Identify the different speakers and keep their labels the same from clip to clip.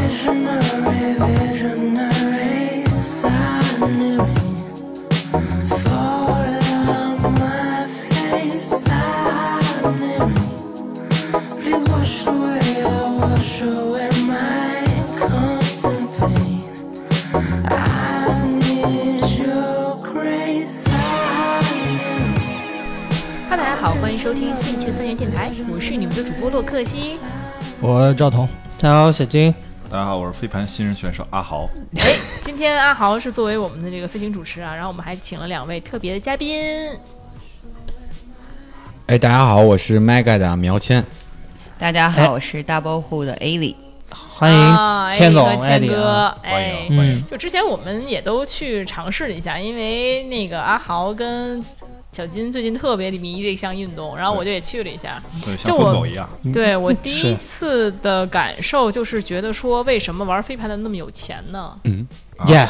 Speaker 1: Visionary, visionary, suddenly fall on my face, suddenly. Please wash away, oh, wash away my constant pain. I need your grace, suddenly.
Speaker 2: Hello，大家好，欢迎收听新一期的三元电台，我是你们的主播洛克西。
Speaker 3: 我赵彤，
Speaker 4: 大家好，小金。
Speaker 5: 大家好，我是飞盘新人选手阿豪。
Speaker 2: 哎，今天阿豪是作为我们的这个飞行主持啊，然后我们还请了两位特别的嘉宾。
Speaker 6: 哎，大家好，我是 Mega 的苗谦。
Speaker 7: 大家
Speaker 4: 哎
Speaker 7: 好，我是大包户的 A 里。
Speaker 4: 欢
Speaker 2: 啊
Speaker 4: 迎千总、
Speaker 2: 哎和
Speaker 4: 艾
Speaker 2: 谦
Speaker 4: 里啊。
Speaker 2: 哥，哎，
Speaker 5: 欢迎
Speaker 4: 嗯，
Speaker 2: 就之前我们也都去尝试了一下，因为那个阿豪跟小金最近特别迷这项运动，然后我就也去了一下。
Speaker 5: 对，
Speaker 2: 就
Speaker 5: 像
Speaker 2: 我
Speaker 5: 疯狗一样，
Speaker 4: 嗯
Speaker 2: 对我第一
Speaker 4: 是
Speaker 2: 次的感受就是觉得说，为什么玩飞盘的那么有钱呢？
Speaker 4: 嗯耶，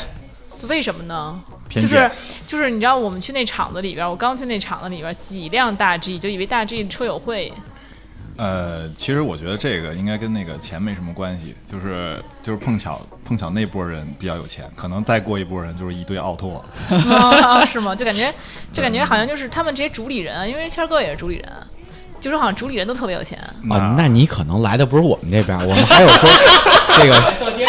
Speaker 2: 就为什么呢？
Speaker 5: 偏
Speaker 2: 就是
Speaker 5: 见
Speaker 2: 就是，你知道我们去那厂子里边，我刚去那厂子里边，几辆大 G 就以为大 G 车友会，
Speaker 5: 呃，其实我觉得这个应该跟那个钱没什么关系，就是呃就是碰巧碰巧那波人比较有钱，可能再过一波人就是一堆奥 拓。
Speaker 2: 啊是吗？就感觉就感觉好像就是他们这些主理人啊，因为谦儿哥也是主理人，就说好像主理人都特别有钱。
Speaker 6: 哦，那你可能来的不是我们这边，我们还有 说这个，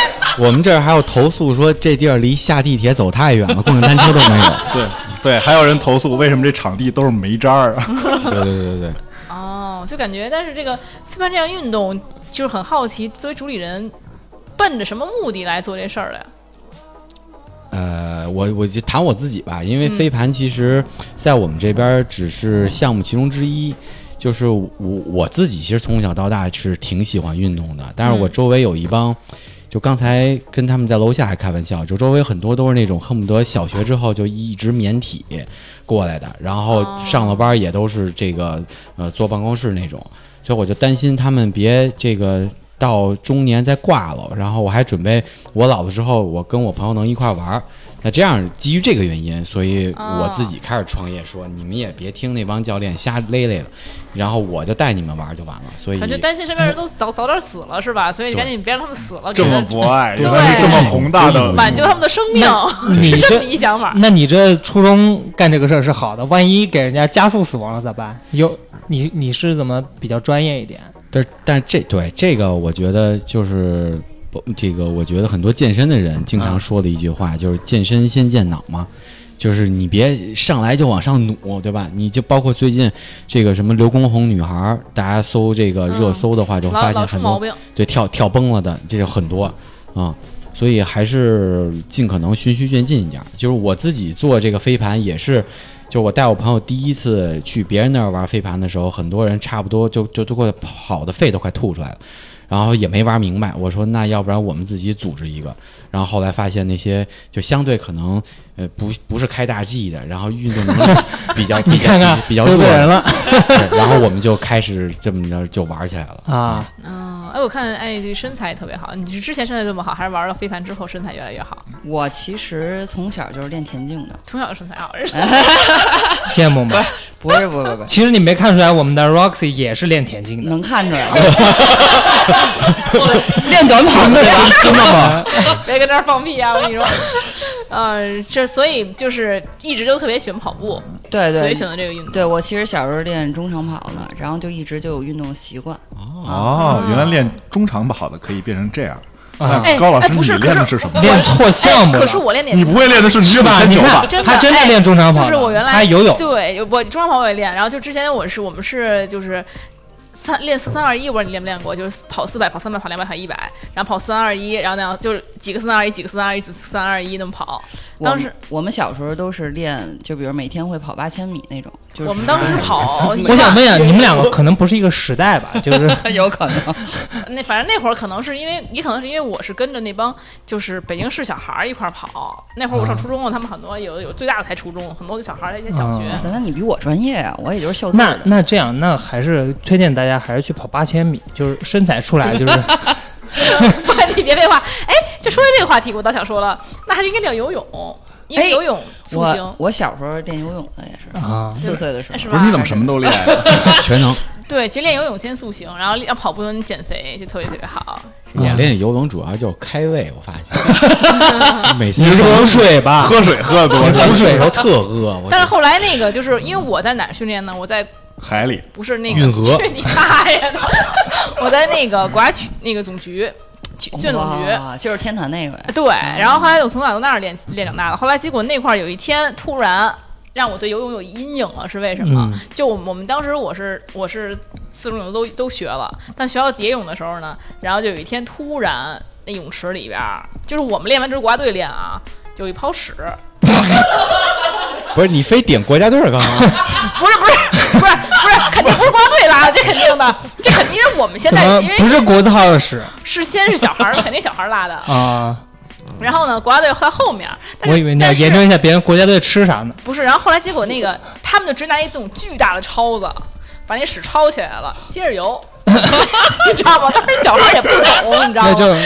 Speaker 6: 我们这儿还有投诉说这地儿离下地铁走太远了，共享单车都 没有。
Speaker 5: 对对，还有人投诉为什么这场地都是煤 渣儿 啊？
Speaker 6: 对对对对对，
Speaker 2: 哦，就感觉，但是这个飞盘这项运动，就是很好奇，作为主理人，奔着什么目的来做这事儿的呀？
Speaker 6: 呃，我我就谈我自己吧，因为飞盘其实在我们这边只是项目其中之一。就是我我自己其实从小到大是挺喜欢运动的，但是我
Speaker 2: 嗯
Speaker 6: 周围有一帮，就刚才跟他们在楼下还开玩笑，就周围很多都是那种恨不得小学之后就一直免体过来的，然后上了班也都是这个呃坐办公室那种，所以我就担心他们别这个到中年再挂了，然后我还准备我老了之后，我跟我朋友能一块玩儿。那这样基于这个原因，所以我自己开始创业说，你们也别听那帮教练瞎勒勒了，然后我就带你们玩儿就完了。所以
Speaker 2: 反正担心身边人都早 早点死了，是吧？所以赶紧别让他们死了，
Speaker 5: 这
Speaker 2: 给他
Speaker 5: 么博爱，
Speaker 2: 对
Speaker 5: 原来是这么宏大的
Speaker 2: 挽救他们的生命，
Speaker 4: 你
Speaker 2: 是 这
Speaker 4: 这
Speaker 2: 么一想法。
Speaker 4: 那你这初衷干这个事儿是好的，万一给人家加速死亡了咋办？有你你是怎么比较专业一点？
Speaker 6: 但但这对这个，我觉得就是不这个，我觉得很多健身的人经
Speaker 2: 啊
Speaker 6: 常说的一句话、就是“健身先健脑”嘛，就是你别上来就往上努，对吧？你就包括最近这个什么刘畊宏女孩儿，大家搜这个热搜的话，就
Speaker 2: 嗯老
Speaker 6: 发
Speaker 2: 老
Speaker 6: 现
Speaker 2: 出
Speaker 6: 很
Speaker 2: 毛
Speaker 6: 多
Speaker 2: 病，
Speaker 6: 对跳跳崩了的，这就很多啊、所以还是尽可能循序渐进一点儿。就是我自己做这个飞盘也是，就我带我朋友第一次去别人那儿玩飞盘的时候，很多人差不多就就都快跑的肺都快吐出来了。然后也没玩明白，我说那要不然我们自己组织一个，然后后来发现那些就相对可能呃不不是开大 G 的，然后运动能 力比较比较
Speaker 4: 你看看
Speaker 6: 比较
Speaker 4: 得
Speaker 6: 弱
Speaker 4: 罪人
Speaker 6: 的，
Speaker 4: 了
Speaker 6: 对然后我们就开始这么着就玩起来 了。
Speaker 4: 啊！
Speaker 2: 嗯，哎，我看哎这身材特别好，你是之前身材这么好，还是玩了飞盘之后身材越来越好？
Speaker 7: 我其实从小就是练田径的，
Speaker 2: 从小就身材好，是吧
Speaker 4: 羡慕吗？
Speaker 7: 不是，不是， 不是，
Speaker 4: 其实你没看出来，我们的 Roxy 也是练 田径的。
Speaker 7: 能看出来。练短跑 的，
Speaker 4: 真的吗？
Speaker 2: 别跟这儿放屁啊！我跟你说， 嗯，这所以就是一直都特别喜欢跑步，
Speaker 7: 对
Speaker 2: 所以
Speaker 7: 对
Speaker 2: 选择这个运动。
Speaker 7: 对，我其实小时候练中长跑的，然后就一直就有运动习惯。
Speaker 5: 哦，原来练中长跑的可以变成这样。
Speaker 4: 啊
Speaker 5: 那高老师，
Speaker 2: 哎不是
Speaker 5: 你练的是什 么？
Speaker 4: 练错项目了。
Speaker 2: 哎可是我练点
Speaker 5: 你不会练的是女子
Speaker 4: 是吧？
Speaker 5: 铅
Speaker 4: 你
Speaker 5: 球吧
Speaker 4: 看？
Speaker 2: 真的
Speaker 4: 他真的
Speaker 2: 哎
Speaker 4: 练中长跑
Speaker 2: 就
Speaker 4: 的，
Speaker 2: 是我原来
Speaker 4: 他游泳，
Speaker 2: 对，我中长跑我也练，然后就之前我是我们是就是。三练四三二一，我不知道你练没练过，就是跑四百、跑三百、跑两百、跑一百，然后跑四三二一，然后那样就是几个四三二一，几个四三二一，几个四三二一那么跑。
Speaker 7: 我
Speaker 2: 当时
Speaker 7: 我们小时候都是练，就比如每天会跑八千米那种，就是
Speaker 2: 我们当时是跑，
Speaker 4: 我想问一 下，你们两个可能不是一个时代吧？就是
Speaker 7: 有可能。
Speaker 2: 那反正那会儿可能是因为，也可能是因为我是跟着那帮就是北京市小孩儿一块儿跑。那会儿我上初中了，他们很多有有最大的才初中，很多就小孩儿在小学。
Speaker 7: 哇塞，那你比我专业啊，我也就是秀字
Speaker 4: 那
Speaker 7: 儿的。
Speaker 4: 那这样，那还是推荐大家还是去跑八千米，就是身材出来就是
Speaker 2: 不，你别废话。哎，这说到这个话题，我倒想说了，那还是应该练游泳。因为
Speaker 7: 哎
Speaker 2: 游泳塑
Speaker 7: 我
Speaker 2: 形，
Speaker 7: 我小时候练游泳的也是，
Speaker 4: 啊，
Speaker 7: 四岁的时
Speaker 2: 是
Speaker 7: 候。
Speaker 5: 不
Speaker 2: 吧
Speaker 5: 是你怎么什 么都练呀？
Speaker 6: 全能。
Speaker 2: 对，其实练游泳先塑形，然后要跑步能减肥，就特别特别好。
Speaker 6: 我
Speaker 5: 啊
Speaker 6: 练游泳主要就是开胃，我发现 每次
Speaker 4: 喝水吧，
Speaker 5: 喝水喝的多
Speaker 6: 我
Speaker 5: 是吧
Speaker 6: 补水的时候特饿，我
Speaker 2: 但是后来那个就是因为我在哪儿训练呢？我在
Speaker 5: 海里
Speaker 2: 不是那个
Speaker 6: 运河
Speaker 2: 去你大爷的！我在那个国家区那个总局，区训总局。
Speaker 7: 哇就是天坛那个呀，
Speaker 2: 对，
Speaker 4: 嗯
Speaker 2: 然后后来我从小到那儿练练长大的。后来结果那块儿有一天突然让我对游泳有阴影了，是为什么？
Speaker 4: 嗯
Speaker 2: 就我们我们当时我是我是四种泳都都学了，但学到蝶泳的时候呢，然后就有一天突然那泳池里边儿，就是我们练完之后国家队练啊，有一泡屎，
Speaker 6: 不是你非顶国家队儿干嘛？
Speaker 2: 不是不是不是不是，肯定不是国家队拉的，这肯定的，这肯定因为我们现
Speaker 4: 怎
Speaker 2: 在
Speaker 4: 么
Speaker 2: 因为
Speaker 4: 不是国字号的屎
Speaker 2: 是先是小孩儿，肯定小孩儿拉的。
Speaker 4: 啊？
Speaker 2: 然后呢，国家队在后面儿，但是
Speaker 4: 我以为你要
Speaker 2: 但是
Speaker 4: 研究一下别人国家队吃啥呢。
Speaker 2: 不是。然后后来结果那个他们就直拿一种巨大的抄子，把那屎抄起来了，接着游， 你知道吗？当时小孩儿也不懂，你知道
Speaker 4: 那
Speaker 2: 吗？
Speaker 4: 就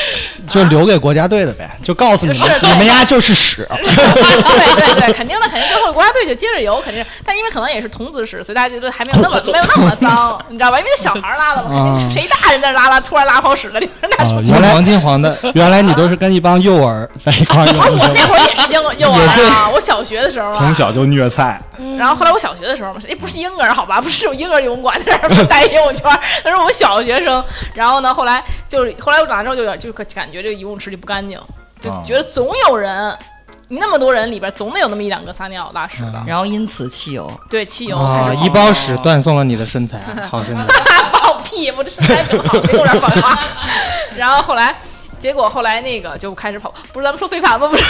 Speaker 4: 就留给国家队的呗，就告诉你们，
Speaker 2: 是对
Speaker 4: 你们家就是屎。啊
Speaker 2: 对对对，肯定的，肯定最后国家队就接着游，肯定是。但因为可能也是童子屎，所以大家觉得还没有那么没有那么脏，你知道吧？因为那小孩儿拉的嘛，肯定是谁大人在那拉拉，突然拉泡屎了，里边那什么？
Speaker 4: 金黄金黄 的，
Speaker 3: 原来你都是跟一帮幼儿在一块儿
Speaker 2: 不是
Speaker 3: 用
Speaker 2: 我那会儿也是婴幼儿啊，我小学的时候啊，
Speaker 5: 从小就虐菜，
Speaker 4: 嗯
Speaker 2: 然后后来我小学的时候嘛，哎，不是婴儿好吧， 不是有婴儿游泳馆在那儿带游泳圈儿，那是我们小学生。然后呢，后来就是后来我长大之后就有点就感觉这个游泳池里不干净，就
Speaker 5: 啊
Speaker 2: 觉得总有人。那么多人里边，总得有那么一两个撒尿拉屎的，
Speaker 7: 然后因此弃游。
Speaker 2: 对，汽油开
Speaker 4: 嗯啊，
Speaker 2: 始
Speaker 4: 一包屎断送了你的身材，啊好 身材。
Speaker 2: 放屁，我这身材挺好，没有人放话。 然后后来，结果后来那个就开始跑，不是咱们说飞盘吗？不是，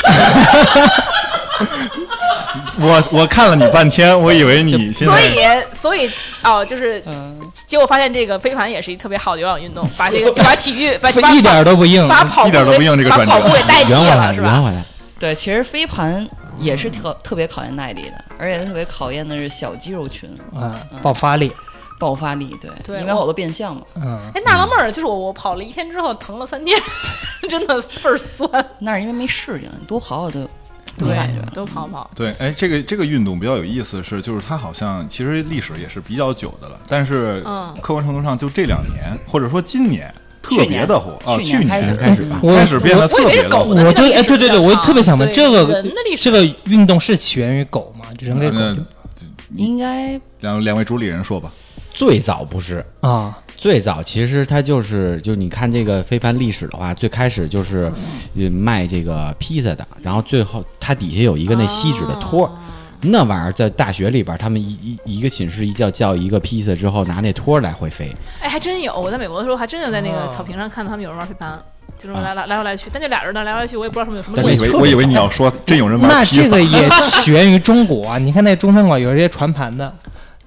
Speaker 5: 我我看了你半天，我以为你现
Speaker 2: 所
Speaker 5: 在
Speaker 2: 以所以哦，就是结果发现这个飞盘也是一特别好的有氧运动，把这个就把体育把把
Speaker 4: 一点儿都不硬，啊
Speaker 2: 把跑步
Speaker 5: 一点都不
Speaker 2: 给
Speaker 5: 硬这个
Speaker 2: 把
Speaker 5: 转折
Speaker 2: 跑步给代替
Speaker 6: 圆回来，
Speaker 2: 了是
Speaker 6: 圆
Speaker 2: 吧？
Speaker 6: 回来。
Speaker 7: 对，其实飞盘也是特特别考验耐力的，而且特别考验的是小肌肉群
Speaker 4: 啊，爆发力，
Speaker 7: 爆发力。对，
Speaker 2: 对
Speaker 7: 因为好多变项嘛，
Speaker 4: 嗯，
Speaker 2: 哎，纳了闷儿，就是我我跑了一天之后疼了三天， 真的倍儿酸。
Speaker 7: 那是因为没适应，你多跑跑就没
Speaker 2: 对
Speaker 7: 感觉。，
Speaker 2: 都跑跑。
Speaker 5: 对，哎，这个这个运动比较有意思是，就是它好像其实历史也是比较久的了，但是
Speaker 2: 嗯
Speaker 5: 客观程度上就这两年，或者说今年特
Speaker 7: 去年
Speaker 5: 别的火啊，
Speaker 7: 去
Speaker 5: 去
Speaker 7: 年开
Speaker 5: 年
Speaker 7: 始
Speaker 5: 开始
Speaker 7: 嗯
Speaker 5: 吧，
Speaker 4: 我
Speaker 5: 开始变得
Speaker 2: 我以
Speaker 5: 特
Speaker 2: 为
Speaker 5: 别
Speaker 2: 是
Speaker 5: 的
Speaker 2: 狗
Speaker 5: 火。
Speaker 2: 的
Speaker 4: 我
Speaker 2: 那个
Speaker 4: 对，
Speaker 2: 历
Speaker 4: 哎，
Speaker 2: 史
Speaker 4: 对对对，
Speaker 2: 比较
Speaker 4: 我
Speaker 2: 长
Speaker 4: 特别想问
Speaker 2: 对
Speaker 4: 这个
Speaker 2: 人的历史
Speaker 4: 这个运动是起源于狗吗？人给狗
Speaker 5: 那
Speaker 7: 应该
Speaker 5: 嗯两两位主理人说吧，
Speaker 6: 最早不是，
Speaker 4: 啊，
Speaker 6: 最早其实它就是，就你看这个飞盘历史的话，最开始就是，
Speaker 2: 嗯
Speaker 6: 呃，卖这个披萨的，然后最后它底下有一个那锡纸的托儿，
Speaker 2: 哦
Speaker 6: 那玩意儿在大学里边儿，他们一一一个寝室一叫叫一个披萨之后，拿那托儿来回飞，
Speaker 2: 哎，还真有，我在美国的时候还真有在那个草坪上看到他们有人玩飞盘，就是来来来回来去，但就俩人呢来回来去，我也不知道什么有什么
Speaker 5: 我
Speaker 2: 乐
Speaker 5: 以
Speaker 2: 趣。
Speaker 5: 为我以为你要说真有人玩
Speaker 4: 那
Speaker 5: 披
Speaker 4: 这
Speaker 5: 萨
Speaker 4: 个，也 起源于中国啊。你看那中餐馆有一些传盘的，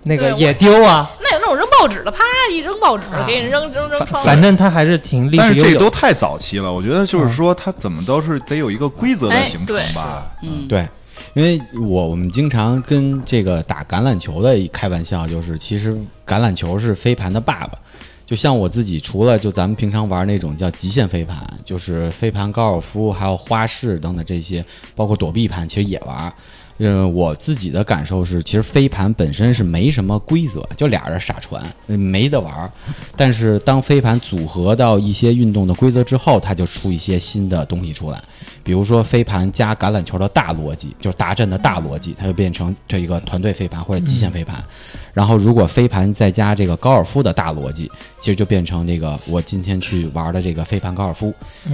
Speaker 4: 那个
Speaker 2: 对我
Speaker 4: 也丢啊，
Speaker 2: 那有那种扔报纸的，啪一扔报纸
Speaker 4: 啊
Speaker 2: 给你扔扔扔窗户。
Speaker 4: 反正它还是挺历
Speaker 5: 但
Speaker 4: 史
Speaker 5: 是
Speaker 4: 悠
Speaker 5: 这
Speaker 4: 久
Speaker 5: 都。太早期了，我觉得就是说它怎么都是得有一个规则的
Speaker 2: 哎
Speaker 5: 形成
Speaker 2: 对
Speaker 5: 吧。
Speaker 7: 嗯，
Speaker 6: 对，因为我我们经常跟这个打橄榄球的开玩笑，就是其实橄榄球是飞盘的爸爸。就像我自己，除了就咱们平常玩那种叫极限飞盘，就是飞盘、高尔夫，还有花式等等这些，包括躲避盘，其实也玩。嗯，我自己的感受是，其实飞盘本身是没什么规则，就俩人傻传，嗯没得玩儿。但是当飞盘组合到一些运动的规则之后，它就出一些新的东西出来，比如说飞盘加橄榄球的大逻辑，就是达阵的大逻辑，它就变成这一个团队飞盘或者极限飞盘。然后如果飞盘再加这个高尔夫的大逻辑，其实就变成这个我今天去玩的这个飞盘高尔夫。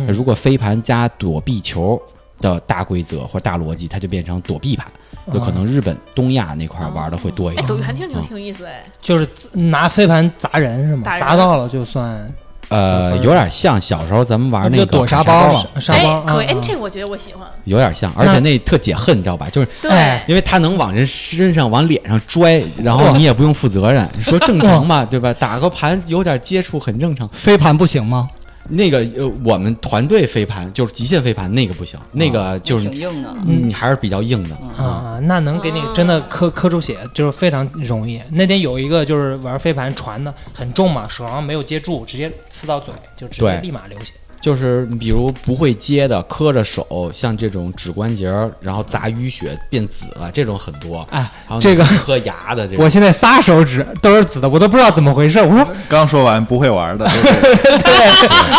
Speaker 6: 如果飞盘加躲避球的大规则或大逻辑，它就变成躲避盘。有可能日本东亚那块儿玩的会多一
Speaker 2: 哎，
Speaker 6: 点。
Speaker 2: 抖音还挺挺挺有意思哎，
Speaker 4: 就是自拿飞盘砸人是吗
Speaker 2: 打？人
Speaker 4: 砸到了就算
Speaker 6: 呃，有点像小时候咱们玩那个
Speaker 4: 躲
Speaker 6: 沙
Speaker 4: 包
Speaker 6: 了，
Speaker 4: 了，沙
Speaker 2: 哎
Speaker 4: 包，
Speaker 2: 可以，哎
Speaker 4: 啊，
Speaker 2: 这个我觉得我喜欢。
Speaker 6: 有点像，而且那特解恨，你知道吧？就是
Speaker 2: 对，
Speaker 4: 哎
Speaker 6: 因为他能往人身上、往脸上拽，然后你也不用负责任。你说正常吧，对吧？打个盘有点接触很正常。
Speaker 3: 飞盘不行吗？
Speaker 6: 那个呃，我们团队飞盘就是极限飞盘，那个不行，那个呃就是
Speaker 7: 挺硬的。
Speaker 6: 嗯你还是比较硬的。
Speaker 4: 啊，那能给
Speaker 2: 哦
Speaker 4: 你真的磕磕出血，就是非常容易。那天有一个就是玩飞盘传的很重嘛，手上没有接住，直接刺到嘴，就直接
Speaker 6: 对
Speaker 4: 立马流血。
Speaker 6: 就是比如不会接的，磕着手，像这种指关节儿，然后砸淤血变紫了，这种很多。
Speaker 4: 哎
Speaker 6: 还有
Speaker 4: 这个
Speaker 6: 那种磕牙的这种，
Speaker 4: 我现在仨手指都是紫的，我都不知道怎么回事。我说
Speaker 5: 刚说完不会玩的，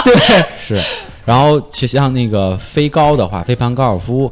Speaker 5: 就是
Speaker 6: 是，然后就像那个飞高的话，飞盘高尔夫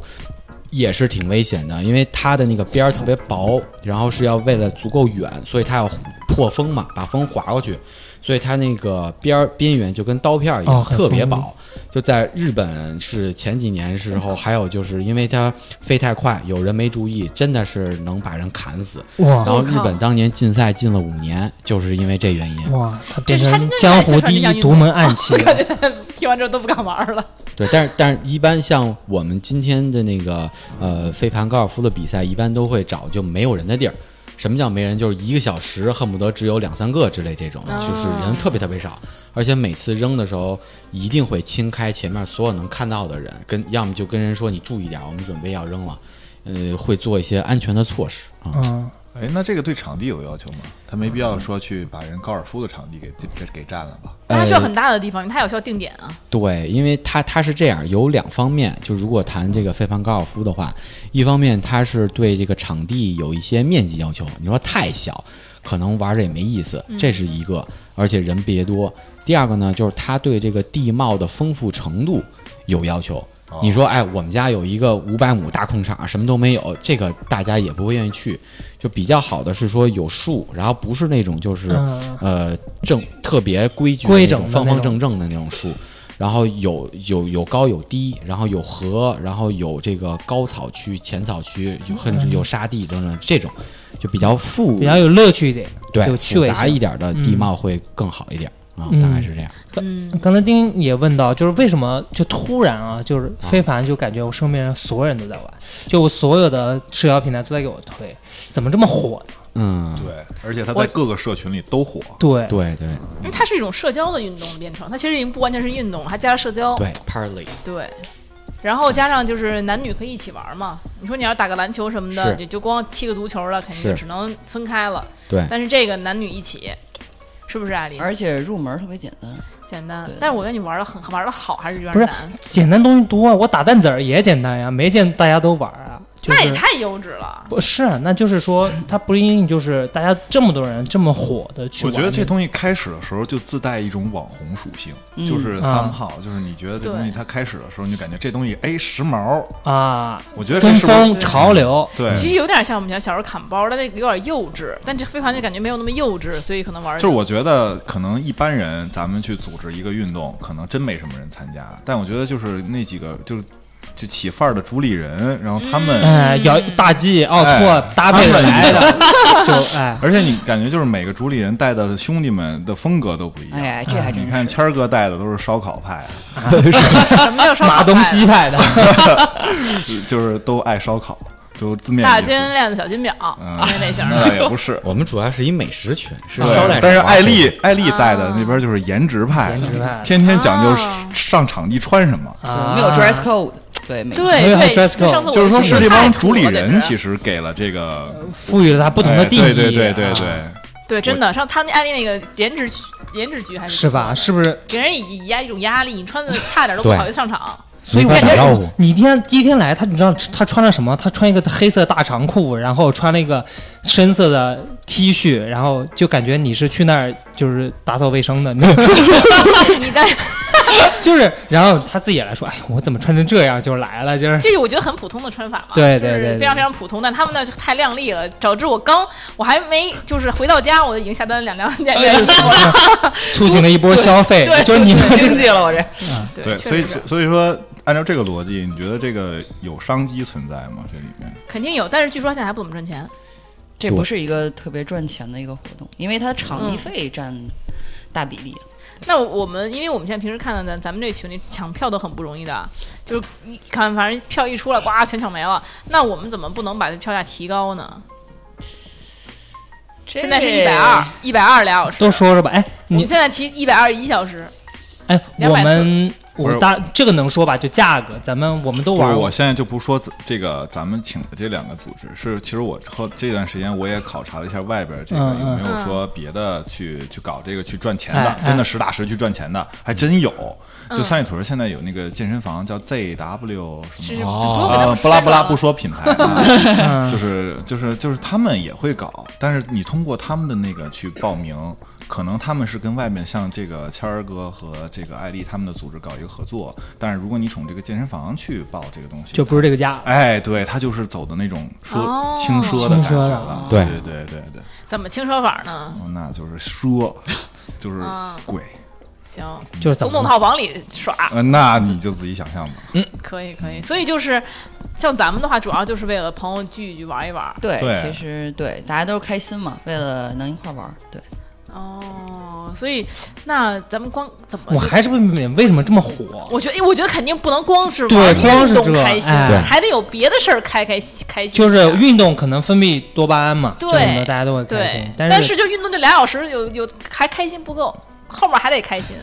Speaker 6: 也是挺危险的，因为它的那个边儿特别薄，然后是要为了足够远，所以它要破风嘛，把风划过去，所以它那个边儿边缘就跟刀片儿一样，
Speaker 4: 哦很
Speaker 6: 特别
Speaker 4: 锋利
Speaker 6: 薄。就在日本是前几年时候，还有就是因为它飞太快，有人没注意，真的是能把人砍死。然
Speaker 4: 哇
Speaker 6: 后
Speaker 2: 我
Speaker 6: 日
Speaker 2: 靠
Speaker 6: 本当年禁赛禁了五年，就是因为这原因。
Speaker 4: 哇，他
Speaker 2: 这
Speaker 4: 变
Speaker 2: 是他真
Speaker 4: 成
Speaker 2: 的是
Speaker 4: 江
Speaker 2: 在
Speaker 4: 湖
Speaker 2: 宣传
Speaker 4: 第
Speaker 2: 这项
Speaker 4: 一
Speaker 2: 运
Speaker 4: 独
Speaker 2: 动
Speaker 4: 门 暗器了。
Speaker 2: 听完之后都不敢玩了。
Speaker 6: 对，但是但是，一般像我们今天的那个呃飞盘高尔夫的比赛，一般都会找就没有人的地儿。什么叫没人？就是一个小时恨不得只有两三个之类这种，就是人特别特别少，而且每次扔的时候一定会清开前面所有能看到的人，跟要么就跟人说你注意点，我们准备要扔了，呃，会做一些安全的措施啊。
Speaker 4: 嗯，
Speaker 5: 哎，那这个对场地有要求吗？他没必要说去把人高尔夫的场地给给给占了吧？
Speaker 4: 哎
Speaker 2: 那它需要很大的地方，它也需要定点啊。
Speaker 6: 对，因为它它是这样，有两方面，就如果谈这个飞盘高尔夫的话，一方面它是对这个场地有一些面积要求，你说太小，可能玩着也没意思，这是一个，而且人别多。第二个呢，就是它对这个地貌的丰富程度有要求。你说，哎，我们家有一个五百亩大空场，什么都没有，这个大家也不会愿意去。就比较好的是说有树，然后不是那种就是、
Speaker 4: 嗯
Speaker 6: 呃正特别规矩的
Speaker 4: 规
Speaker 6: 那种
Speaker 4: 整的
Speaker 6: 方
Speaker 4: 那
Speaker 6: 方
Speaker 4: 种
Speaker 6: 正正的那种树，然后有有有高有低，然后有河，然后有这个高草区、浅草区，有甚至有沙地等等这种，就比较富
Speaker 4: 嗯比较有乐趣一点，
Speaker 6: 对
Speaker 4: 有趣味
Speaker 6: 复杂
Speaker 4: 性
Speaker 6: 一点的地貌会更好一点啊、
Speaker 4: 嗯
Speaker 6: 大概是这样。
Speaker 2: 嗯，
Speaker 4: 刚才丁也问到，就是为什么就突然啊，就是飞盘就感觉我身边人所有人都在玩，就我所有的社交平台都在给我推，怎么这么火呢？
Speaker 6: 嗯，
Speaker 5: 对，而且他在各个社群里都火。
Speaker 4: 对，
Speaker 6: 对对
Speaker 2: 因为它是一种社交的运动变成，它其实已经不完全是运动了，还加了社交。
Speaker 6: 对，parley
Speaker 2: 对然后加上就是男女可以一起玩嘛。你说你要打个篮球什么的，
Speaker 6: 是
Speaker 2: 你就光踢个足球了，肯定
Speaker 6: 是
Speaker 2: 就只能分开了。
Speaker 6: 对，。
Speaker 2: 但是这个男女一起，是不是啊？丽
Speaker 7: 而且入门特别简单。
Speaker 2: 简单
Speaker 7: 对。
Speaker 2: 但是我跟你玩的很玩的好，还是有
Speaker 4: 不是
Speaker 2: 点难。
Speaker 4: 简单东西多啊，我打蛋子儿也简单呀，没见大家都玩啊，就
Speaker 2: 那也
Speaker 4: 是。
Speaker 2: 太幼稚了。
Speaker 4: 不是啊，那就是说，它不一定就是大家这么多人这么火的去
Speaker 5: 我
Speaker 4: 玩。
Speaker 5: 觉得这东西开始的时候就自带一种网红属性，
Speaker 7: 嗯
Speaker 5: 就是
Speaker 4: 啊
Speaker 5: somehow，、就是你觉得这
Speaker 2: 对
Speaker 5: 东西它开始的时候，你就感觉这东西哎时髦，
Speaker 4: 啊，
Speaker 5: 我觉得这
Speaker 4: 跟
Speaker 5: 是不是
Speaker 4: 风潮流，
Speaker 5: 对，
Speaker 2: 其实有点像我们小时候砍包，但那个有点幼稚。但这飞盘就感觉没有那么幼稚，所以可能玩儿
Speaker 5: 就是我觉得可能一般人咱们去组织一个运动，可能真没什么人参加，但我觉得就是那几个就是就起范儿的主理人，然后他们。
Speaker 4: 哎，摇大 G 奥拓
Speaker 5: 哎
Speaker 4: 搭配
Speaker 5: 他们
Speaker 4: 来 的，就哎，
Speaker 5: 而且你感觉就是每个主理人带的兄弟们的风格都不一样。
Speaker 7: 哎，这还真
Speaker 5: 你看
Speaker 7: 是。
Speaker 5: 谦儿哥带的都是烧烤派，啊
Speaker 2: 什 么叫烧烤啊
Speaker 4: 马东
Speaker 2: 派
Speaker 4: 锡派的，
Speaker 5: 就就是都爱烧烤，就字面
Speaker 2: 大
Speaker 5: 意思
Speaker 2: 金链子小金表，
Speaker 5: 嗯
Speaker 2: 那类型
Speaker 5: 那倒也
Speaker 2: 的。
Speaker 5: 不是
Speaker 6: 我们主要是以美食群，是
Speaker 5: 对
Speaker 6: 捎带手
Speaker 5: 但是
Speaker 6: 玩
Speaker 5: 艾
Speaker 6: 这个
Speaker 5: 丽艾丽带的
Speaker 2: 啊
Speaker 5: 那边就是颜值派，
Speaker 4: 颜值派
Speaker 5: 天天讲究
Speaker 2: 啊
Speaker 5: 上场地穿什么。
Speaker 7: 我
Speaker 4: 啊
Speaker 7: 们有 dress code，对，没
Speaker 2: 对
Speaker 4: 没有
Speaker 2: 对，
Speaker 4: dress
Speaker 2: 上次我
Speaker 5: 就是说，
Speaker 2: 去
Speaker 5: 是
Speaker 2: 我
Speaker 5: 这
Speaker 2: 太
Speaker 5: 帮
Speaker 2: 土
Speaker 5: 主理
Speaker 2: 了简
Speaker 5: 人
Speaker 2: 直
Speaker 5: 其实给了这个
Speaker 4: 赋予了它不
Speaker 5: 不
Speaker 4: 同的定义，
Speaker 5: 哎对对对对
Speaker 4: 啊
Speaker 5: 对，
Speaker 2: 对，真的，上他那艾丽那个颜值颜值局还是
Speaker 4: 是吧？是不是？
Speaker 2: 给人以以压一种压力，你穿的差点都不
Speaker 6: 对
Speaker 2: 好意思上 场。
Speaker 4: 所以我
Speaker 6: 没法打
Speaker 4: 感觉
Speaker 6: 招呼
Speaker 4: 你第一天第一天来，他你知道他穿了什么？他穿一个黑色大长裤，然后穿了一个深色的 T 恤，然后就感觉你是去那儿就是打扫卫生的，你知道 吗
Speaker 2: 你但
Speaker 4: 就是。然后他自己也来说：“哎，我怎么穿成 这样就来了？”就是
Speaker 2: 这是我觉得很普通的穿法嘛，
Speaker 4: 对对对
Speaker 2: 就是非常非常普通。但他们那就太靓丽了，导致我刚我还没就是回到家，我就已经下单两两两
Speaker 5: 哎
Speaker 2: 两两了。
Speaker 4: 促进了一波消 费，
Speaker 2: 对
Speaker 4: 就是你们
Speaker 7: 经济了，我这
Speaker 5: 对，
Speaker 2: 确
Speaker 5: 所以
Speaker 2: 实是
Speaker 5: 所以说，按照这个逻辑，你觉得这个有商机存在吗？这里面
Speaker 2: 肯定有，但是据说现在还不怎么赚钱。
Speaker 7: 这
Speaker 6: 对
Speaker 7: 不是一个特别赚钱的一个活动，因为它场地
Speaker 2: 嗯
Speaker 7: 费占大比例。
Speaker 2: 那我们因为我们现在平时看到的，咱们这群里抢票都很不容易的，啊就是一看反正票一出来，呱全抢没了。那我们怎么不能把这票价提高呢？现在是一百二，，一百二俩小时。
Speaker 4: 都说说吧。哎，
Speaker 2: 我们
Speaker 4: 你
Speaker 2: 现在提一百二一小时，
Speaker 4: 哎，
Speaker 2: 240
Speaker 4: 我们
Speaker 5: 不
Speaker 4: 我
Speaker 5: 是
Speaker 4: 大这个能说吧？就价格，咱们我们都
Speaker 5: 不是，
Speaker 4: 玩
Speaker 5: 我
Speaker 4: 过。
Speaker 5: 现在就不说自这个咱们请的这两个组织，是其实我和这段时间我也考察了一下外边这个
Speaker 4: 嗯
Speaker 5: 有
Speaker 4: 嗯
Speaker 5: 没有说别的去去搞这个去赚钱
Speaker 4: 哎
Speaker 5: 的，
Speaker 4: 哎
Speaker 5: 真的实打实去赚钱的，还真有。就三里屯现在有那个健身房叫 ZW
Speaker 2: 是
Speaker 5: 什
Speaker 2: 是
Speaker 5: 么。
Speaker 2: 不
Speaker 6: 哦
Speaker 2: 用给他
Speaker 5: 啊
Speaker 2: 们，
Speaker 5: 不拉
Speaker 2: 说
Speaker 5: 不拉
Speaker 2: 了
Speaker 5: 不说品牌，啊
Speaker 4: 嗯
Speaker 5: 就是就是就是他们也会搞，但是你通过他们的那个去报名，可能他们是跟外面像这个谦儿哥和这个艾丽他们的组织搞一个合作，但是如果你从这个健身房去报这个东西，
Speaker 4: 就不是这个价，
Speaker 5: 哎，对，他就是走的那种奢、
Speaker 2: 哦
Speaker 5: 轻奢的感觉
Speaker 4: 轻奢的嗯
Speaker 5: 了，
Speaker 6: 对
Speaker 5: 对对对对，
Speaker 2: 怎么轻奢法呢？
Speaker 5: 哦那就是奢，就是
Speaker 2: 啊
Speaker 5: 贵，
Speaker 2: 行，
Speaker 4: 就是怎
Speaker 2: 总
Speaker 4: 么
Speaker 2: 统套房里耍
Speaker 5: 呃，那你就自己想象吧。
Speaker 2: 可以可以，所以就是像咱们的话，主要就是为了朋友聚一聚玩一玩。
Speaker 7: 对，
Speaker 5: 对
Speaker 7: 其实对，大家都是开心嘛，为了能一块儿玩儿，对，
Speaker 2: 哦，所以那咱们光怎么？
Speaker 4: 我还是不明白为什么这么火。
Speaker 2: 我觉得，我觉得肯定不能光是
Speaker 4: 对
Speaker 2: 玩
Speaker 4: 光是
Speaker 2: 运动
Speaker 4: 这
Speaker 2: 开心，
Speaker 4: 哎对
Speaker 2: 还得有别的事儿开开心开心。
Speaker 4: 就是运动可能分泌多巴胺
Speaker 2: 啊
Speaker 4: 嘛，
Speaker 2: 对
Speaker 4: 就什么大家都会开
Speaker 2: 对
Speaker 4: 心，。
Speaker 2: 但
Speaker 4: 是
Speaker 2: 就运动这俩小时有有还开心不够，后面还得开 心。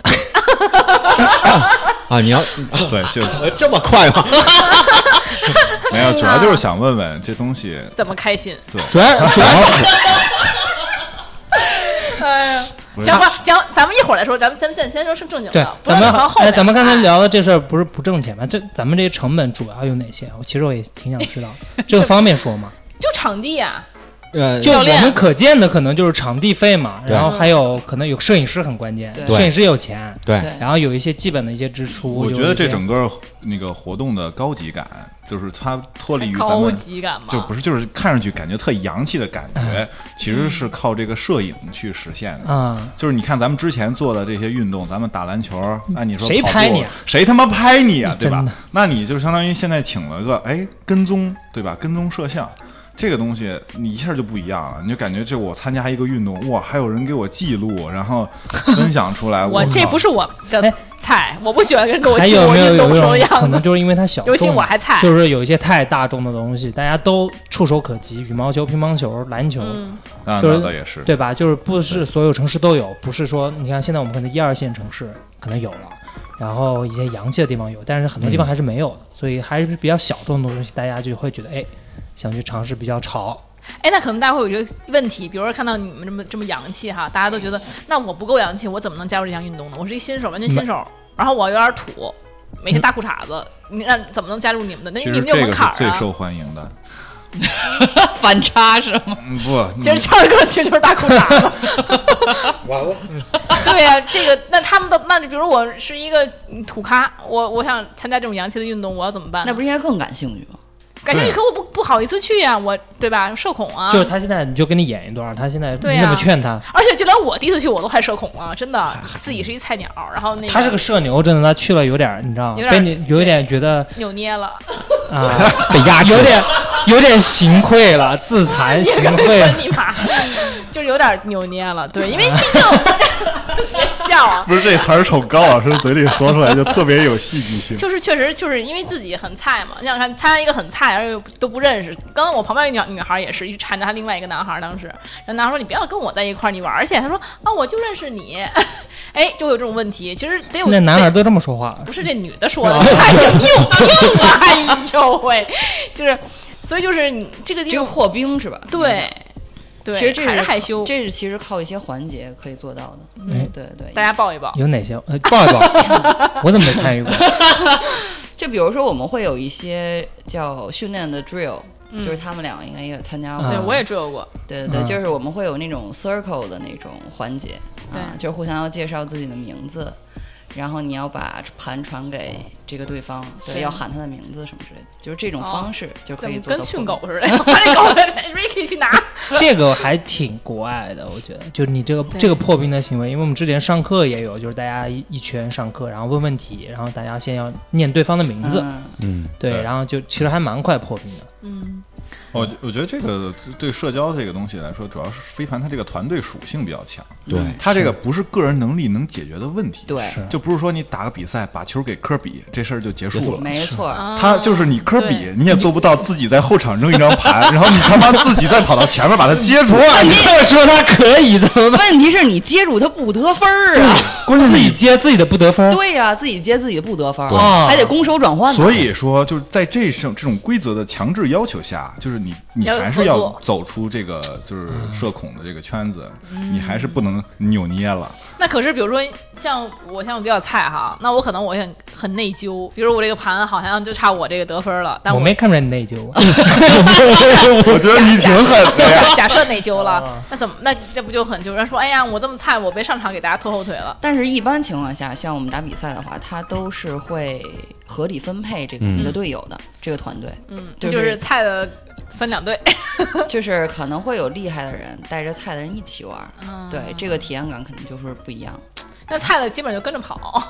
Speaker 6: 啊，你要呃
Speaker 5: 对，就
Speaker 6: 这么快吗？
Speaker 5: 没有，主要就是想问问这东西，
Speaker 2: 怎么开心？
Speaker 4: 主要主要
Speaker 2: 哎呀，
Speaker 5: 不是
Speaker 2: 行吧，行，咱们一会儿再说，咱们咱们现在先说正正经
Speaker 4: 对
Speaker 2: 的，，不
Speaker 4: 咱
Speaker 2: 要
Speaker 4: 们
Speaker 2: 放后
Speaker 4: 哎，
Speaker 2: 面。啊
Speaker 4: 咱们刚才聊的这事儿不是不挣钱吗？这咱们这些成本主要有哪些？我其实我也挺想知道 的，这个方便说吗？
Speaker 2: 就场地啊呀，
Speaker 6: 呃，
Speaker 4: 就
Speaker 2: 教
Speaker 4: 我
Speaker 2: 练
Speaker 4: 们可见的可能就是场地费嘛，
Speaker 6: 对
Speaker 4: 然后还有可能有摄影师很关键，
Speaker 7: 对
Speaker 4: 摄影师有钱，
Speaker 6: 对
Speaker 7: 对
Speaker 4: 然后有一些基本的一些支出。
Speaker 5: 我
Speaker 4: 有
Speaker 5: 觉得
Speaker 4: 一些
Speaker 5: 这整个那个活动的高级感，就是它脱离于咱
Speaker 2: 高
Speaker 5: 们。
Speaker 2: 级感嘛，
Speaker 5: 就不是，就是看上去感觉特洋气的感
Speaker 4: 嗯
Speaker 5: 觉，其实是靠这个摄影去实现的。
Speaker 4: 啊，
Speaker 5: 就是你看咱们之前做的这些运动，咱们打篮球，按你说
Speaker 4: 嗯谁
Speaker 5: 跑步
Speaker 4: 拍你啊嗯
Speaker 5: 谁他妈拍你啊？对吧
Speaker 4: 真的？
Speaker 5: 那你就相当于现在请了个哎跟踪，对吧？跟踪摄像。这个东西你一下就不一样了，你就感觉这我参加一个运动，哇，还有人给我记录，然后分享 出来。
Speaker 2: 我这
Speaker 5: 靠
Speaker 2: 不是我的
Speaker 4: 哎
Speaker 2: 菜，我不喜欢跟人跟我
Speaker 4: 还
Speaker 2: 进
Speaker 4: 有
Speaker 2: 我
Speaker 4: 没有
Speaker 2: 运动
Speaker 4: 有
Speaker 2: 时候
Speaker 4: 一
Speaker 2: 的
Speaker 4: 种可
Speaker 2: 样
Speaker 4: 能
Speaker 2: 子。
Speaker 4: 就是因为它小众，
Speaker 2: 尤其我还菜，
Speaker 4: 就是有一些太大众的东西，大家都触手可及，羽毛球、乒乓球、篮球，
Speaker 2: 嗯，
Speaker 5: 啊，
Speaker 4: 就是
Speaker 5: 那倒也是，
Speaker 4: 对吧？就是不是所有城市都有，不是说你看现在我们可能一二线城市可能有了，然后一些洋气的地方有，但是很多地方还是没有的，所以还是比较小众的东西，大家就会觉得哎，想去尝试比较潮。
Speaker 2: 哎，那可能大家会有一个问题，比如说看到你们这么这么洋气哈，大家都觉得那我不够洋气，我怎么能加入这项运动呢？我是一新手，完全新手，然后我有点土，每
Speaker 4: 嗯
Speaker 2: 天大裤衩子，你那怎么能加入你们的？那
Speaker 5: 其
Speaker 2: 哎你
Speaker 5: 实
Speaker 2: 们有
Speaker 5: 这
Speaker 2: 门
Speaker 5: 个是
Speaker 2: 槛儿
Speaker 5: 最
Speaker 2: 啊。
Speaker 5: 受欢迎的。
Speaker 7: 反差是吗？
Speaker 5: 嗯，不，
Speaker 2: 其实
Speaker 5: 你
Speaker 2: 谦儿哥其实就是大裤衩子。 完了。对呀、这个那他们的那，比如我是一个土咖，我我想参加这种洋气的运动，我要怎么办呢？
Speaker 7: 那不是应该更感兴趣吗？
Speaker 2: 感兴趣，可我不不好意思去呀、我对吧？社恐啊。
Speaker 4: 就是他现在你就跟你演一段，他现在
Speaker 2: 对
Speaker 4: 你怎么
Speaker 2: 啊
Speaker 4: 劝他？
Speaker 2: 而且就连我第一次去，我都快社恐了，真的，自己是一菜鸟，然后那
Speaker 4: 他是个社牛，真的，他去了有点儿，你知道吗？
Speaker 2: 有点儿
Speaker 4: 被你有一点觉得
Speaker 2: 扭捏了，
Speaker 4: 啊，
Speaker 6: 被压制
Speaker 4: 有点有点行愧了，自 惭形
Speaker 2: 我
Speaker 4: 秽。
Speaker 2: 你妈，就是有点扭捏了，对， 因为毕竟别笑啊，
Speaker 5: 不是这词儿从高老师嘴里说出来就特别有戏剧性。
Speaker 2: 就是确实就是因为自己很菜嘛，你想看参加一个很菜，而且又都不认识。刚刚我旁边一个女女孩也是一直缠着她另外一个男孩，当时然后男孩说你不要跟我在一块儿，你玩儿去，他说啊我就认识你， 哎就有这种问题，其实得有
Speaker 4: 现在男
Speaker 2: 得
Speaker 4: 孩都这么说话，
Speaker 2: 不是这女的 说的，哎呀，命硬啊！哎呦喂，就是，所以就是你这个地
Speaker 7: 这个
Speaker 2: 方，
Speaker 7: 破冰是吧？
Speaker 2: 对，对，
Speaker 7: 其实这
Speaker 2: 还
Speaker 7: 是
Speaker 2: 是害羞，
Speaker 7: 这是其实靠一些环节可以做到的。
Speaker 4: 嗯
Speaker 7: 对对，
Speaker 2: 大家抱一抱，
Speaker 4: 有哪些？呃，报一报， 我怎么没参与过？
Speaker 7: 就比如说我们会有一些叫训练的 drill，、
Speaker 2: 嗯
Speaker 7: 就是他们俩应该也参加过。
Speaker 4: 嗯
Speaker 2: 对
Speaker 4: 啊
Speaker 2: 我也追过，
Speaker 7: 对对对，
Speaker 4: 嗯
Speaker 7: 就是我们会有那种 circle 的那种环节，啊，
Speaker 2: 对
Speaker 7: 就是互相要介绍自己的名字，然后你要把盘传给这个对方，对，
Speaker 2: 对
Speaker 7: 要喊他的名字什么之类的，就是这种
Speaker 2: 哦
Speaker 7: 方式就可
Speaker 2: 怎
Speaker 7: 以
Speaker 2: 么
Speaker 7: 做
Speaker 2: 跟
Speaker 7: 到
Speaker 2: 训
Speaker 7: 破
Speaker 2: 狗似的？把那狗 Ricky 去拿，
Speaker 4: 这个还挺国外的，我觉得，就是你这个
Speaker 2: 对
Speaker 4: 这个破冰的行为，因为我们之前上课也有，就是大家一一圈上课，然后问问题，然后大家先要念对方的名
Speaker 7: 冰。
Speaker 4: 字，
Speaker 7: 嗯，
Speaker 6: 嗯，
Speaker 4: 对，
Speaker 5: 对
Speaker 4: 然后就其实还蛮快破冰的，
Speaker 2: 嗯，
Speaker 5: 我觉我觉得这个对社交这个东西来说，主要是飞盘它这个团队属性比较强，
Speaker 6: 对，
Speaker 5: 它这个不是个人能力能解决的问题，，
Speaker 7: 对，
Speaker 5: 就不是说你打个比赛把球给科比这事儿就结束了。
Speaker 7: 没错。
Speaker 2: 嗯
Speaker 5: 他就是你科比
Speaker 2: 对，
Speaker 5: 你也做不到自己在后场扔一张盘，然后你他妈自己再跑到前面把它接住。
Speaker 4: 哇，你这么说他可以的，
Speaker 7: 问题是你接住他不得分儿啊！
Speaker 4: 关键自己接自己的不得分儿，
Speaker 7: 对呀、自己接自己不得分儿，
Speaker 4: 啊
Speaker 7: 还得攻守转换呢。
Speaker 5: 哎所以说，就是在这种这种规则的强制要求下，就是你你
Speaker 2: 要
Speaker 5: 还是
Speaker 2: 合
Speaker 5: 要
Speaker 2: 作
Speaker 5: 走出这个就是社恐的这个圈子，
Speaker 2: 嗯
Speaker 5: 你还是不能扭捏 了。
Speaker 2: 那可是，比如说像我，像我比较菜哈，那我可能我也很很内疚。比如我这个盘好像就差我这个得分了，但
Speaker 4: 我
Speaker 2: 我
Speaker 4: 没看出来你内疚。
Speaker 5: 我觉得你挺狠的呀。
Speaker 2: 假设内疚了，那怎么那这不就很就是说，哎呀，我这么菜，我被上场给大家拖后腿了。
Speaker 7: 但是，一般情况下，像我们打比赛的话，他都是会合理分配这个
Speaker 5: 嗯
Speaker 7: 你的队友的、这个团队，
Speaker 2: 嗯，
Speaker 7: 就
Speaker 2: 就是是菜的分两队。
Speaker 7: 就是可能会有厉害的人带着菜的人一起玩儿，对这个体验感肯定就是不一样。
Speaker 2: 那菜的基本就跟着跑，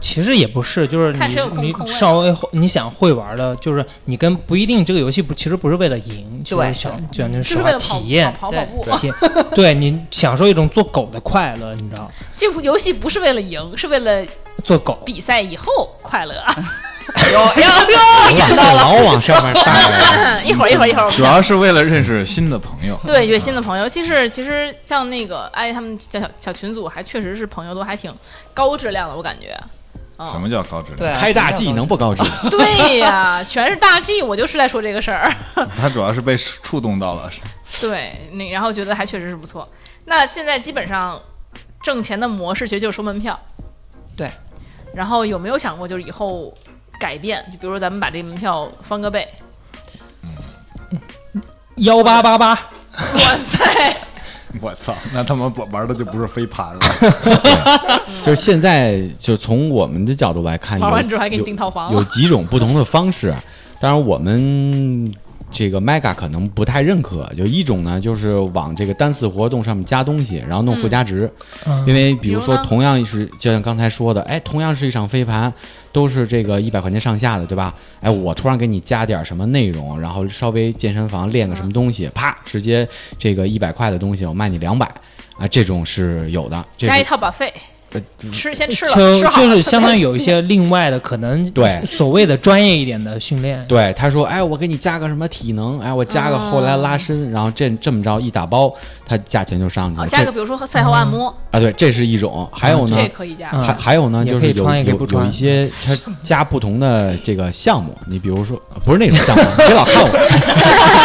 Speaker 4: 其实也不是，就是
Speaker 2: 看谁有空
Speaker 4: 你
Speaker 2: 空
Speaker 4: 你
Speaker 2: 位
Speaker 4: 稍微会你想会玩的，就是你跟不一定这个游戏不其实不是为了赢，就是
Speaker 7: 对
Speaker 4: 想想就
Speaker 2: 就是为了跑
Speaker 4: 体验
Speaker 2: 跑跑
Speaker 7: 对
Speaker 2: 跑步。
Speaker 4: 体验， 对你享受一种做狗的快乐，你知道，
Speaker 2: 这部游戏不是为了赢，是为了
Speaker 4: 做狗
Speaker 2: 比赛以后快乐。啊
Speaker 7: 有有有，想到了，
Speaker 6: 老往上面带 着。
Speaker 2: 一会儿一会儿一会儿，我们
Speaker 5: 主要是为了认识新的朋友。啊
Speaker 2: 对，约新的朋友，尤其是其实像那个哎，他们小小小群组还确实是朋友都还挺高质量的，我感觉。
Speaker 5: 什
Speaker 2: 嗯，
Speaker 5: 么叫高质
Speaker 7: 对
Speaker 5: 量？
Speaker 7: 啊，
Speaker 6: 开大 G
Speaker 7: 这个
Speaker 6: 能不高质？
Speaker 2: 对呀，全是大 G，我就是在说这个事儿。
Speaker 5: 他主要是被触动到了。
Speaker 2: 对，那然后觉得还确实是不错。那现在基本上挣钱的模式其实就是收门票。
Speaker 7: 对。
Speaker 2: 然后有没有想过，就是以后改变？就比如说咱们把这门票翻个倍。
Speaker 4: 幺八八八，
Speaker 2: 哇塞！
Speaker 5: 我操，那他妈玩的就不是飞盘了。
Speaker 6: 就是现在，就从我们的角度来看，有
Speaker 2: 玩完之后还给你订套房
Speaker 6: 有有几种不同的方式。啊当然，我们这个 Mega 可能不太认可。有一种呢，就是往这个单次活动上面加东西，然后弄附加值。
Speaker 4: 嗯
Speaker 6: 因为比
Speaker 2: 比如
Speaker 6: 如说
Speaker 2: 呢，
Speaker 6: 同样是就像刚才说的，哎，同样是一场飞盘，都是这个一百块钱上下的，对吧？哎，我突然给你加点什么内容，然后稍微健身房练个什么东
Speaker 2: 嗯
Speaker 6: 西，啪，直接这个一百块的东西我卖你两百。啊，这种是有的，这
Speaker 2: 加一
Speaker 6: 是
Speaker 2: 套把费
Speaker 6: 呃，
Speaker 2: 吃先吃了，
Speaker 4: 就
Speaker 2: 吃好
Speaker 4: 就
Speaker 2: 了
Speaker 4: 是相当于有一些另外的可能，
Speaker 6: 对
Speaker 4: 所谓的专业一点的训 练，
Speaker 6: 对，他说，哎，我给你加个什么体能，哎，我加个
Speaker 4: 啊
Speaker 6: 后来拉伸，然后这这么着一打包，它价钱就上去
Speaker 2: 哦
Speaker 6: 了。
Speaker 2: 加
Speaker 6: 这
Speaker 2: 个比如说和赛后按摩，
Speaker 6: 啊，对，这是一种，还有呢
Speaker 2: 这。可以加。
Speaker 4: 嗯
Speaker 6: 还还有呢，
Speaker 4: 也
Speaker 6: 就
Speaker 4: 可
Speaker 6: 是
Speaker 4: 以
Speaker 6: 有
Speaker 4: 穿也可以
Speaker 6: 有
Speaker 4: 不
Speaker 6: 有
Speaker 4: 穿
Speaker 6: 一些它加不同的这个项目，你比如说呃不是那种项目， 别老看我，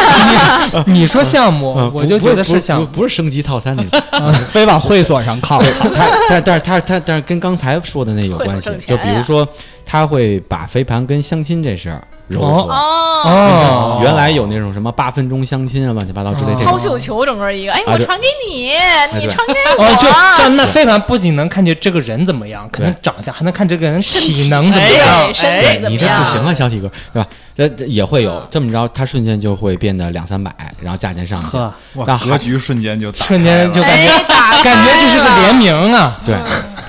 Speaker 4: 你说项目
Speaker 6: 嗯，
Speaker 4: 我
Speaker 6: 不
Speaker 4: 就
Speaker 6: 不
Speaker 4: 觉得
Speaker 6: 不
Speaker 4: 是项目，啊
Speaker 6: 不是升级套餐 那种，
Speaker 3: 非往会所上 靠。
Speaker 6: 它但但是它它但是跟刚才说的那有
Speaker 2: 会
Speaker 6: 关系
Speaker 2: 挣，
Speaker 6: 就
Speaker 2: 钱
Speaker 6: 比如
Speaker 2: 呀
Speaker 6: 说他会把飞盘跟相亲这事儿揉
Speaker 4: 哦
Speaker 6: 合，
Speaker 2: 哦，
Speaker 4: 哦，
Speaker 6: 原来有那种什么八分钟相亲啊，乱七八糟之类
Speaker 4: 哦
Speaker 6: 这种
Speaker 2: 抛，绣球整个一个，哎，
Speaker 6: 啊
Speaker 2: 我
Speaker 6: 对哎
Speaker 2: 传给你，你
Speaker 6: 对
Speaker 2: 传给
Speaker 4: 哦，就
Speaker 2: 我，
Speaker 4: 就那非凡不仅能看见这个人怎么样，可能长相还能看这个人体能怎么
Speaker 7: 哎
Speaker 4: 样
Speaker 7: 呀，
Speaker 2: 对，身
Speaker 7: 哎
Speaker 2: 体怎
Speaker 6: 你
Speaker 2: 么
Speaker 6: 这不行
Speaker 2: 样？
Speaker 6: 啊，小体格，对吧？这这也会有
Speaker 2: 嗯
Speaker 6: 这么着，它瞬间就会变得两三百，然后价钱上去。
Speaker 4: 呵，
Speaker 5: 哇，
Speaker 6: 但
Speaker 5: 格
Speaker 6: 还
Speaker 5: 局瞬间就打开
Speaker 4: 瞬
Speaker 5: 了
Speaker 4: 间就感觉
Speaker 2: 哎， 打
Speaker 4: 感觉这是个联
Speaker 2: 名。
Speaker 4: 名啊，
Speaker 6: 对，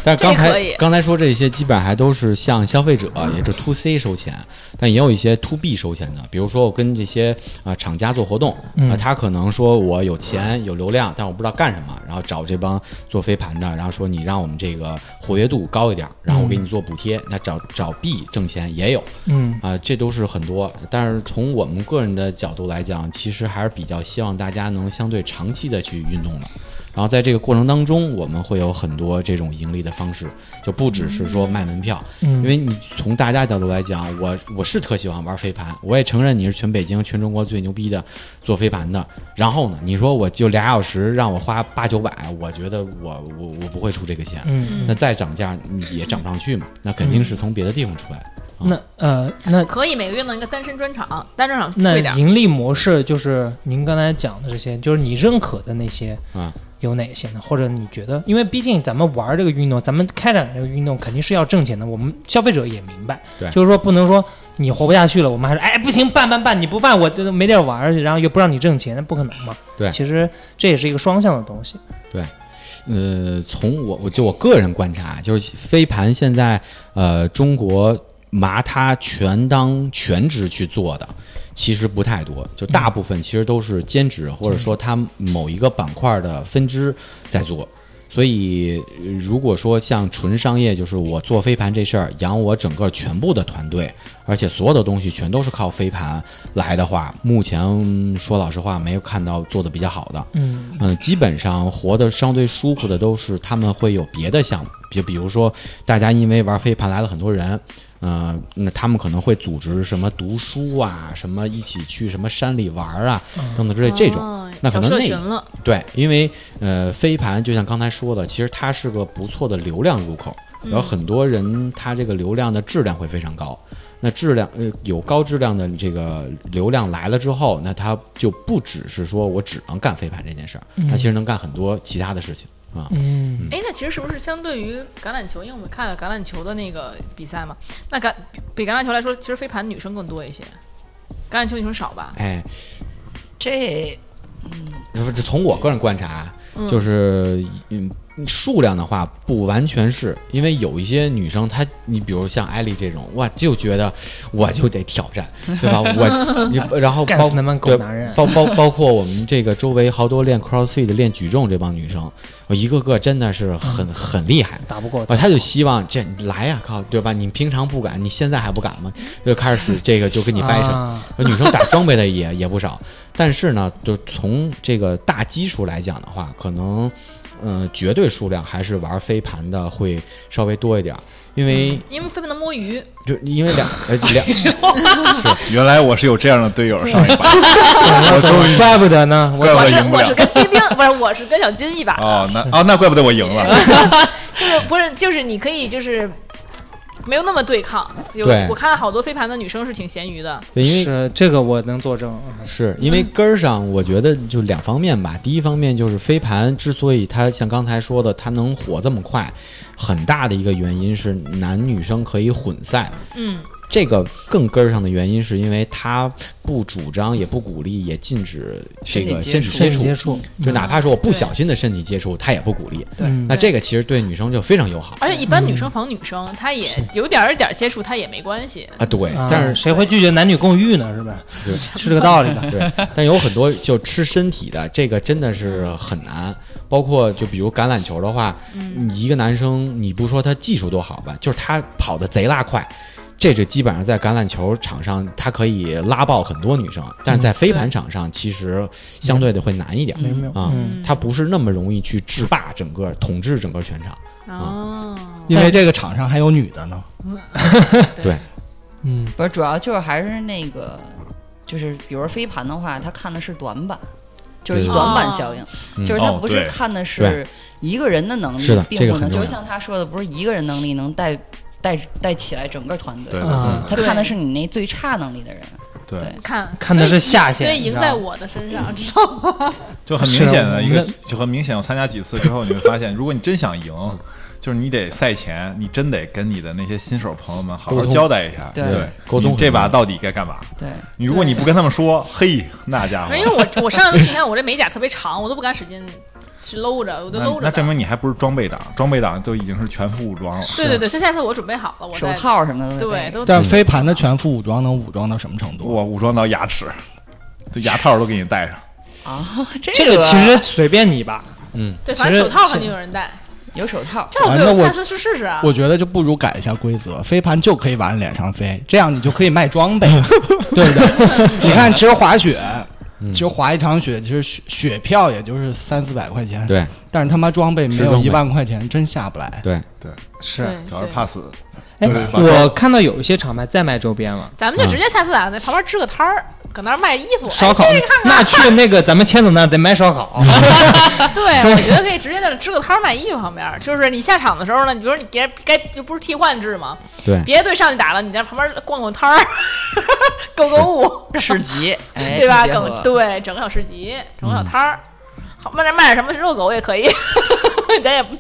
Speaker 6: 但是刚
Speaker 2: 嗯这可以
Speaker 6: 才刚才说这些，基本上还都是向消费者，也就是 to C 收钱，但也有一些 to B 收钱的。比如说我跟这些啊、呃厂家做活动，啊、
Speaker 4: 嗯
Speaker 6: 他可能说我有钱有流量，但我不知道干什么，然后找这帮做飞盘的，然后说你让我们这个活跃度高一点，然后我给你做补贴。那找找 B 挣钱也有，
Speaker 4: 嗯，
Speaker 6: 啊、这都是很多。但是从我们个人的角度来讲，其实还是比较希望大家能相对长期的去运动的。然后在这个过程当中，我们会有很多这种盈利的方式，就不只是说卖门票，
Speaker 4: 嗯
Speaker 6: 因为你从大家角度来讲，我我是特喜欢玩飞盘，我也承认你是全北京、全中国最牛逼的做飞盘的。然后呢，你说我就俩小时让我花八九百，我觉得我我我不会出这个钱，
Speaker 4: 嗯
Speaker 6: 那再涨价你也涨不上去嘛，那肯定是从别的地方出来的。
Speaker 4: 那呃，那
Speaker 2: 可以每个月弄一个单身专场，单专场
Speaker 4: 那
Speaker 2: 贵点儿。
Speaker 4: 盈利模式就是您刚才讲的这些，就是你认可的那些
Speaker 6: 嗯
Speaker 4: 有哪些呢？或者你觉得，因为毕竟咱们玩这个运动，咱们开展这个运动肯定是要挣钱的，我们消费者也明白，
Speaker 6: 对
Speaker 4: 就是说不能说你活不下去了，我们还说哎不行办办办，你不办我这没地儿玩儿去，然后又不让你挣钱，那不可能嘛。
Speaker 6: 对
Speaker 4: 其实这也是一个双向的东西。
Speaker 6: 呃，从我我就我个人观察，啊就是飞盘现在呃中国拿它全当全职去做的，其实不太多，就大部分其实都是兼职，或者说它某一个板块的分支在做。所以，呃如果说像纯商业，就是我做飞盘这事儿，养我整个全部的团队，而且所有的东西全都是靠飞盘来的话，目前嗯说老实话，没有看到做的比较好的。
Speaker 4: 嗯
Speaker 6: 嗯，基本上活得相对舒服的都是他们会有别的项目，就比如说大家因为玩飞盘来了很多人，呃，那他们可能会组织什么读书啊，什么一起去什么山里玩啊，等等之类这种
Speaker 2: 哦。
Speaker 6: 那可
Speaker 2: 小
Speaker 6: 能
Speaker 2: 社
Speaker 6: 那
Speaker 2: 群了，
Speaker 6: 对，因为呃，飞盘就像刚才说的，其实它是个不错的流量入口，然后很多人他这个流量的质量会非常高。那质量呃有高质量的这个流量来了之后，那它就不只是说我只能干飞盘这件事儿，它其实能干很多其他的事情啊。
Speaker 4: 嗯，
Speaker 2: 哎，那其实是不是相对于橄榄球，因为我们看了橄榄球的那个比赛嘛，那橄比橄榄球来说，其实飞盘女生更多一些，橄榄球女生少吧？
Speaker 6: 哎，
Speaker 7: 这
Speaker 6: 不是从我个人观察，啊就是嗯数量的话不完全是，因为有一些女生她，你比如像艾丽这种，哇，就觉得我就得挑战，对吧？我你然后
Speaker 4: 干
Speaker 6: 包
Speaker 4: 死那帮狗
Speaker 6: 对
Speaker 4: 男人
Speaker 6: 包包包括我们这个周围好多练 CrossFit 练举重这帮女生，我一个个真的是很、很厉害。
Speaker 4: 打不过
Speaker 6: 啊，他就希望这你来呀、靠，对吧？你平常不敢，你现在还不敢吗？就开始这个就跟你掰扯，
Speaker 4: 啊
Speaker 6: 女生打装备的也也不少，但是呢，就从这个大基数来讲的话，可能，嗯、绝对数量还是玩飞盘的会稍微多一点儿，因为、
Speaker 2: 因为飞盘能摸鱼，
Speaker 6: 就因为两呃两
Speaker 5: 原来我是有这样的队友，上一把我终于
Speaker 4: 怪不得呢，我
Speaker 5: 怪不
Speaker 2: 我
Speaker 5: 得
Speaker 2: 是
Speaker 5: 赢不
Speaker 2: 我
Speaker 5: 了
Speaker 2: 是。跟丁丁，不是我是跟小金一把的，
Speaker 5: 哦，那哦，那怪不得我赢了。
Speaker 2: 就是不是就是你可以就是没有那么对抗。有
Speaker 6: 对
Speaker 2: 我看好多飞盘的女生是挺咸鱼的，
Speaker 6: 对因为
Speaker 4: 是这个我能作证。嗯
Speaker 6: 是因为根儿上，我觉得就两方面吧。第一方面就是飞盘之所以它像刚才说的，它能火这么快，很大的一个原因是男女生可以混赛。
Speaker 2: 嗯，
Speaker 6: 这个更根儿上的原因是因为它不主张，也不鼓励，也禁止这个身
Speaker 7: 身
Speaker 6: 体
Speaker 4: 身
Speaker 6: 接触嗯
Speaker 7: 体
Speaker 4: 体。接触，嗯
Speaker 6: 就哪怕说我不
Speaker 2: 对
Speaker 6: 小心的身体接触，它也不鼓励。
Speaker 4: 对
Speaker 6: 那这个其实对女生就非常友好
Speaker 2: 而且一般女
Speaker 4: 嗯
Speaker 2: 生防女生，她也有点儿一点儿接触，她也没关系。
Speaker 6: 啊。对，
Speaker 4: 啊
Speaker 6: 但是
Speaker 4: 谁会拒绝男女共浴呢？是吧？
Speaker 6: 对
Speaker 4: 是这个道理吧？
Speaker 6: 对，但有很多就吃身体的，这个真的是很难。包括就比如橄榄球的话，
Speaker 2: 嗯
Speaker 6: 你一个男生，你不说他技术多好吧，就是他跑得贼拉快。这就基本上在橄榄球场上，他可以拉爆很多女生，但是在飞盘场上，其实相对的会难一点
Speaker 4: 没没有，
Speaker 6: 啊
Speaker 4: 嗯，
Speaker 6: 他不是那么容易去制霸整个、统治整个全场。
Speaker 2: 哦，
Speaker 3: 因为这个场上还有女的呢。
Speaker 6: 对，
Speaker 4: 嗯，
Speaker 7: 不是主要就是还是那个，就是比如说飞盘的话，他看的是短板，就是一
Speaker 6: 对
Speaker 7: 短
Speaker 2: 哦
Speaker 7: 板效应，
Speaker 6: 嗯
Speaker 7: 就是他
Speaker 5: 哦
Speaker 7: 不是
Speaker 5: 对
Speaker 7: 看的是
Speaker 6: 对
Speaker 7: 一个人的能力
Speaker 6: 是的，这
Speaker 7: 并
Speaker 6: 个
Speaker 7: 不
Speaker 6: 很
Speaker 7: 能
Speaker 6: 重
Speaker 7: 就是
Speaker 6: 要
Speaker 7: 像他说的，不是一个人能力能带带带起来整个团队
Speaker 5: 对。嗯
Speaker 4: 啊，
Speaker 7: 他看的是你那最差能力的人，
Speaker 5: 对，
Speaker 2: 看
Speaker 4: 看的
Speaker 2: 所以
Speaker 4: 是下限
Speaker 2: 所以
Speaker 4: 你知
Speaker 2: 赢
Speaker 4: 道
Speaker 2: 在
Speaker 4: 吗
Speaker 2: 我的身上，知道吗？
Speaker 5: 就很明显的一个
Speaker 4: 是我们，
Speaker 5: 就很明显。我参加几次之后，你会发现，如果你真想赢，就是你得赛前，你真得跟你的那些新手朋友们好
Speaker 6: 沟
Speaker 5: 好
Speaker 6: 通
Speaker 5: 交代一下，
Speaker 7: 对
Speaker 6: 对沟通
Speaker 5: 你这
Speaker 6: 很重
Speaker 5: 把
Speaker 6: 要
Speaker 5: 到底该干嘛？
Speaker 7: 对，
Speaker 5: 你如果你不跟他们说，嘿，那家伙
Speaker 2: 因为，我我上一次你看我这美甲特别长，我都不敢使劲去搂着，我就
Speaker 5: 那
Speaker 2: 搂着的。
Speaker 5: 那证明你还不是装备党，装备党就已经是全副武装了。
Speaker 2: 对对对，所以下次我准备好了，我
Speaker 7: 手
Speaker 2: 再
Speaker 7: 铐什么的都得
Speaker 2: 对，都
Speaker 3: 但
Speaker 6: 嗯
Speaker 3: 飞盘的全副武装能武装到什么程度？
Speaker 5: 我武装到牙齿，就牙套都给你戴上。
Speaker 7: 啊， 这
Speaker 4: 这个其实随便你吧。
Speaker 2: 对，反正
Speaker 4: 其实
Speaker 2: 手套肯
Speaker 4: 是
Speaker 2: 定有人戴。
Speaker 7: 有手套，
Speaker 2: 这我
Speaker 3: 反
Speaker 2: 可以
Speaker 3: 正
Speaker 2: 我
Speaker 3: 我
Speaker 2: 下次去试试啊。
Speaker 3: 我觉得就不如改一下规则，飞盘就可以往脸上飞，这样你就可以卖装备，对不对？你看，其实滑雪，其实滑一场雪，其实雪雪票也就是三四百块钱，。
Speaker 6: 对
Speaker 3: 但是他妈装备没
Speaker 6: 是
Speaker 3: 有
Speaker 6: 装备
Speaker 3: 一万块钱，真下不来。
Speaker 6: 对，
Speaker 4: 是
Speaker 2: 对，
Speaker 5: 主要是
Speaker 2: 对
Speaker 5: 怕死。
Speaker 4: 哎
Speaker 5: 对，把
Speaker 4: 我看到有一些厂牌在卖周边了，
Speaker 2: 咱们就直接下次啊，在旁边支个摊儿，搁那儿卖衣服、哎
Speaker 4: 烧烤
Speaker 2: 这个看看
Speaker 4: 那去那个咱们千总那儿得买烧
Speaker 3: 嗯
Speaker 4: 烤，啊
Speaker 2: 对，我觉得可以直接在那儿支个摊儿卖衣服旁边儿。就是你下场的时候呢，你比如你别该就不是替换制吗？
Speaker 6: 对，
Speaker 2: 别的队上去打了，你在旁边逛逛摊儿， 购购物，
Speaker 7: 市集，哎，
Speaker 2: 对吧？
Speaker 7: 结合
Speaker 2: 整对整个小市集，整个小摊儿，好卖点卖点什么热狗也可以， 咱也不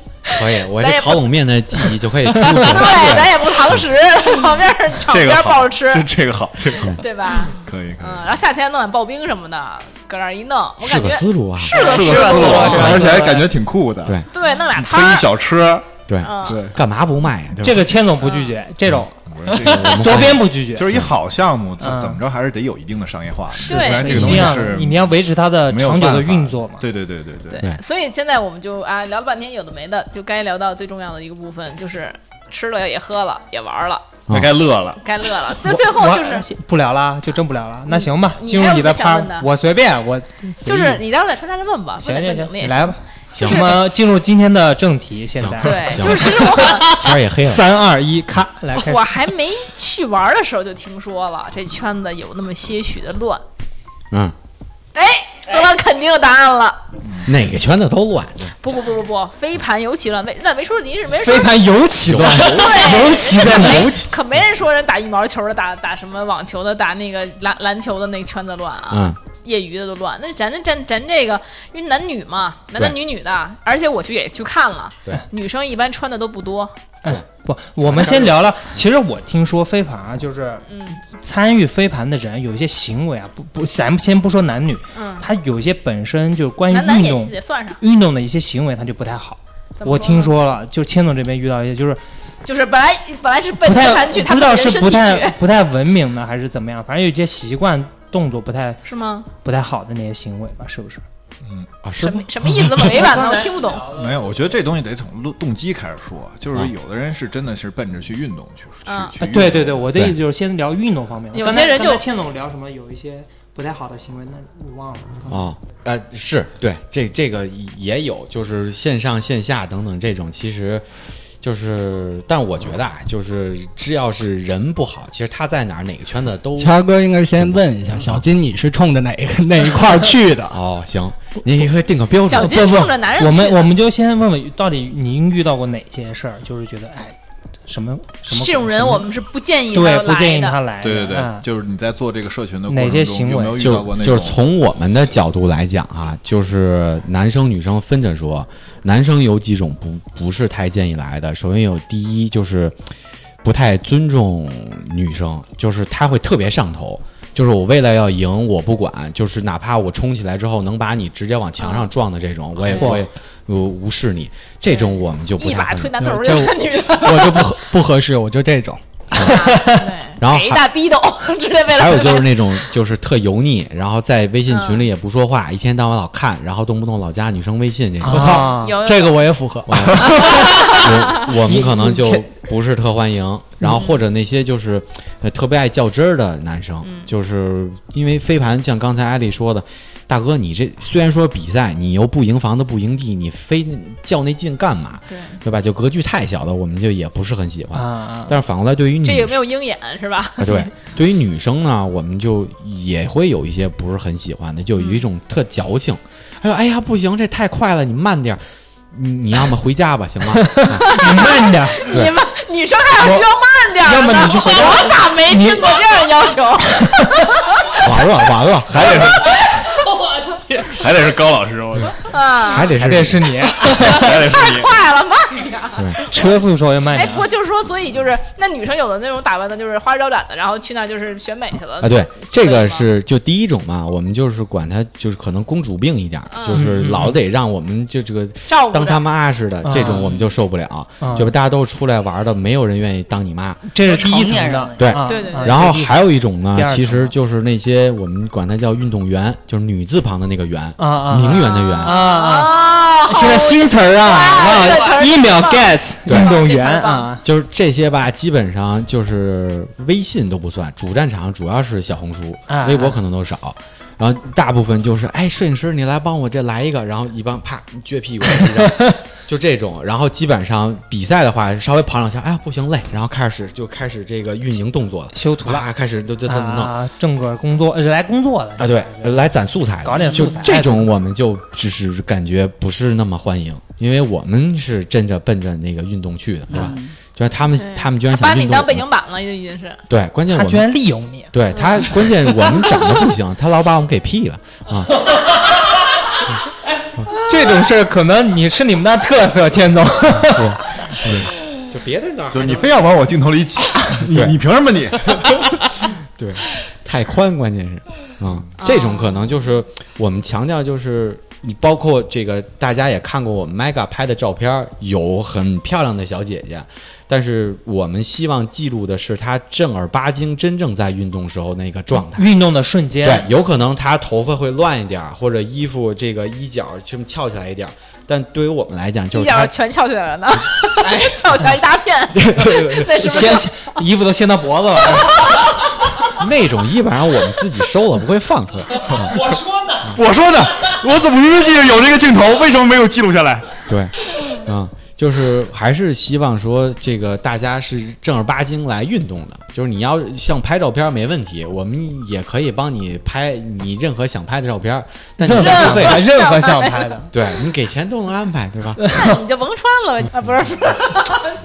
Speaker 6: 可以。我
Speaker 2: 咱
Speaker 6: 这
Speaker 2: 也不
Speaker 6: 烤冷面的技艺就可以出手
Speaker 2: 对，咱也不堂食，旁边儿场
Speaker 5: 这
Speaker 2: 边
Speaker 5: 个
Speaker 2: 儿抱
Speaker 5: 好，
Speaker 2: 着吃，
Speaker 5: 这这个好，这
Speaker 4: 嗯
Speaker 5: 个好，
Speaker 2: 对吧？
Speaker 5: 可以可
Speaker 2: 嗯，
Speaker 5: 以。
Speaker 2: 然后夏天弄点刨冰什么的，搁那儿一弄， 我
Speaker 6: 是
Speaker 2: 感
Speaker 6: 个
Speaker 2: 觉
Speaker 6: 思路啊。
Speaker 2: 是个
Speaker 5: 是
Speaker 2: 思
Speaker 5: 个思路
Speaker 2: 路，
Speaker 5: 啊，
Speaker 4: 是吧
Speaker 5: 而且还感觉挺酷的。
Speaker 6: 对
Speaker 2: 对，弄
Speaker 4: 嗯
Speaker 2: 俩
Speaker 5: 推
Speaker 2: 摊
Speaker 5: 一
Speaker 2: 儿，
Speaker 5: 小车，
Speaker 6: 对，
Speaker 2: 嗯，
Speaker 5: 对，
Speaker 6: 干嘛不卖呀？对吧
Speaker 4: 这个千总不拒绝，这种
Speaker 5: 我说这个
Speaker 3: 嗯
Speaker 6: 我们
Speaker 4: 周边不拒绝，
Speaker 5: 就是一好项目，怎
Speaker 4: 嗯
Speaker 5: 怎么着还是得有一定的商业化，
Speaker 2: 对
Speaker 5: 不然这个
Speaker 4: 你
Speaker 5: 东
Speaker 4: 一
Speaker 5: 西
Speaker 4: 定要
Speaker 5: 是
Speaker 4: 你要维持它的
Speaker 5: 没有
Speaker 4: 长
Speaker 5: 办
Speaker 4: 久
Speaker 5: 法
Speaker 4: 的运作嘛。
Speaker 5: 对对对对对，
Speaker 6: 对
Speaker 2: 所以现在我们就啊聊了半天有的没的，就该聊到最重要的一个部分，就是吃了也喝了也玩了，
Speaker 5: 那该
Speaker 4: 嗯
Speaker 5: 乐了。
Speaker 2: 该乐了。
Speaker 4: 我，
Speaker 2: 最最后就是嗯
Speaker 4: 我不聊啦，就真不聊了。那行吧，
Speaker 2: 你
Speaker 4: 进入
Speaker 2: 还有
Speaker 4: 你的
Speaker 2: 什么想
Speaker 4: 趴
Speaker 2: 问的，
Speaker 4: 我随便我
Speaker 2: 就是你待会儿在穿插着问吧，
Speaker 4: 行
Speaker 2: 问点
Speaker 4: 行
Speaker 2: 正经的也
Speaker 4: 行，
Speaker 2: 行
Speaker 4: 来吧。
Speaker 6: 行
Speaker 4: 我们进入今天的正题，现在
Speaker 2: 对，
Speaker 6: 行
Speaker 2: 就是其实我 很，
Speaker 6: 天儿也 黑了。
Speaker 4: 三二一，咔，来开始
Speaker 2: 我。还没去玩的时候就听说了，这圈子有那么些许的乱。
Speaker 6: 嗯，
Speaker 2: 哎，得到肯定答案了。
Speaker 6: 哪个圈子都乱，
Speaker 2: 不不不不不，飞盘尤其乱，没那没说你是没人说
Speaker 4: 飞盘尤其乱， 尤其的
Speaker 2: 没
Speaker 4: 尤
Speaker 2: 可没人说人打羽毛球的打打什么网球的打那个篮篮球的那圈子乱啊，
Speaker 6: 嗯
Speaker 2: 业余的都乱。那咱咱咱这个，因为男女嘛，男男
Speaker 6: 对
Speaker 2: 女女的，而且我去也去看了，
Speaker 6: 对
Speaker 2: 女生一般穿的都不多，
Speaker 4: 哎，不，我们先聊聊。其实我听说飞盘啊，就是
Speaker 2: 嗯
Speaker 4: 参与飞盘的人有一些行为啊，不不，咱们先不说男女，
Speaker 2: 嗯，
Speaker 4: 他有一些本身就是关于
Speaker 2: 男男
Speaker 4: 运
Speaker 2: 也
Speaker 4: 动
Speaker 2: 也算上。
Speaker 4: 运动的一些行为，他就不太好。
Speaker 2: 怎么
Speaker 4: 我听
Speaker 2: 呢，
Speaker 4: 说了，就千总这边遇到一些，就是
Speaker 2: 就是本来本来是奔
Speaker 4: 不
Speaker 2: 飞
Speaker 4: 太
Speaker 2: 盘去，
Speaker 4: 不
Speaker 2: 他奔
Speaker 4: 知道
Speaker 2: 人
Speaker 4: 是
Speaker 2: 身
Speaker 4: 不
Speaker 2: 体
Speaker 4: 太
Speaker 2: 去，
Speaker 4: 不太文明呢，还是怎么样，反正有一些习惯动作不太
Speaker 2: 是吗？
Speaker 4: 不太好的那些行为吧，是不是？
Speaker 6: 啊，是
Speaker 2: 什么什么意思？这么 委婉呢？我听不懂。
Speaker 5: 没有，我觉得这东西得从动动机开始说，就是有的人是真的是奔着去运动去
Speaker 2: 啊
Speaker 5: 去去
Speaker 4: 哎，
Speaker 5: 运
Speaker 4: 嗯
Speaker 5: 动。
Speaker 4: 对对对，我的
Speaker 6: 对
Speaker 4: 意思就是先聊运动方面。
Speaker 2: 有
Speaker 4: 刚才
Speaker 2: 些人
Speaker 4: 刚才
Speaker 2: 就
Speaker 4: 倩总聊什么有一些不太好的行为，那我忘了。刚才
Speaker 3: 哦
Speaker 6: 啊，呃，是对这这个也有，就是线上线下等等这种，其实就是，但我觉得啊，就是只要是人不好，其实他在哪儿哪个圈子都
Speaker 3: 谦儿哥应该先问一下小金，你是冲着哪个哪一块儿去的？
Speaker 6: 哦行，你可以定个标
Speaker 2: 小
Speaker 6: 准，
Speaker 2: 金冲着男人去的
Speaker 4: 我们我们就先问问，到底您遇到过哪些事儿？就是觉得哎，什么什么
Speaker 2: 这种人
Speaker 4: 什么
Speaker 2: 我们是不建议他
Speaker 4: 对不建
Speaker 2: 来
Speaker 4: 议他
Speaker 2: 的。
Speaker 4: 来的。
Speaker 5: 对对对，
Speaker 4: 啊
Speaker 5: 就是你在做这个社群的过
Speaker 4: 哪
Speaker 5: 程
Speaker 4: 些
Speaker 5: 中，
Speaker 4: 行
Speaker 5: 有
Speaker 4: 为
Speaker 5: 没有遇到过
Speaker 6: 就
Speaker 5: 那
Speaker 6: 就
Speaker 5: 种？
Speaker 6: 是从我们的角度来讲啊，就是男生女生分着说，男生有几种不不是太建议来的。首先有第一就是不太尊重女生，就是他会特别上头。就是我为了要赢，我不管，就是哪怕我冲起来之后能把你直接往墙上撞的这种，我也不会呃无视你。这种我们就不
Speaker 2: 啊一
Speaker 6: 太
Speaker 2: 把
Speaker 6: 分
Speaker 2: 推男头儿
Speaker 3: 这
Speaker 2: 就女 的，
Speaker 3: 我就不合不合适，我就这种。
Speaker 2: 对，
Speaker 6: 然后
Speaker 2: 给一
Speaker 6: 还
Speaker 2: 大逼斗，直接为了
Speaker 6: 还有就是那种就是特油腻，然后在微信
Speaker 2: 嗯
Speaker 6: 群里也不说话，一天到晚老看，然后动不动老加女生微信这
Speaker 2: 哦
Speaker 6: 种。
Speaker 4: 啊，
Speaker 2: 有有
Speaker 3: 这个我也符合。
Speaker 6: 我我们可能就不是特欢
Speaker 3: 嗯
Speaker 6: 迎。然后或者那些就是呃特别爱较真儿的男生，
Speaker 3: 嗯
Speaker 6: 就是因为飞盘，像刚才艾丽说的，大哥，你这虽然说比赛，你又不赢房子不赢地，你非较那劲干嘛？
Speaker 2: 对，
Speaker 6: 对吧？就格局太小了，我们就也不是很喜欢。
Speaker 4: 啊，
Speaker 6: 但是反过来，对于女
Speaker 2: 这
Speaker 6: 生
Speaker 2: 有没有鹰眼是吧？
Speaker 6: 啊，对，对于女生呢，我们就也会有一些不是很喜欢的，就有一种特矫情。哎呦，哎呀，不行，这太快了，你慢点儿，你你要么回家吧，行吗？
Speaker 4: 你慢点，
Speaker 6: 对
Speaker 2: 你们女生还有需要慢点儿的，
Speaker 4: 要么你就回家
Speaker 2: 我咋没听过这样要求？
Speaker 6: 完了完了，
Speaker 5: 还得是
Speaker 2: 我去
Speaker 5: 还得是高老师，我操
Speaker 2: 啊！
Speaker 6: 还得
Speaker 4: 还
Speaker 6: 是
Speaker 4: 得是你，
Speaker 5: 还得是你。
Speaker 2: 坏了，慢点儿。
Speaker 4: 车速稍微慢
Speaker 2: 哎，
Speaker 4: 点
Speaker 3: 啊
Speaker 2: 不。过就是说，所以就是那女生有的那种打扮的，就是花枝招展的，然后去那儿就是选美去了
Speaker 6: 啊，对，这
Speaker 2: 可以
Speaker 6: 个
Speaker 2: 吗
Speaker 6: 是就第一种嘛，我们就是管她就是可能公主病一点儿，就是老得让我们就这个
Speaker 2: 照顾
Speaker 6: 当
Speaker 2: 着
Speaker 6: 她妈似的，这种我们就受不了，
Speaker 4: 啊
Speaker 6: 就大家都出来玩儿的，没有人愿意当你妈。
Speaker 4: 这是第一层的，
Speaker 6: 对
Speaker 4: 啊
Speaker 2: 对对
Speaker 4: 啊
Speaker 2: 对
Speaker 6: 然后
Speaker 4: 这是第一层
Speaker 6: 还有一种呢
Speaker 4: 第二，啊层
Speaker 6: 其实就是那些我们管它叫运动员，就是女字旁的那个员，
Speaker 4: 啊啊
Speaker 6: 名媛的员。
Speaker 4: 啊啊，
Speaker 2: 啊，
Speaker 4: 现在新词儿啊
Speaker 2: 哇这词
Speaker 4: 啊，
Speaker 2: 儿
Speaker 4: 一秒
Speaker 2: 真棒
Speaker 4: get
Speaker 6: 对
Speaker 4: 运动
Speaker 2: 这
Speaker 4: 员
Speaker 2: 词儿棒
Speaker 4: 啊，
Speaker 6: 就是这些吧，基本上就是微信都不算，主战场主要是小红书
Speaker 4: 啊，
Speaker 6: 微博可能都少。然后大部分就是，哎，摄影师你来帮我这来一个，然后一帮啪撅屁股， 就这种。然后基本上比赛的话，稍微跑两下，哎呀不行累，然后开始就开始这个运营动作了，
Speaker 4: 修图
Speaker 6: 啦开始都都都弄。
Speaker 4: 啊，正个工作呃来工作的
Speaker 6: 啊，对，来攒素材的，
Speaker 4: 搞点素材
Speaker 6: 就这种我们就只是感觉不是那么欢迎，因为我们是真着奔着那个运动去的，对吧？
Speaker 4: 嗯
Speaker 6: 就是他们
Speaker 2: 对
Speaker 6: 他们居然
Speaker 2: 把
Speaker 6: 想运
Speaker 2: 你
Speaker 6: 动，
Speaker 2: 当北京版了，已经是。
Speaker 6: 对，关键
Speaker 4: 他
Speaker 6: 我
Speaker 4: 居
Speaker 6: 们
Speaker 4: 然利用你，
Speaker 6: 对他，关键我们长得不行，他老把我们给 P 了啊！
Speaker 4: 这种事儿可能你是你们那特色，千总。
Speaker 6: 就别在那 儿
Speaker 5: 就是你非要往我镜头 里挤，你
Speaker 6: 对
Speaker 5: 你凭什么你？
Speaker 6: 对，太宽，关键是，嗯，这种可能就是我们强调，就是你包括这个，大家也看过我们 Mega 拍的照片儿，有很漂亮的小姐姐，但是我们希望记录的是她正儿八经真正在运动时候那个状态。
Speaker 4: 运动的瞬间，
Speaker 6: 对，有可能她头发会乱一点儿，或者衣服这个衣角什么翘起来一点儿，但对于我们来讲，就
Speaker 2: 一
Speaker 6: 是
Speaker 2: 脚
Speaker 6: 她
Speaker 2: 全翘起来了呢， 翘起来一大片， 那什么
Speaker 4: 掀 衣服都掀到脖子了。
Speaker 6: 那种衣服，让我们自己收了，不会放出来。
Speaker 4: 我说呢，
Speaker 5: 我说呢，我怎么明明记得有这个镜头，为什么没有记录下来？
Speaker 6: 对，嗯，就是还是希望说这个大家是正儿八经来运动的，就是你要像拍照片没问题，我们也可以帮你拍你任何想拍的照片，但你
Speaker 4: 任
Speaker 6: 得
Speaker 4: 何
Speaker 6: 会，
Speaker 4: 任何想拍的，
Speaker 6: 对你给钱都能安排， 对吧？
Speaker 2: 那你就甭穿了呗，啊，不是，不是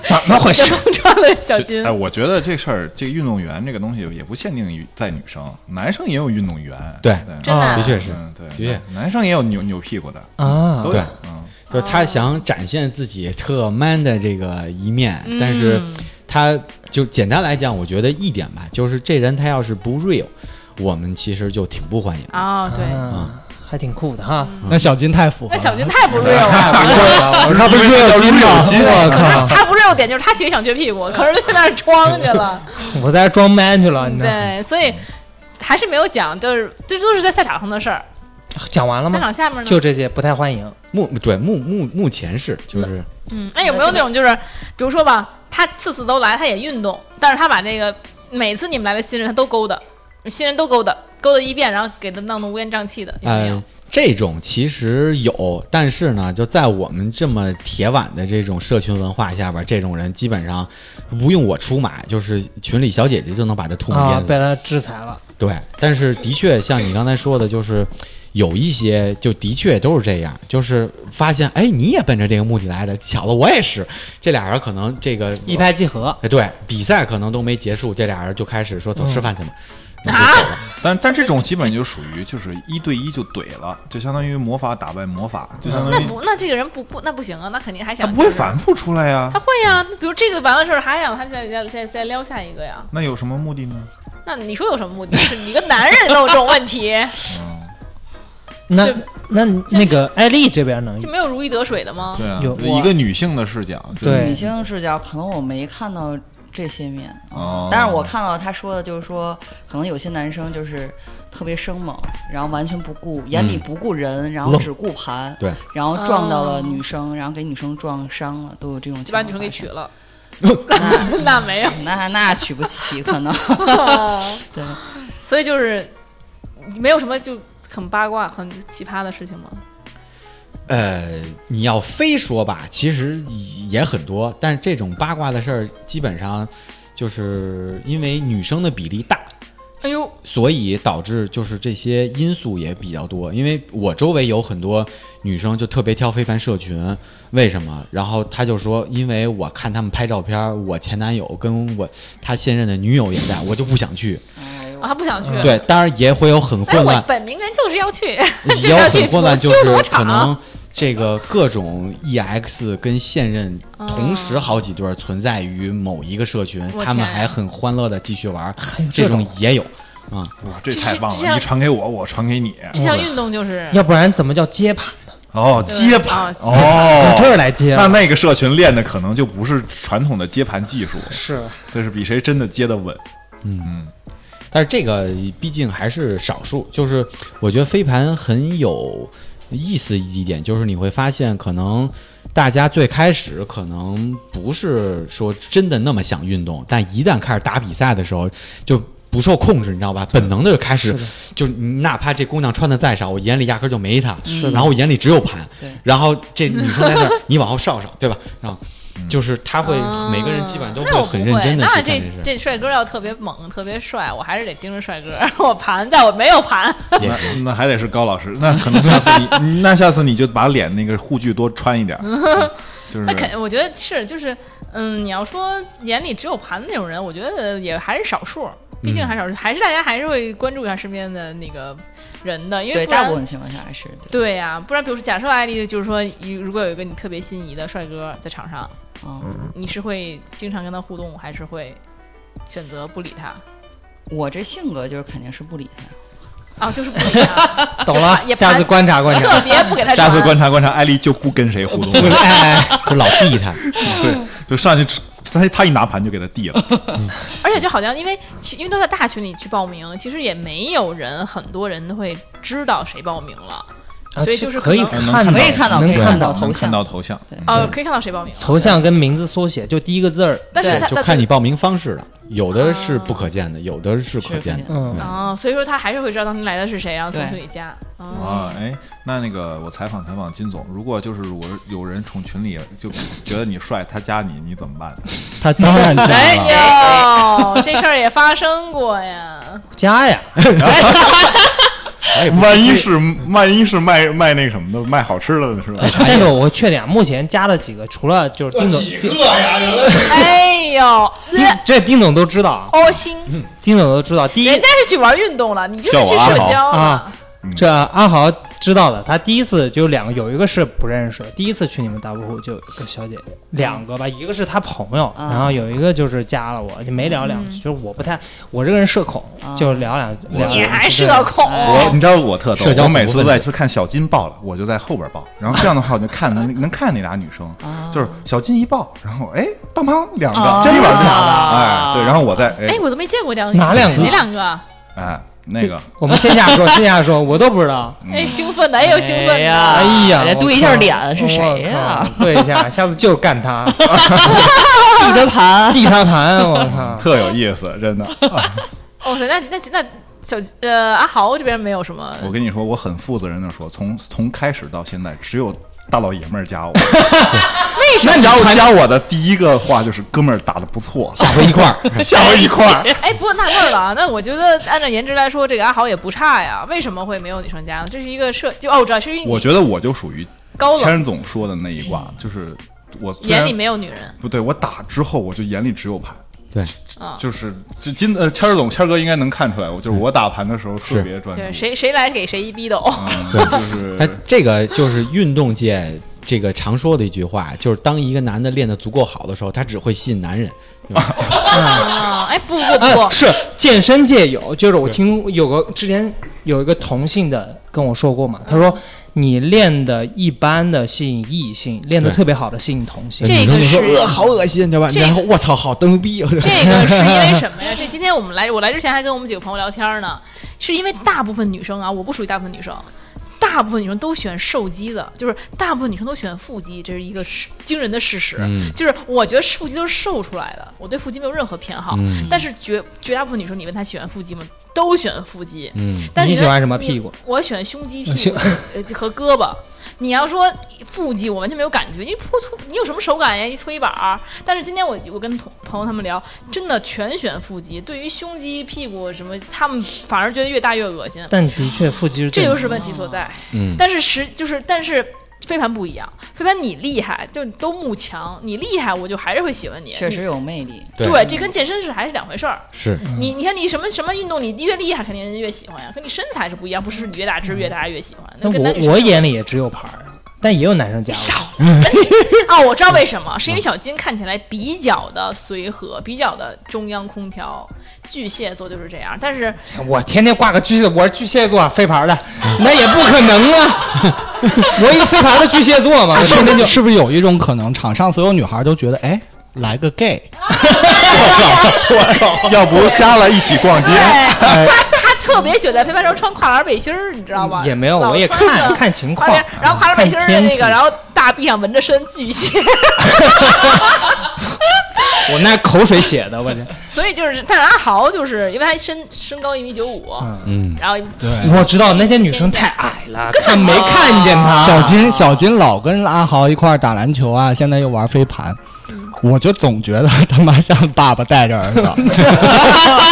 Speaker 4: 怎么回事
Speaker 2: 就？甭穿了，小金
Speaker 5: 哎，。我觉得这事儿，这运动员这个东西也不限定于在女生，男生也有运动员。
Speaker 6: 对
Speaker 2: 真的啊
Speaker 6: 的确是，
Speaker 5: 嗯，
Speaker 6: 的确
Speaker 5: 对，男生也有扭扭屁股的，
Speaker 4: 啊
Speaker 5: 都有
Speaker 6: 对。
Speaker 5: 嗯，
Speaker 6: 就是他想展现自己特 man 的这个一面，
Speaker 4: 嗯
Speaker 6: 但是他就简单来讲，我觉得一点吧，就是这人他要是不 real，我们其实就挺不欢迎的。
Speaker 2: 哦，对，
Speaker 4: 啊，还挺酷的哈。
Speaker 3: 那小金太符合
Speaker 2: 那
Speaker 3: 了，
Speaker 2: 小金太不
Speaker 5: 啊
Speaker 2: real 了。
Speaker 5: 他不是说有金
Speaker 4: 我
Speaker 5: 吗？
Speaker 4: 靠，
Speaker 2: 他不 real 点就是他其实想撅屁股，可是他去那儿装去了。
Speaker 4: 我在这装 man 去了，你知道？
Speaker 2: 对，所以还是没有讲，就是这都是在赛场上的事儿。
Speaker 4: 讲完了
Speaker 2: 赛
Speaker 4: 吗？
Speaker 2: 场下面呢？
Speaker 4: 就这些不太欢迎。
Speaker 6: 目对目目目前是就是
Speaker 2: 嗯，那有没有那种就是，比如说吧，他次次都来，他也运动，但是他把这个每次你们来的新人他都勾搭，新人都勾搭，勾搭一遍，然后给他弄得乌烟瘴气的，有没
Speaker 4: 哎
Speaker 2: 有
Speaker 6: 呃？这种其实有，但是呢，就在我们这么铁碗的这种社群文化下边，这种人基本上不用我出马，就是群里小姐姐就能把他吐沫
Speaker 4: 啊
Speaker 6: 淹，死。
Speaker 4: 被他制裁了。
Speaker 6: 对，但是的确像你刚才说的，就是有一些就的确都是这样，就是发现哎你也奔着这个目的来的，巧了我也是，这俩人可能这个
Speaker 4: 一拍即合，
Speaker 6: 哎对比赛可能都没结束，这俩人就开始说走吃饭去吧。那就走了
Speaker 5: 但但这种基本就属于就是一对一就怼了，就相当于魔法打败魔法，就相
Speaker 2: 那
Speaker 5: 当于
Speaker 2: 不，那这个人不不，那不行啊，那肯定还
Speaker 5: 他
Speaker 2: 想
Speaker 5: 不会
Speaker 2: 就是
Speaker 5: 反复出来呀
Speaker 2: 他。会呀、比如这个完了事儿，还想他再再再再撩下一个呀？
Speaker 5: 那有什么目的呢？
Speaker 2: 那你说有什么目的？是你一个男人都有这种问题，
Speaker 5: 嗯
Speaker 4: 那
Speaker 2: 这
Speaker 4: 那那个艾丽这边呢？
Speaker 2: 就没有如鱼得水的吗？
Speaker 5: 对啊，
Speaker 4: 有
Speaker 5: 一个女性的视角，就是
Speaker 4: 对
Speaker 7: 女性视角，可能我没看到这些面啊
Speaker 5: 哦
Speaker 7: 但是我看到他说的就是说，可能有些男生就是特别生猛，然后完全不顾眼里不顾人，然后
Speaker 6: 愣
Speaker 7: 只顾盘，
Speaker 6: 对，
Speaker 7: 然后撞到
Speaker 2: 哦
Speaker 7: 了女生，然后给女生撞伤了，都有这种情
Speaker 2: 就
Speaker 7: 况
Speaker 2: 把
Speaker 7: 发生。
Speaker 2: 女生给娶了？
Speaker 7: 那
Speaker 2: 那没有，
Speaker 7: 那那娶不起，可能 对。
Speaker 2: 所以就是没有什么就很八卦、很奇葩的事情吗？
Speaker 6: 呃，你要非说吧，其实也很多，但是这种八卦的事儿，基本上就是因为女生的比例大，
Speaker 2: 哎呦，
Speaker 6: 所以导致就是这些因素也比较多。因为我周围有很多女生就特别挑飞盘社群，为什么？然后她就说，因为我看他们拍照片儿，我前男友跟我他现任的女友也在，我就不想去。
Speaker 7: 哎呦
Speaker 2: 啊，他不想去。
Speaker 6: 对，当然也会有很
Speaker 2: 哎，
Speaker 6: 混
Speaker 2: 我
Speaker 6: 乱，
Speaker 2: 本名人就是要去，就是
Speaker 6: 也有
Speaker 2: 要去
Speaker 6: 很混乱，
Speaker 2: 修
Speaker 6: 就是
Speaker 2: 罗
Speaker 6: 可
Speaker 2: 场。啊
Speaker 6: 能这个各种 EX 跟现任同时好几对儿存在于某一个社群，
Speaker 2: 哦我
Speaker 6: 他们
Speaker 2: 天
Speaker 6: 还很欢乐的继续玩儿，
Speaker 4: 这
Speaker 6: 这
Speaker 4: 种
Speaker 6: 种也有啊。
Speaker 5: 哇，这太棒
Speaker 2: 这这样
Speaker 5: 了！你传给我，我传给你。
Speaker 2: 这项运动就是
Speaker 4: 要不然怎么叫接盘呢？
Speaker 5: 哦，接盘
Speaker 2: 对
Speaker 4: 从这
Speaker 5: 哦。
Speaker 4: 儿来接
Speaker 5: 那那个社群练的可能就不是传统的接盘技术，
Speaker 4: 是
Speaker 5: 这是比谁真的接得稳。
Speaker 6: 但是这个毕竟还是少数，就是我觉得飞盘很有意思一点，就是你会发现可能。大家最开始可能不是说真的那么想运动，但一旦开始打比赛的时候，就不受控制，你知道吧？本能的就开始，就是你哪怕这姑娘穿的再少，我眼里压根儿就没她，然后我眼里只有盘
Speaker 7: 对，
Speaker 6: 然后这女生在那儿，你往后稍稍， 对吧？然后就是她会，每个人基本上都
Speaker 2: 啊那我不
Speaker 6: 很认真的去
Speaker 2: 那
Speaker 6: 干
Speaker 2: 这
Speaker 6: 事，
Speaker 2: 这帅哥要特别猛、特别帅，我还是得盯着帅哥。 我盘，但我没有盘。
Speaker 6: 也
Speaker 5: 那
Speaker 6: 是
Speaker 5: 那还得是高老师，那可能下次你那下次你就把脸那个护具多穿一点儿，嗯就是
Speaker 2: 那肯，我觉得是，就是，嗯，你要说眼里只有盘的那种人，我觉得也还是少数，毕竟
Speaker 6: 嗯
Speaker 2: 还是少数，还是大家还是会关注一下身边的那个人的，因为
Speaker 7: 对，
Speaker 2: 不
Speaker 7: 大
Speaker 2: 然
Speaker 7: 部分情况下还是对
Speaker 2: 对呀、不然比如说假设艾丽就是说，一如果有一个你特别心仪的帅哥在场上，
Speaker 7: 嗯，
Speaker 2: 你是会经常跟他互动，还是会选择不理 他？
Speaker 7: 我这性格就是肯定是不理他，
Speaker 2: 啊，就是不理他，
Speaker 4: 懂了
Speaker 2: 也，
Speaker 4: 下次
Speaker 2: 盘
Speaker 4: 观察观察。
Speaker 2: 特别不给 他
Speaker 5: 下次
Speaker 2: 传
Speaker 5: 观察观察，艾丽就不跟谁互动
Speaker 6: 就 是
Speaker 5: 了，
Speaker 6: 哎哎，就老递她。
Speaker 5: 对，就上去他他一拿盘就给他递了，
Speaker 2: 而且就好像因为其因为都在大群里去报名，其实也没有人很多人会知道谁报名了。
Speaker 4: 啊
Speaker 2: 所以就是
Speaker 4: 可以
Speaker 2: 可
Speaker 5: 能
Speaker 4: 看
Speaker 5: 可以
Speaker 7: 看到
Speaker 4: 能
Speaker 7: 可
Speaker 5: 对
Speaker 7: 以
Speaker 4: 看
Speaker 7: 看
Speaker 4: 到
Speaker 7: 到
Speaker 5: 能
Speaker 7: 头
Speaker 5: 看
Speaker 7: 像
Speaker 5: 到头像，
Speaker 2: 哦，可以看到谁报名了，
Speaker 4: 头像跟名字缩写，就第一个字儿。
Speaker 2: 但啊是
Speaker 7: 对
Speaker 2: 他
Speaker 6: 就
Speaker 2: 他
Speaker 6: 看你报名方式了，有的是不可见的，有的是可见 的。
Speaker 4: 嗯，
Speaker 2: 哦，所以说他还是会知道当天来的是谁，然后从
Speaker 7: 对
Speaker 2: 去你家。哦，
Speaker 5: 啊，哎，那那个我采访采访金总，如果就是我有人从群里就觉得你帅，他加你，你怎么 办？
Speaker 3: 他当然加
Speaker 2: 哎
Speaker 3: 了，
Speaker 2: 呦，这事儿也发生过呀。
Speaker 4: 加呀，
Speaker 6: 哎，不
Speaker 5: 万一是万一是卖卖那个什么的，卖好吃的是
Speaker 6: 哎
Speaker 5: 吧？
Speaker 4: 但是我会确定啊，目前加了几个，除了就是丁总，丁
Speaker 2: 哎呦，
Speaker 4: 这丁总都知道啊，
Speaker 2: 哦心，
Speaker 4: 丁总都知道。第一
Speaker 2: 人家是去玩运动了，你这是
Speaker 5: 叫我
Speaker 2: 去
Speaker 5: 阿
Speaker 2: 社
Speaker 5: 豪
Speaker 2: 交了
Speaker 4: 啊。这阿豪知道的，他第一次就两个，有一个是不认识，第一次去你们大瀑布就有一个小姐，两个吧，一个是他朋友，
Speaker 7: 啊
Speaker 4: 然后有一个就是加了我，就没聊两句，就是我不太，我这个人社恐，就聊两聊两句。
Speaker 2: 你还是个恐，
Speaker 5: 我你知道我特逗
Speaker 6: 社，交
Speaker 5: 我
Speaker 6: 恐
Speaker 5: 每
Speaker 6: 怖
Speaker 5: 次
Speaker 6: 分
Speaker 5: 在
Speaker 6: 子
Speaker 5: 次看小金抱了，我就在后边抱，然后这样的话我就看能能看那俩女生，
Speaker 7: 哦
Speaker 5: 就是小金一抱，然后哎，棒棒两个，
Speaker 7: 真
Speaker 5: 一边
Speaker 7: 的
Speaker 5: 去
Speaker 7: 假的
Speaker 5: 哎，对，然后我再
Speaker 2: 哎
Speaker 5: 哎，
Speaker 2: 我都没见过两个，
Speaker 4: 哪两个
Speaker 2: 哪两个？
Speaker 5: 哎那个
Speaker 4: 我们线下说，线下说，我都不知道。
Speaker 2: 哎，兴奋的，哎呦，兴奋的，
Speaker 4: 哎呀，
Speaker 7: 得
Speaker 4: 我
Speaker 7: 对一下
Speaker 4: 靠
Speaker 7: 脸是谁呀？
Speaker 4: 我靠对一下， 下次就干他，
Speaker 7: 地的 盘，
Speaker 4: 地他盘，我
Speaker 6: 哎
Speaker 4: 靠！
Speaker 5: 特有意思，真的。
Speaker 2: 哦塞，那那那小呃阿豪这边没有什么，
Speaker 5: 我跟你说，我很负责任的说，从从开始到现在，只有大老爷们儿加我。为什么加我加我的第一个话就是哥们儿打的不错，下回一块 儿，下回一块儿。
Speaker 2: 哎，不过纳闷儿了啊，那我觉得按照颜值来说，这个阿豪也不差呀，为什么会没有女生加呢？这是一个社就哦，我知道，是因为
Speaker 5: 我
Speaker 2: 你
Speaker 5: 觉得我就属于
Speaker 2: 高冷，
Speaker 5: 千总说的那一挂，就是我虽然
Speaker 2: 眼里没有女人，
Speaker 5: 不对，我打之后我就眼里只有盘。
Speaker 6: 对，
Speaker 5: 就是就金呃谦儿总谦儿哥应该能看出来，我就是我打盘的时候特别专注
Speaker 2: 对，，谁谁来给谁一逼斗。
Speaker 5: 嗯
Speaker 6: 对
Speaker 5: 就是
Speaker 6: 哎，这个就是运动界这个常说的一句话，就是当一个男的练得足够好的时候，他只会吸引男人。
Speaker 2: 啊， 哎，不不
Speaker 4: 啊，
Speaker 2: 不，
Speaker 4: 是健身界有，就是我听有个之前有一个同性的跟我说过嘛，他
Speaker 5: 嗯
Speaker 4: 说你练的一般的吸引异性，练的
Speaker 6: 对
Speaker 4: 特别好的吸引同性。
Speaker 2: 这个
Speaker 6: 女生就是说呃好恶心，对吧？
Speaker 2: 这个
Speaker 6: 然后我操，好逗逼，
Speaker 2: 这个是因为什么呀？这今天我们来，我来之前还跟我们几个朋友聊天呢，是因为大部分女生啊，我不属于大部分女生。大部分女生都选瘦肌的，就是大部分女生都选腹肌，这是一个事惊人的事实。
Speaker 6: 嗯
Speaker 2: 就是我觉得腹肌都是瘦出来的，我对腹肌没有任何偏好。
Speaker 6: 嗯
Speaker 2: 但是绝绝大部分女生，你问她喜欢腹肌吗？都选腹肌。
Speaker 6: 嗯，
Speaker 2: 但是
Speaker 4: 你喜
Speaker 2: 问
Speaker 4: 欢什么
Speaker 2: 你
Speaker 4: 屁股？啊
Speaker 2: 我喜欢胸肌、屁股呃和胳膊。你要说腹肌，我完全没有感觉，你扑搓，你有什么手感呀？一搓衣板儿。但是今天我我跟同朋友他们聊，真的全选腹肌，对于胸肌、屁股什么，他们反而觉得越大越恶心，
Speaker 4: 但的确，腹肌是
Speaker 2: 这
Speaker 4: 最
Speaker 2: 就是问题所在。
Speaker 6: 嗯
Speaker 2: 但是实就是，但是非凡不一样，非凡你厉害，就都慕强，你厉害，我就还是会喜欢你。
Speaker 7: 确
Speaker 2: 你
Speaker 7: 实有魅力。
Speaker 6: 对
Speaker 2: 对，这跟健身是还是两回事儿。
Speaker 6: 是
Speaker 4: 嗯
Speaker 2: 你你看你什么什么运动，你越厉害，肯定人越喜欢呀。可你身材是不一样，不是你越大只越大家越喜欢。
Speaker 4: 嗯那
Speaker 2: 跟男女
Speaker 4: 我
Speaker 2: 生
Speaker 4: 我
Speaker 2: 有
Speaker 4: 眼里也只有牌儿，但也有男生加我。
Speaker 2: 少啊，我知
Speaker 4: 嗯
Speaker 2: 道为什么，是因为小金看起来比较的随和，比较的中央空调。巨蟹座就是这样，但是
Speaker 4: 我天天挂个巨蟹，我是巨蟹座 飞盘的，那也不可能啊！我一个飞盘的巨蟹 座嘛，我天啊天就是
Speaker 3: 不是有一种可能，场上所有女孩都觉得，哎，来个 gay，
Speaker 5: 要不加了一起逛街
Speaker 2: 对，
Speaker 4: 呃
Speaker 2: 他哎他特别喜欢在飞盘时候穿跨栏背心儿，你知道吗？
Speaker 4: 也没有，
Speaker 2: 老
Speaker 4: 我也
Speaker 2: 穿
Speaker 4: 看
Speaker 2: 着
Speaker 4: 看情
Speaker 2: 跨
Speaker 4: 况嗯
Speaker 2: 栏，，然后跨栏背心儿的
Speaker 4: 看天
Speaker 2: 那
Speaker 4: 气
Speaker 2: 个，然后大臂上纹着身巨蟹，
Speaker 4: 我那口水写的，我这，
Speaker 2: 所以就是，但是阿豪就是因为他身身高一米九五，
Speaker 6: 嗯，
Speaker 2: 然后
Speaker 4: 我知道那些女生太矮了，看没看见 她。
Speaker 3: 小金小金老跟阿豪一块儿打篮球啊，现在又玩飞盘，我就总觉得他妈像爸爸带着儿子。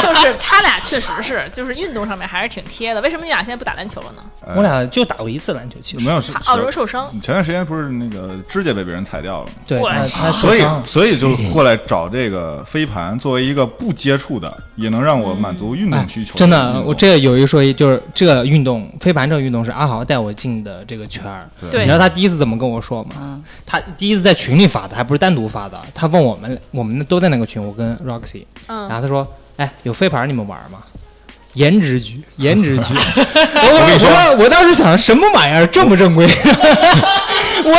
Speaker 2: 就是他俩确实是，就是运动上面还是挺贴的。为什么你俩现在不打篮球了呢？
Speaker 5: 哎
Speaker 4: 我俩就打过一次篮球，其
Speaker 5: 有
Speaker 4: 实
Speaker 5: 没有是
Speaker 2: 怕哦，容易受伤。
Speaker 5: 你前段时间不是那个指甲被别人踩掉了吗？
Speaker 4: 对，
Speaker 2: 我
Speaker 4: 她
Speaker 2: 操
Speaker 4: 她受
Speaker 5: 所以
Speaker 4: 伤了，
Speaker 5: 所以就过来找这个飞盘，作为一个不接触的，也能让我满足运动需求。
Speaker 4: 嗯哎真
Speaker 5: 运
Speaker 4: 的，
Speaker 5: 动
Speaker 4: 我这个有一说一，就是这个运动飞盘这个运动是阿豪带我进的这个圈儿。
Speaker 2: 对
Speaker 4: 你知道他第一次怎么跟我说吗？
Speaker 7: 嗯，
Speaker 4: 他第一次在群里发的，还不是单独发的。他问我们，我们都在那个群，我跟 Roxy，
Speaker 2: 嗯
Speaker 5: 啊
Speaker 4: 然后他说：“哎，有飞盘你们玩 吗？”颜值局，颜值局。我
Speaker 5: 跟你说
Speaker 4: 我我当时想，什么玩意儿正不正规？我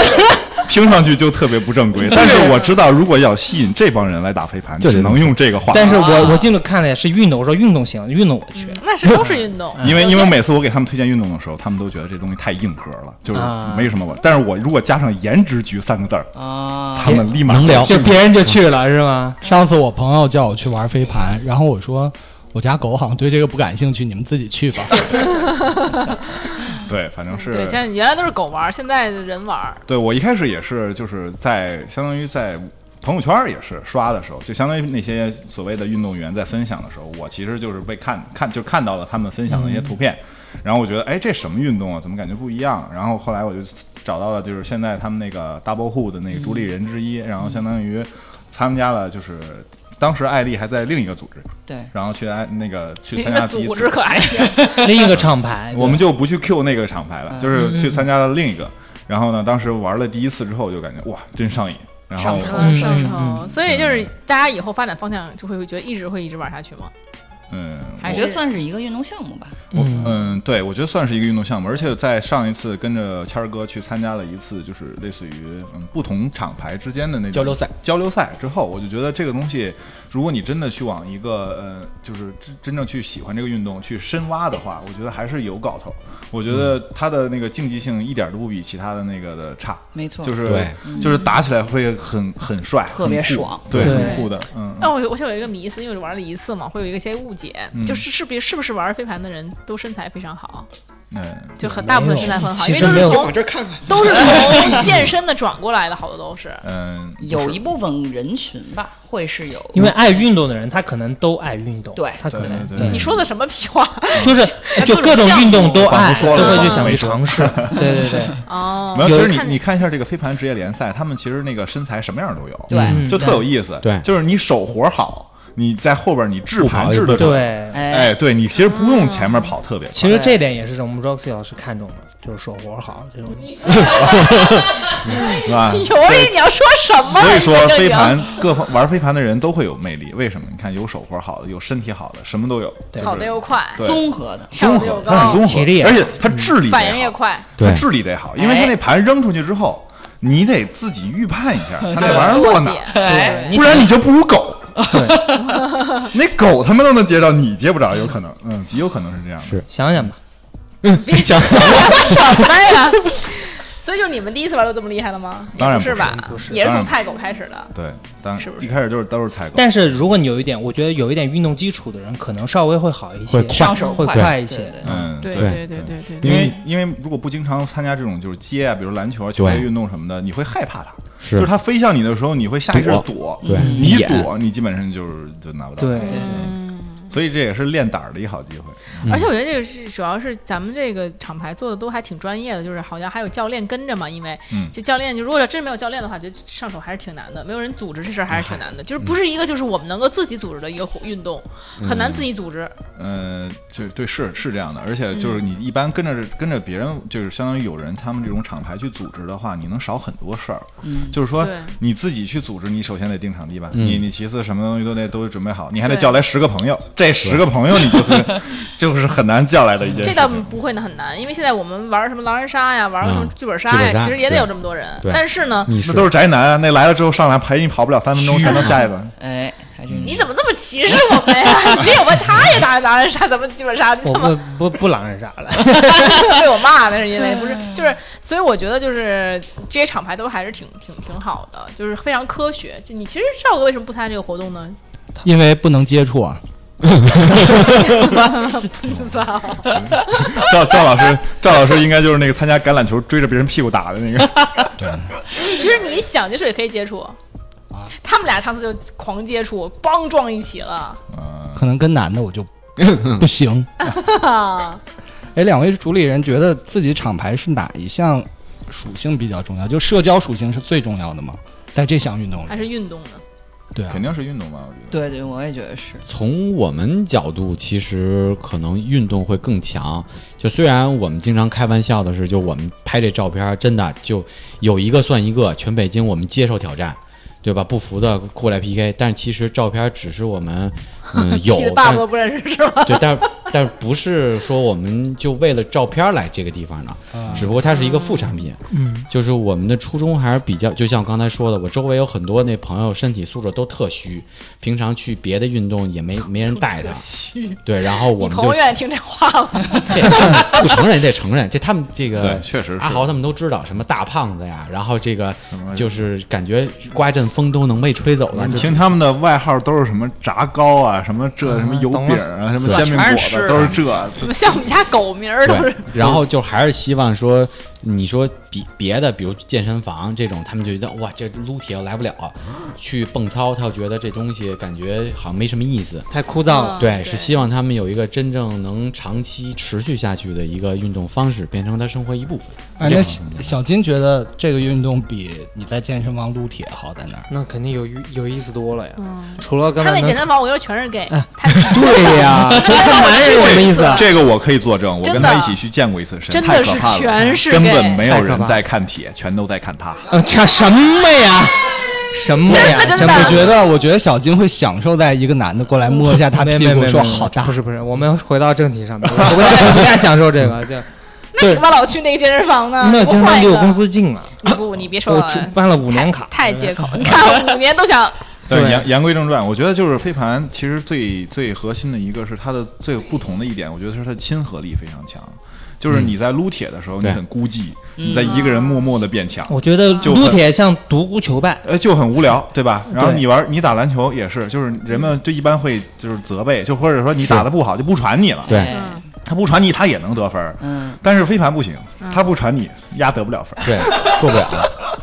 Speaker 5: 听上去就特别不正规。 但是我知道，如果要吸引这帮人来打飞盘，
Speaker 6: 就得
Speaker 5: 只能用这个话。
Speaker 4: 但是我我进去看了也是运动，我说运动行，运动我去，
Speaker 5: 嗯
Speaker 2: 那是都是运动，
Speaker 5: 因为因为每次我给他们推荐运动的时候，他们都觉得这东西太硬核了，就是
Speaker 4: 啊
Speaker 5: 没什么玩。但是我如果加上颜值局三个字儿，
Speaker 7: 啊，
Speaker 5: 他们立马
Speaker 6: 能聊
Speaker 5: 就
Speaker 4: 就别人就去了是吗？
Speaker 3: 上次我朋友叫我去玩飞盘，然后我说我家狗好像对这个不感兴趣，你们自己去吧。
Speaker 5: 对，反正是
Speaker 2: 对，现在原来都是狗玩儿，现在人玩儿，
Speaker 5: 对我一开始也是，就是在相当于在朋友圈儿也是刷的时候，就相当于那些所谓的运动员在分享的时候，我其实就是被看看就看到了他们分享的一些图片，然后我觉得哎这什么运动啊，怎么感觉不一样？然后后来我就找到了就是现在他们那个 Double Who 的那个主理人之一，然后相当于参加了就是。当时艾丽还在另一个组织，
Speaker 7: 对，
Speaker 5: 然后去安那个去参加
Speaker 2: 那
Speaker 5: 第一
Speaker 2: 组
Speaker 5: 次
Speaker 2: 织可还行，
Speaker 4: 另一个厂牌，
Speaker 5: 我们就不去 Q 那个厂牌了，
Speaker 3: 嗯
Speaker 5: 就是去参加了另一个。然后呢，当时玩了第一次之后，就感觉哇，真上瘾。然后
Speaker 7: 上头
Speaker 2: 嗯上
Speaker 4: 嗯
Speaker 2: 头。所以就是大家以后发展方向就会觉得一直会一直玩下去嘛。
Speaker 5: 嗯，
Speaker 2: 还
Speaker 7: 我
Speaker 2: 是
Speaker 7: 觉得算是一个运动项目吧。
Speaker 5: 我
Speaker 4: 嗯
Speaker 5: 嗯，对，我觉得算是一个运动项目。而且在上一次跟着谦儿哥去参加了一次，就是类似于嗯不同厂牌之间的那种
Speaker 3: 交流赛。
Speaker 5: 交流赛之后，我就觉得这个东西，如果你真的去往一个呃，就是真真正去喜欢这个运动去深挖的话，我觉得还是有搞头。我觉
Speaker 3: 嗯
Speaker 5: 得它的那个竞技性一点都不比其他的那个的差。
Speaker 7: 没错，
Speaker 5: 就是
Speaker 6: 对
Speaker 5: 就是打起来会很很帅，
Speaker 7: 特别
Speaker 5: 很酷
Speaker 7: 爽
Speaker 5: 对，
Speaker 4: 对
Speaker 5: 很酷的，嗯。
Speaker 2: 但我我想有一个迷思，因为我玩了一次嘛，会有一个些误解，
Speaker 5: 嗯
Speaker 2: 就是是不是是不是玩飞盘的人都身材非常好，
Speaker 5: 嗯，
Speaker 2: 就很大部分身材很好，因为都
Speaker 4: 没
Speaker 2: 是
Speaker 4: 有
Speaker 2: 从
Speaker 8: 这看看，
Speaker 2: 都是从健身的转过来的，好多都是。
Speaker 5: 嗯，
Speaker 7: 有
Speaker 5: 不是
Speaker 7: 一部分人群吧，会是有，
Speaker 4: 因为爱运动的人，他可能都爱运动，
Speaker 7: 对
Speaker 4: 他可
Speaker 5: 对
Speaker 4: 能嗯
Speaker 5: 对嗯对，
Speaker 2: 你说的什么屁话？
Speaker 4: 就是就各种运动都爱，
Speaker 5: 反复说
Speaker 4: 都
Speaker 5: 了
Speaker 4: 会去想去尝试。对对对，
Speaker 2: 哦，
Speaker 5: 没有，其实
Speaker 2: 看
Speaker 5: 你你看一下这个飞盘职业联赛，他们其实那个身材什么样都有，
Speaker 7: 对
Speaker 4: 嗯
Speaker 5: 就特有意思。
Speaker 6: 对
Speaker 5: 就是你手活好，你在后边你制
Speaker 6: 不
Speaker 5: 盘
Speaker 6: 跑也
Speaker 5: 制的
Speaker 6: 不
Speaker 5: 准，
Speaker 4: 对。
Speaker 7: 哎，
Speaker 5: 哎，对你其实不用前面跑特别快，
Speaker 4: 其实这点也是我们 Roxy 老师看中的，就是手活好这种。
Speaker 5: 是吧？
Speaker 2: 有意你要说什么？
Speaker 5: 所以说
Speaker 2: 你这就
Speaker 5: 飞盘各方玩飞盘的人都会有魅力，为什么？你看有手活好的，有身体好的，什么都有，
Speaker 4: 对
Speaker 5: 就是
Speaker 2: 跑得又快，
Speaker 5: 对
Speaker 7: 综合的，
Speaker 2: 跳
Speaker 5: 综
Speaker 2: 得又
Speaker 5: 合，它很
Speaker 2: 高，
Speaker 5: 综合，
Speaker 4: 体力也好
Speaker 5: 而且他智力
Speaker 2: 嗯反
Speaker 5: 得
Speaker 2: 应也
Speaker 5: 好
Speaker 2: 快。
Speaker 5: 他
Speaker 6: 对
Speaker 5: 智力得好，因为他那盘扔出去之后，你得自己预判一 下他那玩意儿落
Speaker 2: 落
Speaker 5: 哪
Speaker 2: 点
Speaker 5: 儿，
Speaker 2: 对
Speaker 5: 不然你就不如狗。 那狗他们都能接着，你接不着，有可能，嗯，极有可能是这样的。
Speaker 6: 是
Speaker 4: 想想吧，
Speaker 2: 什么哎呀？ 所以就是你们第一次玩都这么厉害了吗？
Speaker 5: 当
Speaker 2: 也
Speaker 5: 然
Speaker 2: 不是
Speaker 5: 不是
Speaker 2: 吧，
Speaker 5: 不是
Speaker 2: 也是
Speaker 5: 当
Speaker 2: 从
Speaker 5: 然
Speaker 2: 菜狗开始的。
Speaker 5: 对，当
Speaker 2: 是不是
Speaker 5: 一开始就是都是采购，
Speaker 4: 但是如果你有一点，我觉得有一点运动基础的人，可能稍微会好一些
Speaker 6: 会，快
Speaker 7: 上手
Speaker 4: 会
Speaker 7: 快
Speaker 4: 快一
Speaker 7: 对
Speaker 4: 些
Speaker 7: 对。
Speaker 5: 嗯，
Speaker 2: 对
Speaker 6: 对
Speaker 2: 对对对
Speaker 5: 因
Speaker 2: 对，
Speaker 5: 为因为如果不经常参加这种就是街啊，比如篮球啊、球类
Speaker 6: 对
Speaker 5: 运动什么的，你会害怕它，
Speaker 6: 是
Speaker 5: 就是它飞向你的时候，你会下意识地躲，
Speaker 6: 对
Speaker 5: 你一
Speaker 6: 眼
Speaker 5: 躲，你基本上就是就拿不到，
Speaker 4: 对，
Speaker 5: 所以这也是练胆儿的一好机会。
Speaker 6: 嗯
Speaker 2: 而且我觉得这个是主要是咱们这个厂牌做的都还挺专业的，就是好像还有教练跟着嘛，因为
Speaker 5: 嗯
Speaker 2: 就教练，就如果要真没有教练的话，觉得上手还是挺难的，没有人组织这事儿还是
Speaker 6: 嗯
Speaker 2: 挺难的，就是不是一个就是我们能够自己组织的一个活运动，很
Speaker 6: 嗯
Speaker 2: 难自己组织。
Speaker 5: 呃，就对，是是这样的，而且就是你一般跟着跟着别人，就是相当于有人他们这种厂牌去组织的话，你能少很多事儿。
Speaker 7: 嗯，
Speaker 5: 就是说
Speaker 2: 对
Speaker 5: 你自己去组织，你首先得定场地吧，
Speaker 6: 嗯
Speaker 5: 你你其次什么东西都得都得准备好，你还得
Speaker 2: 对
Speaker 5: 叫来十个朋友，这十个朋友你就是 就是很难叫来的一件事
Speaker 2: 这
Speaker 5: 情。
Speaker 2: 倒不会很难，因为现在我们玩什么狼人杀呀，玩个什么
Speaker 6: 嗯
Speaker 2: 剧本杀
Speaker 6: 剧本
Speaker 2: 呀，
Speaker 6: 杀
Speaker 2: 其实也得
Speaker 6: 对
Speaker 2: 有这么多人，
Speaker 6: 对
Speaker 2: 但是呢，
Speaker 6: 你
Speaker 5: 那都是宅男啊！那来了之后上来陪你跑不了三分钟，才能下一轮。
Speaker 7: 哎，还真
Speaker 4: 嗯
Speaker 2: 你
Speaker 7: 是。
Speaker 2: 怎么这么歧视我们呀？ 你也问他也打狼人杀，怎么剧本杀？你怎
Speaker 4: 我
Speaker 2: 么
Speaker 4: 不不不狼人杀了，
Speaker 2: 被我骂那是因为不是，就是所以我觉得就是这些厂牌都还是挺挺挺好的，就是非常科学。就你其实赵哥为什么不参加这个活动呢？
Speaker 3: 因为不能接触啊。
Speaker 5: 赵赵老师，赵老师应该就是那个参加橄榄球追着别人屁股打的 那个。
Speaker 2: 你其实你想接触也可以接触。他们俩上次就狂接触，梆撞一起了。
Speaker 5: 嗯，
Speaker 3: 可能跟男的我 就不 行。哎，两位主理人觉得自己厂牌是哪一项属性比较重要？就社交属性是最重要的吗？在这项运动里
Speaker 2: 还，是运动呢？
Speaker 3: 对啊
Speaker 5: 肯，定是运动吧，我觉得。
Speaker 7: 对对，我也觉得是。
Speaker 6: 从我们角度，其实可能运动会更强。就虽然我们经常开玩笑的是，就我们拍这照片儿，真的就有一个算一个，全北京我们接受挑战，对吧？不服的过来 PK。但其实照片只是我们嗯有
Speaker 2: 踢的，爸
Speaker 6: 但
Speaker 2: 爸都不认识是吧？
Speaker 6: 对，但但不是说我们就为了照片来这个地方的，只不过它是一个副产品。
Speaker 4: 嗯，
Speaker 6: 就是我们的初衷还是比较，就像我刚才说的，我周围有很多那朋友身体素质都特虚，平常去别的运动也没没人带他，对，然后我
Speaker 2: 你啊
Speaker 6: 们
Speaker 2: 朋友
Speaker 6: 就
Speaker 2: 愿意听这话吗？
Speaker 6: 这这 不承认得承认，这他们这个
Speaker 5: 对确实是
Speaker 6: 阿豪他们都知道什么大胖子呀，然后这个
Speaker 5: 么
Speaker 6: 就是感觉刮一阵风都能被吹走
Speaker 4: 嗯
Speaker 6: 了，
Speaker 5: 你
Speaker 6: 就
Speaker 5: 听他们的外号都是什么炸糕啊，什么这什么
Speaker 2: 嗯
Speaker 5: 油饼啊，什么煎饼果子都是这。
Speaker 2: 像我们家狗名儿都
Speaker 6: 对
Speaker 2: 是，
Speaker 6: 然后就还是希望说，你说比别的，比如健身房这种，他们就觉得哇，这撸铁我来不了，啊去蹦操，他又觉得这东西感觉好像没什么意思。
Speaker 4: 太枯燥了。
Speaker 2: 嗯
Speaker 6: 对，是希望他们有一个真正能长期持续下去的一个运动方式，变成他生活一部分。这
Speaker 3: 哎，那
Speaker 6: 样
Speaker 3: 小小金觉得这个运动比你在健身房撸铁好在哪儿？
Speaker 4: 那肯定有有意思多了呀。除了刚
Speaker 2: 他
Speaker 4: 才
Speaker 2: 那
Speaker 4: 能
Speaker 2: 健身房，我觉得全是 gay，他
Speaker 4: 对呀，这看男人有什么意思啊？
Speaker 5: 这个我可以作证，我
Speaker 2: 真
Speaker 5: 跟
Speaker 2: 的
Speaker 5: 他一起去健过一次身，
Speaker 2: 真
Speaker 5: 太
Speaker 2: 的
Speaker 5: 可
Speaker 2: 是
Speaker 5: 怕了
Speaker 2: 全是
Speaker 5: 根
Speaker 2: gay
Speaker 5: 本没有
Speaker 4: 太可
Speaker 5: 人
Speaker 4: 怕
Speaker 5: 在看铁，全都在看他。
Speaker 4: 呃，这什么呀？什么呀？
Speaker 2: 真
Speaker 4: 真
Speaker 2: 的
Speaker 3: 我觉得，我觉得小金会享受在一个男的过来摸一下他
Speaker 4: 没
Speaker 3: 屁
Speaker 4: 没
Speaker 3: 股，
Speaker 4: 没
Speaker 3: 说
Speaker 4: 没
Speaker 3: 好大
Speaker 4: 不。是不是，我们回到正题上 面，我不太不太享受这 个。这
Speaker 2: 那你干嘛老去那个健身房呢？
Speaker 4: 那
Speaker 2: 你
Speaker 4: 健身
Speaker 2: 呃不换
Speaker 4: 房
Speaker 2: 一
Speaker 4: 离我
Speaker 2: 个
Speaker 4: 公 司近啊，
Speaker 2: 你不，你别说
Speaker 4: 我
Speaker 2: 了
Speaker 4: 只，办了五年卡。
Speaker 2: 太借口。你看我五年都想，
Speaker 5: 对，
Speaker 4: 对
Speaker 5: 言言归正传，我觉得就是飞盘，其实最最核心的一个是它的最不同的一点，我觉得是它的亲和力非常强。就是
Speaker 4: 嗯
Speaker 5: 你在撸铁的时候，你
Speaker 6: 对
Speaker 5: 很孤寂，你在一个人默默的变强，
Speaker 4: 我觉得
Speaker 5: 就
Speaker 4: 撸
Speaker 5: 很
Speaker 4: 铁像独孤求败，
Speaker 5: 呃，就很 无聊，对吧？然后
Speaker 4: 对
Speaker 5: 你玩你打篮球也是，就是人
Speaker 2: 嗯
Speaker 5: 们就一般会就是责备，就或者说你打的不好就不传你了，
Speaker 6: 对
Speaker 7: 哎
Speaker 5: 他不传你他也能得分儿，
Speaker 7: 嗯，
Speaker 5: 但是飞盘不行，
Speaker 2: 嗯
Speaker 5: 他不传你压得不了分儿。
Speaker 6: 对，做不了。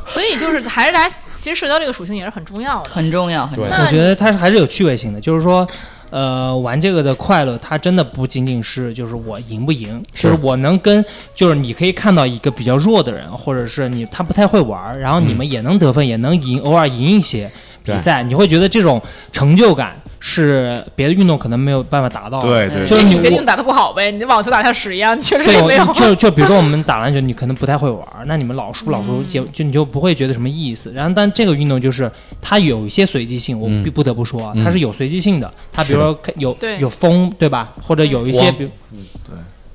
Speaker 2: 所以就是还是大家其实社交这个属性也是很重要的。
Speaker 7: 很重要，很重要
Speaker 6: 对。
Speaker 2: 那
Speaker 4: 我觉得它是还是有趣味性的，就是说。呃，玩这个的快乐，它真的不仅仅是就是我赢不赢，
Speaker 6: 是
Speaker 4: 就是我能跟，就是你可以看到一个比较弱的人，或者是你他不太会玩儿，然后你们也能得分，也能赢，偶尔赢一些比
Speaker 6: 对
Speaker 4: 赛，你会觉得这种成就感是别的运动可能没有办法达
Speaker 2: 哦
Speaker 4: 到的。
Speaker 5: 对对，
Speaker 4: 就
Speaker 5: 对
Speaker 4: 是
Speaker 2: 你
Speaker 4: 你
Speaker 2: 别
Speaker 4: 我
Speaker 2: 净打得不好呗，你网球打得像屎一样，你 确实
Speaker 4: 这
Speaker 2: 也
Speaker 4: 种
Speaker 2: 没有。
Speaker 4: 就就比如说我们打篮球，你可能不太会玩儿，那你们老输老
Speaker 7: 嗯
Speaker 4: 输，就就你就不会觉得什么意思。然后，但这个运动就是它有一些随机性，我
Speaker 6: 嗯
Speaker 4: 必不得不说啊，
Speaker 6: 嗯
Speaker 4: 它是有随机性的。它比
Speaker 6: 是
Speaker 4: 如
Speaker 6: 的
Speaker 4: 说看有
Speaker 2: 对
Speaker 4: 有风，对吧？或者有一些，
Speaker 6: 光
Speaker 4: 比如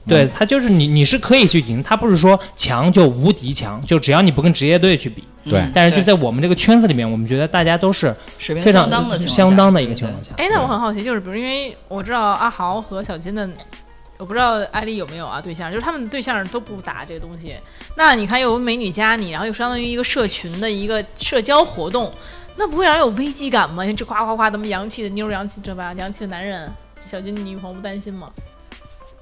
Speaker 4: 对，它就是你你是可以去赢，它不是说强就无敌强，就只要你不跟职业队去比。
Speaker 6: 对
Speaker 7: 嗯
Speaker 4: 但是就在我们这个圈子里面，我们觉得大家都是
Speaker 7: 水平
Speaker 4: 非常
Speaker 7: 相当的情况下，
Speaker 4: 相当的一个情况
Speaker 7: 对
Speaker 4: 下。
Speaker 2: 哎，那我很好奇，就是比如因为我知道阿豪和小金的，我不知道艾丽有没有啊对象，就是他们的对象都不打这个东西。那你看又有美女加你，然后又相当于一个社群的一个社交活动，那不会让人有危机感吗？这夸夸夸，咱们洋气的妞儿，洋气这吧，洋气的男人，小金，你女朋友不担心吗？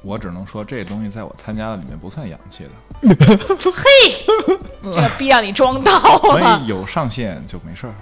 Speaker 5: 我只能说这东西在我参加的里面不算洋气的，
Speaker 2: 这逼让你装到啊
Speaker 5: 所
Speaker 2: 了
Speaker 5: 以。有上限就没事儿。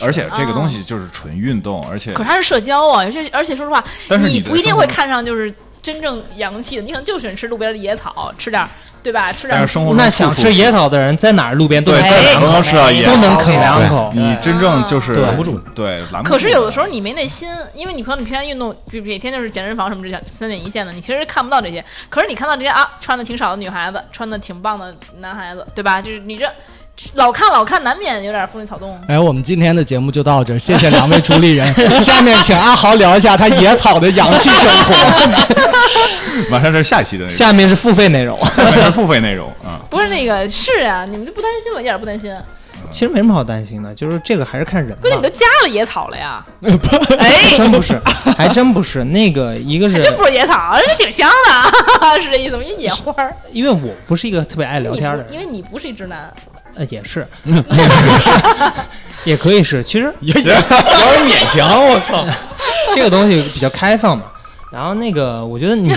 Speaker 5: 而且这个东西就是纯运动，而且
Speaker 2: 可是它是社交啊，而且而且说实话，
Speaker 5: 但是
Speaker 2: 你
Speaker 5: 你的
Speaker 2: 不一定
Speaker 5: 生
Speaker 2: 会
Speaker 5: 活
Speaker 2: 看上就是真正洋气的，你可能就喜欢吃路边的野草，吃点儿对吧？吃点
Speaker 5: 但
Speaker 2: 儿
Speaker 5: 是生活中
Speaker 4: 那
Speaker 5: 处
Speaker 4: 想
Speaker 5: 处
Speaker 4: 吃野草的人，在哪儿路边都
Speaker 5: 对
Speaker 4: 能
Speaker 5: 在哪
Speaker 4: 都
Speaker 5: 儿都能
Speaker 7: 哎
Speaker 5: 吃到野草，
Speaker 4: 能啃两
Speaker 7: 啊
Speaker 6: 对
Speaker 4: 口。
Speaker 5: 你真正就是
Speaker 4: 对拦不
Speaker 5: 住，对拦不住。
Speaker 2: 可是有的时候你没那心，因为你可能你平常运动，就每天就是健身房什么这些三点一线的，你其实看不到这些。可是你看到这些啊，穿的挺少的女孩子，穿的挺棒的男孩子，对吧？就是你这老看老看，难免有点风吹草动。
Speaker 3: 哎，我们今天的节目就到这儿，谢谢两位主理 人。下面请阿豪聊一下他野草的洋气生活。
Speaker 5: 马上是下一期的内容，
Speaker 4: 下面是付费内容。
Speaker 5: 下面是付费内容啊。
Speaker 2: 不是那个，是啊，你们就不担心吗？一点儿不担心。
Speaker 4: 其实没什么好担心的，就是这个还是看人吧。
Speaker 2: 哥，你 都加了野草了呀？
Speaker 4: 哎，真不是，还真不是。那个一个是
Speaker 2: 还真不是野草，人家挺香的， 是这意思吗？一野花儿。
Speaker 4: 因为我不是一个特别爱聊
Speaker 2: 你
Speaker 4: 天的
Speaker 2: 不，因
Speaker 4: 人，
Speaker 2: 为你不是一直男，
Speaker 4: 呃，也是，也可以是。其实
Speaker 6: 有点勉强，我靠，
Speaker 4: 这个东西比较开放嘛。然后那个，我觉得你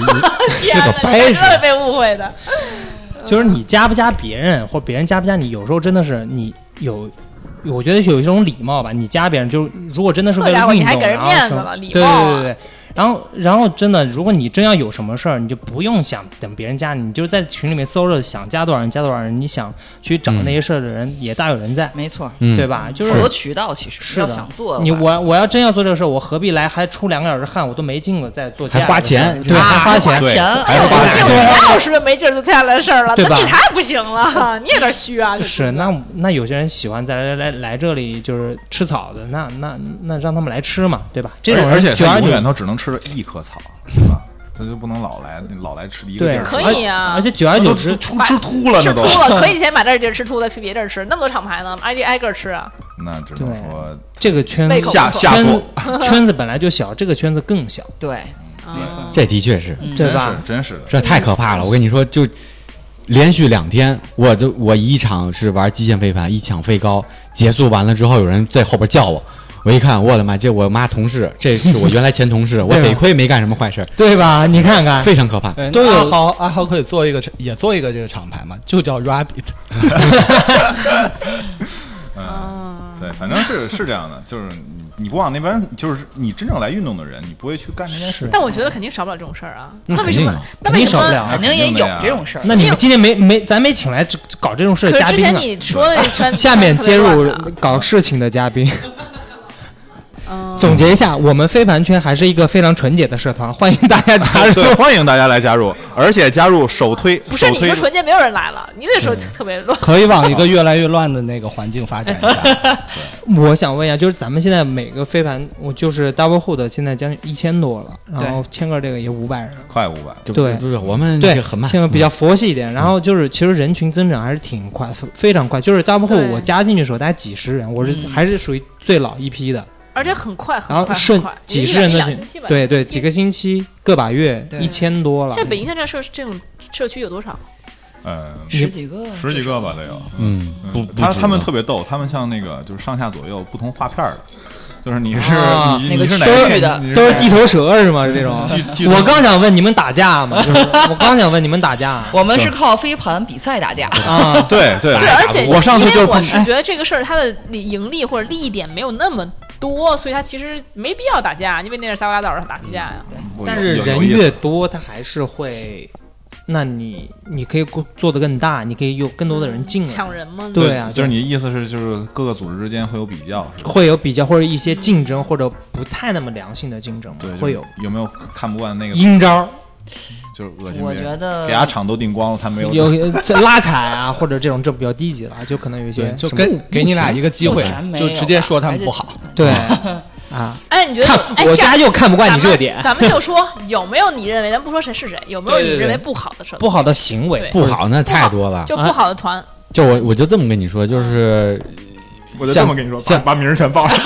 Speaker 2: 天
Speaker 4: 个
Speaker 2: 哪，
Speaker 4: 掰
Speaker 2: 你
Speaker 4: 扯
Speaker 2: 这是被误会的。
Speaker 4: 就是你加不加别人，或别人加不加你，有时候真的是你有。我觉得有一种礼貌吧，你加别人就是，如果真的是为
Speaker 2: 好家
Speaker 4: 了
Speaker 2: 伙
Speaker 4: 运
Speaker 2: 你还
Speaker 4: 动，
Speaker 2: 给人
Speaker 4: 然后
Speaker 2: 面
Speaker 4: 什
Speaker 2: 子
Speaker 4: 么
Speaker 2: 了礼
Speaker 4: 对
Speaker 2: 貌啊
Speaker 4: 对对对。然后，然后真的，如果你真要有什么事儿，你就不用想等别人加你，你就在群里面搜着想加多少人加多少人，你想去找那些事儿的人、也大有人在，
Speaker 7: 没错，
Speaker 6: 嗯
Speaker 4: 对？吧？就是
Speaker 7: 好多渠道其实
Speaker 4: 是
Speaker 7: 要
Speaker 4: 的
Speaker 7: 想做的
Speaker 4: 你
Speaker 7: 话
Speaker 4: 我我要真要做这个事儿，我何必来还出两个小时汗，我都没劲了再做
Speaker 6: 还
Speaker 4: 加
Speaker 6: 花钱
Speaker 4: 对，还
Speaker 2: 啊
Speaker 4: 花钱，
Speaker 5: 对
Speaker 7: 钱
Speaker 5: 还
Speaker 7: 哎
Speaker 5: 是
Speaker 7: 呦
Speaker 5: 花
Speaker 2: 这
Speaker 5: 钱。
Speaker 2: 我要是没劲儿就这样的事儿了，
Speaker 4: 啊对
Speaker 2: 那
Speaker 4: 吧
Speaker 2: 你太不行了，你有点虚啊。就是
Speaker 4: 是，那那有些人喜欢在来来来这里就是吃草的，那那那让他们来吃嘛，对吧？这种人
Speaker 5: 而且
Speaker 4: 久
Speaker 5: 他
Speaker 4: 而
Speaker 5: 永
Speaker 4: 久
Speaker 5: 远都只能吃一棵草，是吧？他就不能老来老来吃一个地
Speaker 4: 对，
Speaker 5: 儿，
Speaker 2: 可以啊
Speaker 4: 而且久而
Speaker 5: 都
Speaker 4: 久
Speaker 5: 吃
Speaker 4: 之，
Speaker 5: 出吃秃了，
Speaker 2: 吃
Speaker 5: 那
Speaker 2: 秃
Speaker 5: 都。
Speaker 2: 了，可以先把这地儿吃秃的，去别地儿吃，那么多厂牌呢，挨着挨个儿吃啊。
Speaker 5: 那只能
Speaker 4: 对
Speaker 5: 说
Speaker 4: 这个圈
Speaker 2: 胃口
Speaker 4: 子
Speaker 5: 下
Speaker 2: 不
Speaker 5: 下
Speaker 4: 圈
Speaker 5: 作，
Speaker 4: 圈子本来就小，这个圈子更小，
Speaker 7: 对，
Speaker 2: 嗯
Speaker 6: 这的确是，
Speaker 4: 对吧？
Speaker 5: 真是真是的。
Speaker 6: 这太可怕了！我跟你说，就连续两天，我就我一场是玩极限飞盘，一场飞高，结束完了之后，有人在后边叫我，我一看，我的妈，这我妈同事，这是我原来前同 事，我
Speaker 4: 对吧啊哎
Speaker 6: 得亏没干什么坏事，
Speaker 4: 对吧？你看看，
Speaker 6: 非常可怕。
Speaker 3: 对，
Speaker 4: 都有
Speaker 3: 那阿豪阿啊豪可以做一个，也做一个这个厂牌嘛，就叫 Rabbit。
Speaker 5: 对，反正是是这样的，就是你你不往那边，就是你真正来运动的人，你不会去干这件事。
Speaker 2: 但我觉得肯定少不了这种事儿啊。
Speaker 6: 那
Speaker 2: 那为什
Speaker 6: 肯定
Speaker 2: 么
Speaker 6: 啊？
Speaker 2: 那
Speaker 4: 肯
Speaker 2: 为
Speaker 4: 定
Speaker 2: 什
Speaker 4: 少不
Speaker 2: 么？
Speaker 4: 了。
Speaker 7: 肯定也有这种事儿。
Speaker 4: 那你们今天没没咱没请来这搞这种事
Speaker 2: 可
Speaker 4: 的
Speaker 2: 是
Speaker 4: 嘉
Speaker 2: 之
Speaker 4: 宾
Speaker 2: 前
Speaker 4: 呢？
Speaker 2: 你说的圈，
Speaker 4: 下面
Speaker 2: 圈
Speaker 4: 接入
Speaker 2: 子特别乱的
Speaker 4: 搞事情的嘉宾，
Speaker 2: 嗯，
Speaker 4: 总结一下，我们飞盘圈还是一个非常纯洁的社团，欢迎大家加入。
Speaker 5: 对，欢迎大家来加入，而且加入首推，
Speaker 2: 不是
Speaker 5: 首
Speaker 2: 你
Speaker 5: 推
Speaker 2: 说纯洁没有人来了，你那时
Speaker 4: 嗯
Speaker 2: 候特别乱。
Speaker 3: 可以往一个越来越乱的那个环境
Speaker 5: 哎
Speaker 3: 发展
Speaker 7: 哎
Speaker 3: 一下。
Speaker 4: 我想问一下，就是咱们现在每个飞盘，我就是 double hood 现在将近一千多了，然后千个这个也五百人了。
Speaker 5: 快五百了。
Speaker 6: 就
Speaker 4: 对
Speaker 6: 就是我们这
Speaker 4: 对，
Speaker 6: 个很慢，嗯
Speaker 4: 千个比较佛系一点，然后就是其实人群增长还是挺快，非非常快。就是 double hood
Speaker 2: 对
Speaker 4: 我加进去的时候，大概几十人，我是
Speaker 7: 嗯
Speaker 4: 还是属于最老一批的，
Speaker 2: 而且很快，很
Speaker 4: 然后
Speaker 2: 快，
Speaker 4: 顺
Speaker 2: 很快，
Speaker 4: 几
Speaker 2: 一
Speaker 4: 十
Speaker 2: 两
Speaker 4: 人
Speaker 2: 一
Speaker 4: 的
Speaker 2: 两
Speaker 4: 群
Speaker 2: 星期吧。
Speaker 4: 对对，几个星期、个把月，
Speaker 7: 对
Speaker 4: 一千多了。
Speaker 2: 现在北京现在社这种社区有多少？
Speaker 5: 嗯，
Speaker 7: 十几个，
Speaker 5: 十几个吧得有。
Speaker 6: 嗯，不
Speaker 5: 嗯，
Speaker 6: 不
Speaker 5: 他
Speaker 6: 止
Speaker 5: 他们
Speaker 6: 了
Speaker 5: 特别逗，他们像那个就是上下左右不同画片儿的，就是你是
Speaker 4: 啊
Speaker 5: 你
Speaker 7: 那个
Speaker 5: 你是哪
Speaker 7: 区
Speaker 5: 个
Speaker 7: 域的
Speaker 5: 你
Speaker 4: 都是
Speaker 5: 哪个
Speaker 4: 地头蛇是吗？是这 种
Speaker 5: 记记。得
Speaker 4: 我刚想问你们打架吗？就是我刚想问你们打架
Speaker 7: 我们是靠飞盘比赛打架。
Speaker 4: 啊。
Speaker 5: 对对，
Speaker 2: 对，而且
Speaker 5: 哎我上次
Speaker 2: 因
Speaker 5: 就
Speaker 2: 为
Speaker 5: 是
Speaker 2: 我
Speaker 5: 碰
Speaker 2: 是觉得这个事儿它的利盈利或者利益点没有那么多，所以它其实没必要打架，因为那是撒瓜拉岛上打什么架呀？
Speaker 5: 我
Speaker 4: 但是
Speaker 5: 有有
Speaker 4: 人
Speaker 5: 有意思
Speaker 4: 越多，他还是会。那你你可以做做得更大，你可以有更多的人进来，
Speaker 2: 抢人吗？
Speaker 4: 对啊
Speaker 5: 就是你意思是就是各个组织之间会有比较，是吧？
Speaker 4: 会有比较或者一些竞争，或者不太那么良性的竞争
Speaker 5: 对，，
Speaker 4: 会
Speaker 5: 就
Speaker 4: 有
Speaker 5: 是有没有看不惯那个，
Speaker 4: 阴招儿，
Speaker 5: 就是恶心
Speaker 7: 我
Speaker 5: 别
Speaker 7: 觉
Speaker 5: 人，
Speaker 7: 得
Speaker 5: 给他场都定光了，他没有
Speaker 4: 有这拉踩啊，或者这种这比较低级了，就可能有一些
Speaker 3: 对，就
Speaker 4: 什么
Speaker 3: 跟给你俩一个机
Speaker 7: 目
Speaker 3: 会
Speaker 7: 前，没有
Speaker 3: 就
Speaker 7: 吧嗯
Speaker 3: 直接说他们不好。
Speaker 4: 对 啊，
Speaker 2: 哎，你觉得有？哎，
Speaker 4: 看我
Speaker 2: 这样
Speaker 4: 家就看不惯
Speaker 2: 咱
Speaker 4: 你
Speaker 2: 们
Speaker 4: 这点，
Speaker 2: 咱们就说有没有你认为，咱不说谁是谁，有没有
Speaker 4: 对
Speaker 2: 你
Speaker 4: 对对
Speaker 2: 认为不好的事儿？
Speaker 4: 不好的行为
Speaker 2: 对，
Speaker 6: 不好那太多了。啊
Speaker 2: 就不好的团，
Speaker 6: 就我我就这么跟你说，就是
Speaker 5: 我
Speaker 6: 就这么跟
Speaker 5: 你说
Speaker 6: 像
Speaker 5: 把名儿全报上。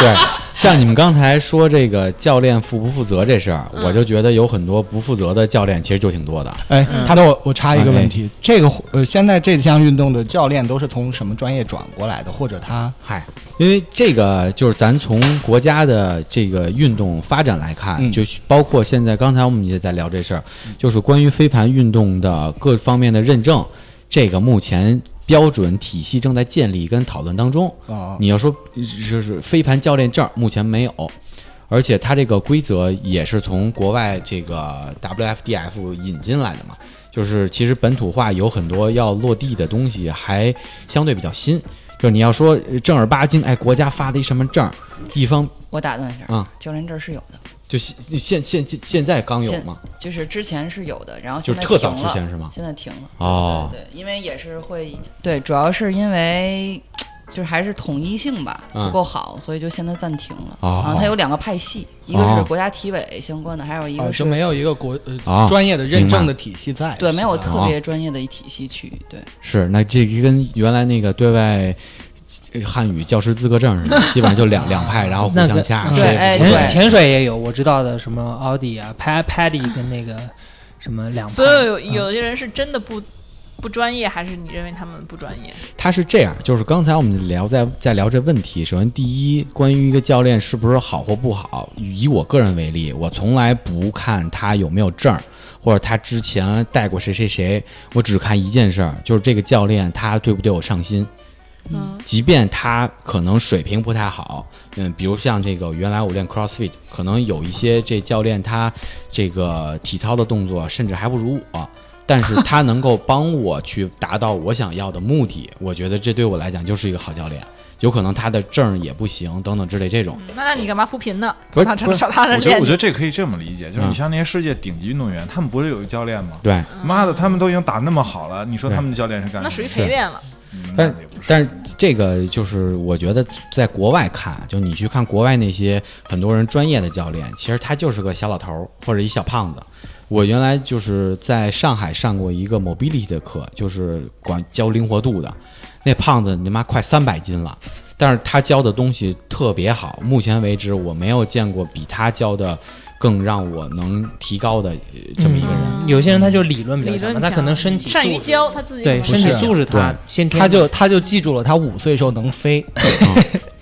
Speaker 6: 对， 像你们刚才说这个教练负不负责这事儿，
Speaker 2: 嗯
Speaker 6: 我就觉得有很多不负责的教练其实就挺多的。
Speaker 3: 哎，他那我我插一个问题，这个呃，现在这项运动的教练都是从什么专业转过来的，或者他
Speaker 6: 嗨，因为这个就是咱从国家的这个运动发展来看，
Speaker 3: 嗯
Speaker 6: 就包括现在刚才我们也在聊这事儿，就是关于飞盘运动的各方面的认证，这个目前标准体系正在建立跟讨论当中。
Speaker 3: 啊，
Speaker 6: 你要说就是飞盘教练证，目前没有，而且它这个规则也是从国外这个 WFDF 引进来的嘛，就是其实本土化有很多要落地的东西，还相对比较新。就是你要说呃正儿八经，哎，国家发的一什么证儿，地方
Speaker 7: 我打断一下，
Speaker 5: 嗯
Speaker 6: 啊，
Speaker 7: 教练证是有的，
Speaker 6: 就现现现现现在刚有
Speaker 7: 现
Speaker 6: 嘛，
Speaker 7: 就是之前是有的，然后
Speaker 6: 就
Speaker 7: 现
Speaker 6: 是
Speaker 7: 在
Speaker 6: 特
Speaker 7: 停
Speaker 6: 早之
Speaker 7: 了，
Speaker 6: 前是吗？
Speaker 7: 现在停了。
Speaker 6: 哦
Speaker 7: 对，对对因为也是会对，主要是因为就是还是统一性吧
Speaker 6: 嗯
Speaker 7: 不够好，所以就现在暂停了。
Speaker 6: 哦
Speaker 7: 啊，它有两个派系，一个
Speaker 6: 哦
Speaker 7: 是国家体委相关的，还有一
Speaker 3: 啊
Speaker 5: 哦
Speaker 7: 个是
Speaker 3: 就没有一个国
Speaker 6: 啊
Speaker 3: 呃专业的认证的体系在，
Speaker 7: 对没
Speaker 6: 哦
Speaker 7: 有
Speaker 3: 是吧
Speaker 7: 特别专业的一体系去对。
Speaker 6: 是，那这个跟原来那个对外呃汉语教师资格证似 的，基本上就两两派，然后互
Speaker 4: 那
Speaker 6: 相
Speaker 4: 个嗯
Speaker 6: 掐。
Speaker 3: 嗯
Speaker 7: 对
Speaker 6: 谁也不
Speaker 7: 哎
Speaker 6: 服
Speaker 7: 对
Speaker 6: 谁
Speaker 4: 潜潜水也有，我知道的什么奥迪啊、Pad Paddy 跟那个什么两排，
Speaker 2: 所以有有些人是真的不不专业，还是你认为他们不专业？
Speaker 6: 他是这样，就是刚才我们聊在在聊这问题。首先，第一，关于一个教练是不是好或不好，以我个人为例，我从来不看他有没有证儿，或者他之前带过谁谁谁，我只看一件事儿，就是这个教练他对不对我上心。
Speaker 2: 嗯，
Speaker 6: 即便他可能水平不太好，嗯，比如像这个原来我练 CrossFit，可能有一些这教练他这个体操的动作甚至还不如我，但是他能够帮我去达到我想要的目的，我觉得这对我来讲就是一个好教练。有可能他的证儿也不行，等等之类这种。
Speaker 2: 嗯那那你干嘛扶贫呢？
Speaker 6: 不是
Speaker 2: 他
Speaker 6: 不是
Speaker 2: 找他人
Speaker 5: 我觉得
Speaker 2: 练
Speaker 5: 我
Speaker 2: 你
Speaker 5: 觉得这可以这么理解，就是
Speaker 6: 嗯
Speaker 5: 你像那些世界顶级运动员，他们不是有一教练吗？
Speaker 6: 对，
Speaker 5: 妈的，他们都已经打那么好了，你说他们的教练是干什么？
Speaker 2: 那属于
Speaker 6: 是
Speaker 2: 陪练了。
Speaker 5: 嗯
Speaker 6: 但
Speaker 5: 那也不是
Speaker 6: 但是这个就是我觉得在国外看，就你去看国外那些很多人专业的教练，其实他就是个小老头儿或者一小胖子。我原来就是在上海上过一个 mobility 的课，就是管教灵活度的。那胖子你妈快三百斤了，但是他教的东西特别好。目前为止，我没有见过比他教的更让我能提高的呃这么一个人。
Speaker 4: 嗯有些人他就理论比较
Speaker 2: 理
Speaker 4: 强
Speaker 2: 论
Speaker 4: 嘛，他可能身体
Speaker 2: 善于
Speaker 4: 素质
Speaker 2: 教他自己
Speaker 4: 对
Speaker 2: 可
Speaker 4: 身
Speaker 2: 能
Speaker 4: 体
Speaker 6: 不是
Speaker 4: 素质他
Speaker 6: 对
Speaker 4: 先天
Speaker 3: 他就他就记住了，他五岁时候能飞，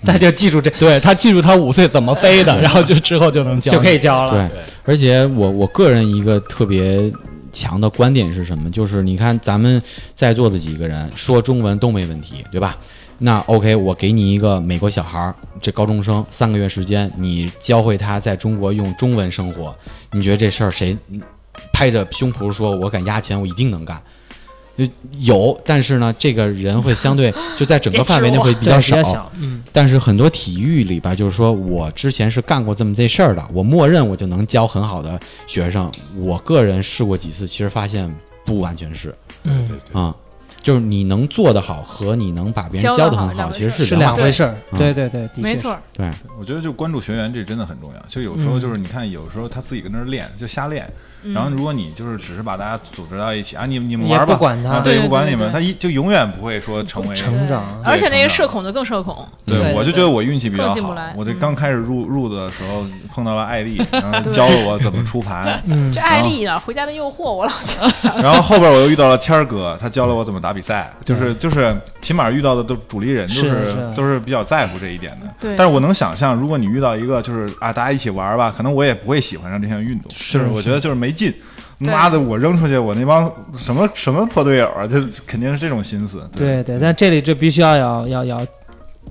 Speaker 4: 他就记住这
Speaker 3: 对他记住他五岁怎么飞的，然后就之后嗯就能教
Speaker 4: 就可
Speaker 3: 以
Speaker 4: 以教了。
Speaker 6: 对，而且我我个人一个特别强的观点是什么？就是你看咱们在座的几个人说中文都没问题，对吧？那 OK，我给你一个美国小孩儿，这高中生三个月时间，你教会他在中国用中文生活，你觉得这事儿谁拍着胸脯说我敢压钱，我一定能干？就有，但是呢，这个人会相对就在整个范围内会比
Speaker 4: 比
Speaker 6: 较
Speaker 4: 比较
Speaker 6: 少，
Speaker 4: 小，嗯，
Speaker 6: 但是很多体育里边，就是说我之前是干过这么这事儿的，我默认我就能教很好的学生。我个人试过几次，其实发现不完全是
Speaker 5: 对
Speaker 4: 嗯
Speaker 5: 对对，
Speaker 6: 啊、就是你能做得好和你能把别人
Speaker 2: 教得
Speaker 6: 教得
Speaker 2: 好
Speaker 6: 很
Speaker 2: 两
Speaker 6: 好，
Speaker 2: 回
Speaker 6: 其实
Speaker 2: 事
Speaker 6: 是
Speaker 4: 是
Speaker 6: 两
Speaker 4: 两
Speaker 6: 回
Speaker 4: 回事儿。
Speaker 6: 对
Speaker 4: 对对对，的确
Speaker 2: 没
Speaker 4: 是
Speaker 2: 错，儿，
Speaker 6: 对，
Speaker 5: 我觉得就关注学员这真的很重要。就有时候就是你看，有时候他自己跟那儿练，就瞎练。然后如果你就是只是把大家组织到一起啊，你你们玩
Speaker 4: 也
Speaker 5: 吧，
Speaker 4: 不管他
Speaker 5: 啊对，
Speaker 2: 对
Speaker 5: 也不管
Speaker 2: 对
Speaker 5: 你们，
Speaker 2: 对
Speaker 5: 他一就永远不会说成为
Speaker 4: 成长。嗯
Speaker 2: 而且那
Speaker 5: 成
Speaker 2: 个
Speaker 5: 长
Speaker 2: 社恐就更社恐，
Speaker 5: 对，
Speaker 7: 对
Speaker 5: 我就
Speaker 7: 对
Speaker 5: 觉得我运气比较
Speaker 2: 更进不
Speaker 5: 好
Speaker 2: 来。
Speaker 5: 我这刚开始入入的时候碰到了艾丽，然后教了我怎么出盘，
Speaker 4: 嗯
Speaker 2: 这，艾丽啊，《回家的诱惑》，我老觉得
Speaker 5: 然后后边我又遇到了谦儿哥，他教了我怎么打比赛，就是就是起码遇到的都主力人，就是
Speaker 4: 的是的
Speaker 5: 都是比较在乎这一点的。
Speaker 2: 对
Speaker 5: 但是我能想象，如果你遇到一个就是啊大家一起玩儿吧，可能我也不会喜欢上这项运动，就是我觉得就是没劲。
Speaker 2: 对
Speaker 5: 妈的，我扔出去，我那帮什么什么破队友啊，就肯定是这种心思。
Speaker 4: 对对，但这里就必须要要要要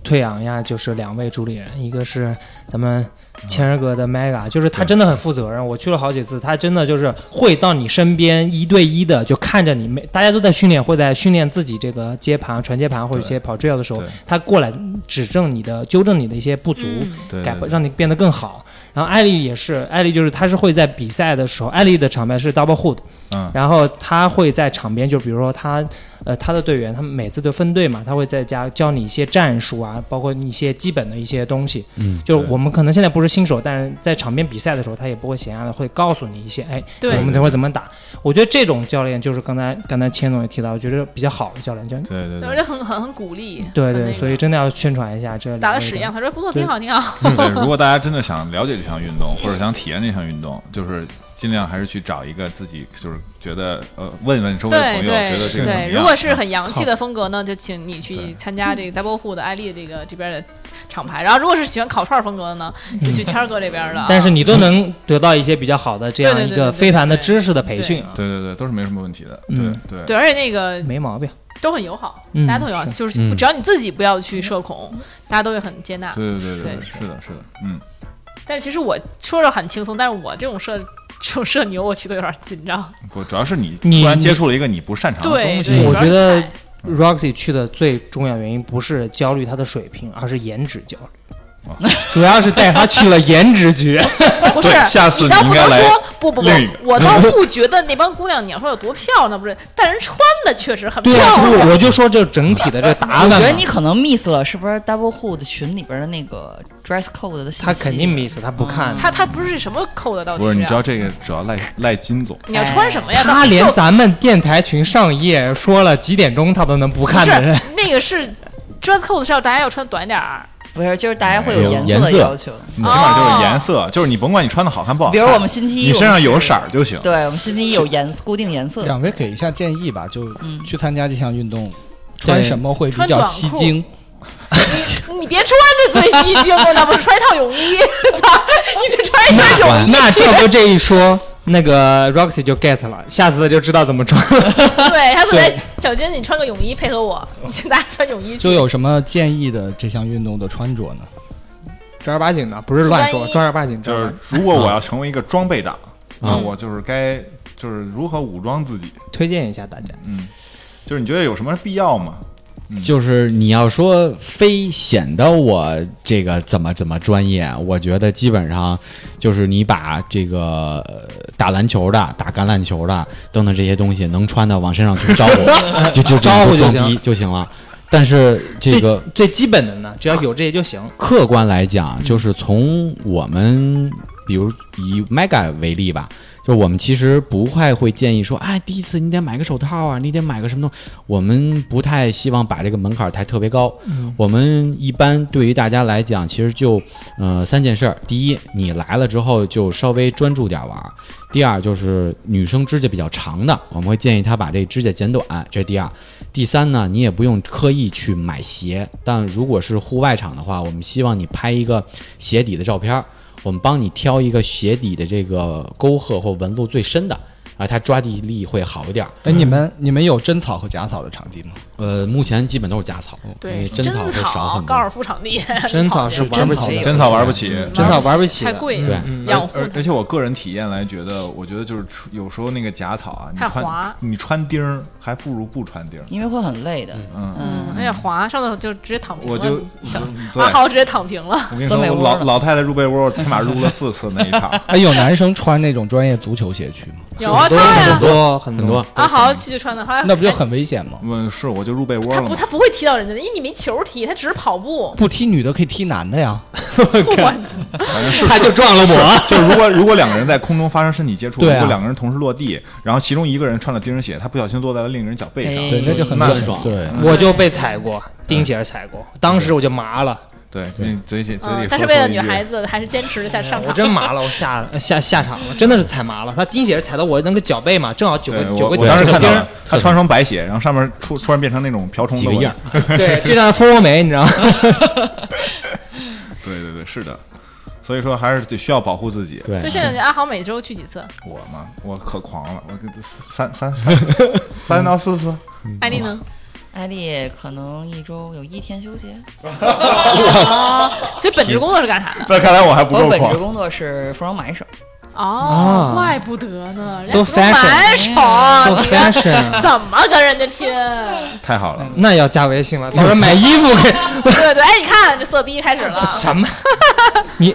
Speaker 4: 退养一下，就是两位主理人，一个是咱们谦儿哥的 Mega，就是他真的很负责任。我去了好几次，他真的就是会到你身边一对一的，就看着你，每大家都在训练，会在训练自己这个接盘、传接盘或者一些跑 trail 的时候
Speaker 5: 对，
Speaker 4: 他过来指正你的、纠正你的一些不足。
Speaker 2: 嗯
Speaker 5: 对，
Speaker 4: 改
Speaker 5: 对
Speaker 4: 让你变得更好。然后艾丽也是，艾丽就是她是会在比赛的时候，艾丽的场边是 double hood，
Speaker 5: 嗯
Speaker 4: 然后她会在场边，就比如说她呃她的队员，他们每次都分队嘛，她会在家教你一些战术啊，包括你一些基本的一些东西。
Speaker 6: 嗯，
Speaker 4: 就是
Speaker 5: 对
Speaker 4: 我们可能现在不是新手，但是在场边比赛的时候，他也不会闲下来，会告诉你一些，哎，
Speaker 2: 对
Speaker 4: 我们等会儿怎么打。我觉得这种教练就是刚才刚才千总也提到，我觉得比较好的教练，就
Speaker 5: 对对
Speaker 2: 而
Speaker 5: 对
Speaker 2: 且很很很鼓励，
Speaker 4: 对
Speaker 2: 很
Speaker 4: 对，
Speaker 2: 那个
Speaker 4: 所以真的要宣传一下这
Speaker 2: 打
Speaker 4: 两
Speaker 2: 了
Speaker 4: 位
Speaker 2: 屎一
Speaker 4: 的
Speaker 2: 样，他说不错，挺好，挺好。
Speaker 5: 对，如果大家真的想了解这项运动，或者想体验这项运动，就是尽量还是去找一个自己就是觉得呃问问周围的
Speaker 2: 对
Speaker 5: 朋友，觉得这
Speaker 2: 对
Speaker 5: 个怎么
Speaker 2: 对，
Speaker 5: 样？
Speaker 2: 如果是很洋
Speaker 5: 好
Speaker 2: 气的风格呢，就请你
Speaker 5: 对
Speaker 2: 去参加这个 Double Hood 的艾丽这个这边的厂牌。然后如果是喜欢烤串风格的呢，就去谦儿哥这边的啊。
Speaker 4: 但是你都能得到一些比较好的这样
Speaker 2: 对对
Speaker 4: 一
Speaker 2: 对
Speaker 4: 个
Speaker 2: 对对
Speaker 4: 飞盘的
Speaker 2: 对
Speaker 4: 知识的培训啊，
Speaker 5: 对对对，都是没什么问题的。
Speaker 4: 嗯
Speaker 5: 对对
Speaker 2: 啊对，而且那个
Speaker 4: 没毛病。
Speaker 2: 都很友好，
Speaker 4: 嗯
Speaker 2: 大家都很友好，
Speaker 4: 是
Speaker 2: 就是
Speaker 6: 嗯
Speaker 2: 不只要你自己不要去社恐，大家都会很接纳。
Speaker 5: 对对对对，
Speaker 2: 对
Speaker 5: 是的，是的，嗯，
Speaker 2: 但其实我说着很轻松，但是我这种社这种社牛，我去的有点紧张。
Speaker 5: 不，主要是你
Speaker 4: 你
Speaker 5: 突然接触了一个你不擅长的
Speaker 2: 啊对哦对，
Speaker 5: 东西。
Speaker 4: 我
Speaker 2: 主要是
Speaker 4: 觉得
Speaker 2: 菜
Speaker 4: Roxy 去的最重要原因不是焦虑他的水平，而是颜值焦虑，啊主要是带他去了颜值局。
Speaker 2: 不是
Speaker 5: 对，下次
Speaker 2: 你倒
Speaker 5: 你
Speaker 2: 不
Speaker 5: 应该
Speaker 2: 能
Speaker 5: 来
Speaker 2: 说不不不
Speaker 5: 另一个，
Speaker 2: 我倒 不觉得那帮姑娘你要说有多漂亮，不是，但人穿的确实很漂
Speaker 4: 对啊，所
Speaker 2: 亮。
Speaker 4: 以我就说这整体的这啊打
Speaker 6: 啊
Speaker 7: 我觉得
Speaker 4: 扮
Speaker 7: 你
Speaker 4: 嘛，
Speaker 7: 可能 miss 了，是不是 Double Hood 群里边的那个 dress code 的信息？
Speaker 4: 他肯定 miss，他不看。
Speaker 2: 她她不是什么扣的，到底
Speaker 5: 不是，你
Speaker 2: 这
Speaker 5: 知
Speaker 2: 样
Speaker 5: 道哎
Speaker 2: 哦
Speaker 5: 这个主要赖赖金总，
Speaker 2: 你要穿什么呀？
Speaker 4: 他
Speaker 2: 就
Speaker 4: 连咱们电台群上一页说了几点钟，他都能不
Speaker 2: 不
Speaker 4: 看的人
Speaker 2: 是，那个是 dress code 是要大家要穿短点儿，
Speaker 7: 不是，就是大家会
Speaker 6: 有
Speaker 7: 有颜色
Speaker 6: 颜
Speaker 7: 的
Speaker 6: 色
Speaker 7: 要求，
Speaker 5: 你起码就是颜色，就是你甭管你穿的好看不好看，
Speaker 7: 比如我们星期一
Speaker 5: 你身上
Speaker 7: 我
Speaker 5: 有
Speaker 7: 们
Speaker 5: 色儿就行。
Speaker 7: 对我们星期一有颜固定颜色，
Speaker 3: 两位给一下建议吧，就
Speaker 7: 嗯
Speaker 3: 去参加这项运动，穿什么会比
Speaker 2: 穿
Speaker 3: 较
Speaker 2: 短
Speaker 3: 吸
Speaker 2: 裤
Speaker 3: 睛？
Speaker 2: 你别穿的最吸睛了，那不穿一套泳衣， 操，你只穿一套 泳衣
Speaker 4: 那
Speaker 2: 去，
Speaker 4: 这不这一说，那个 Roxy 就 get 了，下次他就知道怎么穿了。
Speaker 2: 对，下次来小金你穿个泳衣配合我，你就大家穿泳衣去
Speaker 3: 就。有什么建议的这项运动的穿着呢？
Speaker 4: 正儿八经的，不是乱
Speaker 2: 苏
Speaker 4: 说，
Speaker 2: 丹一
Speaker 4: 正儿八经。
Speaker 5: 就是如果我要成为一个装备党，那
Speaker 2: 嗯
Speaker 5: 我就是该就是如何武装自己，
Speaker 4: 推荐一下大家，
Speaker 5: 嗯，就是你觉得有什么必要吗？
Speaker 4: 嗯
Speaker 6: 就是你要说非显得我这个怎么怎么专业，我觉得基本上就是你把这个呃打篮球的、打橄 榄球的等等这些东西能穿的往身上去招呼，就就
Speaker 4: 招呼就
Speaker 6: 就
Speaker 4: 行
Speaker 6: 就行了。但是这个
Speaker 4: 最最基本的呢，只要有这些就行。
Speaker 6: 客观来讲，就是从我们比如以 Mega 为例吧，就我们其实不太会建议说，哎，第一次你得买个手套啊，你得买个什么东西，我们不太希望把这个门槛抬特别高。
Speaker 4: 嗯
Speaker 6: 我们一般对于大家来讲，其实就呃三件事儿：第一，你来了之后就稍微专注点玩儿；第二，就是女生指甲比较长的，我们会建议她把这指甲剪短，这是第二；第三呢，你也不用刻意去买鞋，但如果是户外场的话，我们希望你拍一个鞋底的照片儿，我们帮你挑一个鞋底的这个沟壑或纹路最深的。啊，它抓地力会好一点儿。
Speaker 3: 哎，你们你们有真草和假草的场地吗？
Speaker 6: 呃，目前基本都是假草，因
Speaker 2: 对，
Speaker 6: 为真草会少
Speaker 2: 草
Speaker 6: 很多。
Speaker 2: 高尔夫场地，
Speaker 4: 真草是玩不起
Speaker 7: 真
Speaker 4: 的，
Speaker 5: 真草玩不起。
Speaker 4: 真草玩不起
Speaker 2: 太
Speaker 4: 的
Speaker 2: 贵了，
Speaker 6: 对
Speaker 4: 嗯
Speaker 2: 养护
Speaker 5: 而而且我个人体验来觉得，我觉得就是出有时候那个假草啊，你
Speaker 2: 太
Speaker 5: 穿
Speaker 2: 滑
Speaker 5: 你穿钉儿还不如不穿钉儿。
Speaker 7: 因为会很累的。
Speaker 5: 嗯，
Speaker 7: 嗯，
Speaker 2: 哎呀，滑上头就直接躺平
Speaker 5: 我
Speaker 2: 了，
Speaker 5: 就嗯
Speaker 2: 小
Speaker 5: 对
Speaker 2: 阿，豪直接躺平了。
Speaker 5: 我跟你说，
Speaker 7: 钻被
Speaker 5: 我
Speaker 7: 窝
Speaker 5: 老
Speaker 7: 了
Speaker 5: 老太太入被窝，我起码入了四次那一 场。
Speaker 3: 哎，有男生穿那种专业足球鞋去吗？
Speaker 2: 有
Speaker 4: 哦
Speaker 2: 啊，他
Speaker 4: 很
Speaker 2: 呀，
Speaker 4: 多很
Speaker 6: 很多，
Speaker 2: 阿豪去穿的，后来
Speaker 3: 那不就很危险吗？
Speaker 5: 嗯，是我就入被窝
Speaker 2: 他
Speaker 5: 了
Speaker 2: 不
Speaker 5: 嘛。
Speaker 2: 他不会踢到人家的，因为你没球踢，他只是跑步，
Speaker 3: 不踢女的可以踢男的呀。
Speaker 2: 不管
Speaker 5: 反正是
Speaker 6: 他就撞了我。
Speaker 5: 就如果如果两个人在空中发生身体接触，
Speaker 3: 对啊
Speaker 5: 如果两个人同时落地，然后其中一个人穿了钉儿鞋，他不小心落在了另一个人脚背上，
Speaker 7: 哎
Speaker 3: 对，那就很
Speaker 6: 那
Speaker 3: 危
Speaker 6: 很
Speaker 3: 险
Speaker 6: 爽
Speaker 3: 对，
Speaker 4: 我就被踩过，
Speaker 5: 嗯
Speaker 4: 钉鞋踩过，当时我就麻了，
Speaker 5: 对，你嘴里嘴
Speaker 2: 嗯
Speaker 5: 里，说
Speaker 2: 但是
Speaker 5: 出
Speaker 2: 为了
Speaker 5: 一
Speaker 2: 女
Speaker 5: 句
Speaker 2: 孩子，还是坚持了下上
Speaker 4: 我
Speaker 2: 场。
Speaker 4: 真麻了，我下呃下下场了，真的是踩麻了。他钉鞋踩到我那个脚背嘛，正好九个
Speaker 5: 对
Speaker 4: 九
Speaker 5: 我
Speaker 4: 个
Speaker 5: 我当时
Speaker 4: 九个
Speaker 5: 看
Speaker 4: 钉
Speaker 5: 到
Speaker 4: 儿
Speaker 5: 了，，他穿双白鞋，然后上面突突然变成那种瓢虫
Speaker 6: 几
Speaker 5: 的
Speaker 6: 个
Speaker 5: 纹
Speaker 6: 样儿，
Speaker 4: 对，就像蜂窝煤，你知道 吗？
Speaker 5: 对对对，是的。所以说还是得需要保护自己。
Speaker 6: 对
Speaker 2: 所以现在阿豪每周去几次？
Speaker 5: 我嘛，我可狂了，我跟三三三三到四次，
Speaker 4: 嗯
Speaker 2: 艾丽 呢？
Speaker 7: 艾丽可能一周有一天休息。
Speaker 2: 哦所以本职工作是干啥的？
Speaker 5: 那看来我还不
Speaker 7: 我
Speaker 5: 够
Speaker 7: 本职
Speaker 5: 狂。
Speaker 7: 工作是服装 买手，
Speaker 2: 哦
Speaker 4: 啊，
Speaker 2: 怪不得呢，人家
Speaker 4: So
Speaker 2: 不买
Speaker 4: fashion
Speaker 2: 手
Speaker 4: So
Speaker 2: 你
Speaker 4: fashion
Speaker 2: 怎么跟人家 拼？
Speaker 5: 太好了，
Speaker 4: 那要加微信了，到时候买衣服给。
Speaker 2: 对对，哎，你看这色逼开始了
Speaker 4: 什么？你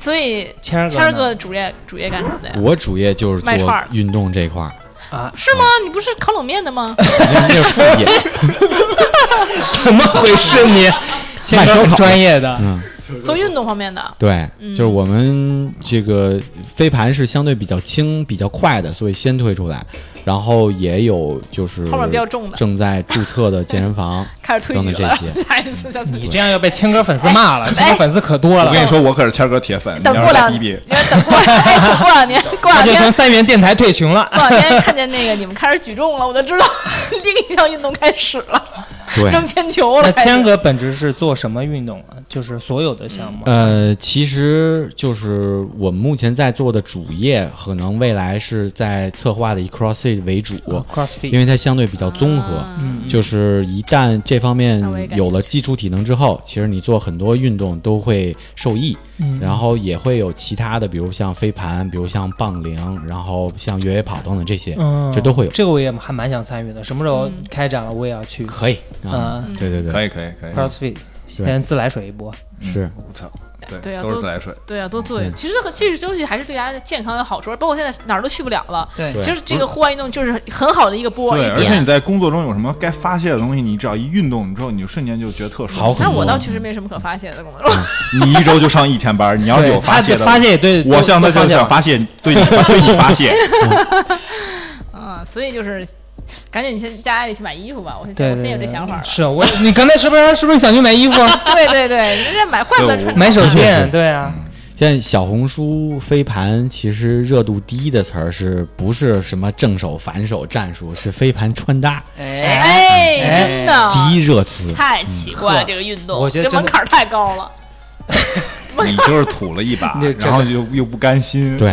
Speaker 2: 所以
Speaker 4: 谦儿
Speaker 2: 谦儿
Speaker 4: 呢
Speaker 2: 哥主业主业干什么的呀？
Speaker 6: 我主业就是
Speaker 2: 卖串
Speaker 6: 做
Speaker 2: 儿
Speaker 6: 运动这块儿，
Speaker 4: 啊，
Speaker 2: 是吗？你不是烤冷面的 吗？
Speaker 6: 这是副业。
Speaker 4: 怎么回事你？谦
Speaker 6: 卖烧
Speaker 4: 哥
Speaker 6: 烤
Speaker 4: 很专业的，
Speaker 6: 嗯，
Speaker 2: 做运动方面的。
Speaker 6: 对，
Speaker 2: 嗯
Speaker 6: 就是我们这个飞盘是相对比较轻、比较快的，所以先推出来，然后也有就是
Speaker 2: 后面比较重的
Speaker 6: 正在注册的健 身房。
Speaker 2: 开始推举了，下一次，下次
Speaker 4: 你这样要被谦哥粉丝骂了，谦哥粉丝可多
Speaker 5: 我
Speaker 4: 了
Speaker 5: 跟，你说，我可是谦儿哥铁粉，你
Speaker 2: 等
Speaker 5: 要
Speaker 2: 过
Speaker 5: 是再
Speaker 2: 两，
Speaker 5: 逼
Speaker 2: 因为
Speaker 5: 逼，
Speaker 2: 等过，哎，等过两年，过
Speaker 4: 那
Speaker 2: 两
Speaker 4: 就从
Speaker 2: 天，
Speaker 4: 三元电台退群 了。
Speaker 2: 过两天看见那个你们开始举重了，我就知道另一项运动开始了，
Speaker 6: 对，
Speaker 2: 扔铅球
Speaker 4: 那
Speaker 2: 了。开始
Speaker 4: 谦哥本职是做什么运动啊？就是所有的项目。
Speaker 6: 呃，其实就是我们目前在做的主业，可能未来是在策划的以 CrossFit 为主，
Speaker 2: 哦
Speaker 4: CrossFit，
Speaker 6: 因为它相对比较综合。
Speaker 4: 嗯，嗯
Speaker 6: 就是一旦这方面
Speaker 2: 那我也感
Speaker 6: 有了基础体能之后，其实你做很多运动都会受益，
Speaker 4: 嗯
Speaker 6: 然后也会有其他的，比如像飞盘，比如像棒铃，然后像越野跑等等这些，
Speaker 4: 嗯，
Speaker 6: 这都会有。
Speaker 4: 这个我也还蛮想参与的，什么时候
Speaker 2: 嗯
Speaker 4: 开展了我也要去。
Speaker 6: 可以啊，
Speaker 4: 嗯
Speaker 6: 对对对，
Speaker 5: 可以可以可以，
Speaker 4: CrossFit，先自来水一波。
Speaker 6: 是
Speaker 5: 我操，
Speaker 2: 对啊
Speaker 5: 都是
Speaker 2: 都
Speaker 5: 自来水。
Speaker 2: 对啊，多做点。其实和其实休息还是对大家健康有好处，包括现在哪儿都去不了了。
Speaker 7: 对
Speaker 2: 其实这个户外运动就是很好的一个波
Speaker 5: 对，
Speaker 2: 一
Speaker 5: 而且
Speaker 2: 点
Speaker 5: 你。在工作中有什么该发泄的东西，你只要一运动之后，你就瞬间就觉得特爽。
Speaker 6: 好很
Speaker 2: 那
Speaker 6: 多。
Speaker 2: 我倒确实没什么可发泄的工作，
Speaker 5: 你一周就上一天班，你要啊是有
Speaker 4: 他
Speaker 5: 发泄的，
Speaker 4: 发泄也对，
Speaker 5: 我向他
Speaker 4: 都
Speaker 5: 就想发泄，对你对你 发泄。
Speaker 2: 嗯，所以就是赶紧先家里去买衣服吧。我现在
Speaker 4: 对
Speaker 2: 我
Speaker 4: 对
Speaker 2: 现在有
Speaker 4: 对，
Speaker 2: 这想法了。
Speaker 4: 是啊我，你刚才是不是是不是想去买衣服啊？
Speaker 2: 对对对，人家买怪不得穿
Speaker 4: 买手
Speaker 2: 机。
Speaker 4: 电，对啊，
Speaker 6: 现在小红书飞盘其实热度第一的词儿是不是什么正手、反手战术，是飞盘穿搭
Speaker 7: 哎，
Speaker 2: 哎，真的，
Speaker 4: 啊
Speaker 6: 第一热词。
Speaker 2: 太奇怪了，这个运动，
Speaker 4: 我觉得
Speaker 2: 这门
Speaker 4: 真的
Speaker 2: 槛太高了。
Speaker 5: 你就是吐了一把
Speaker 4: 你这，
Speaker 5: 然后又又不甘心。
Speaker 6: 对，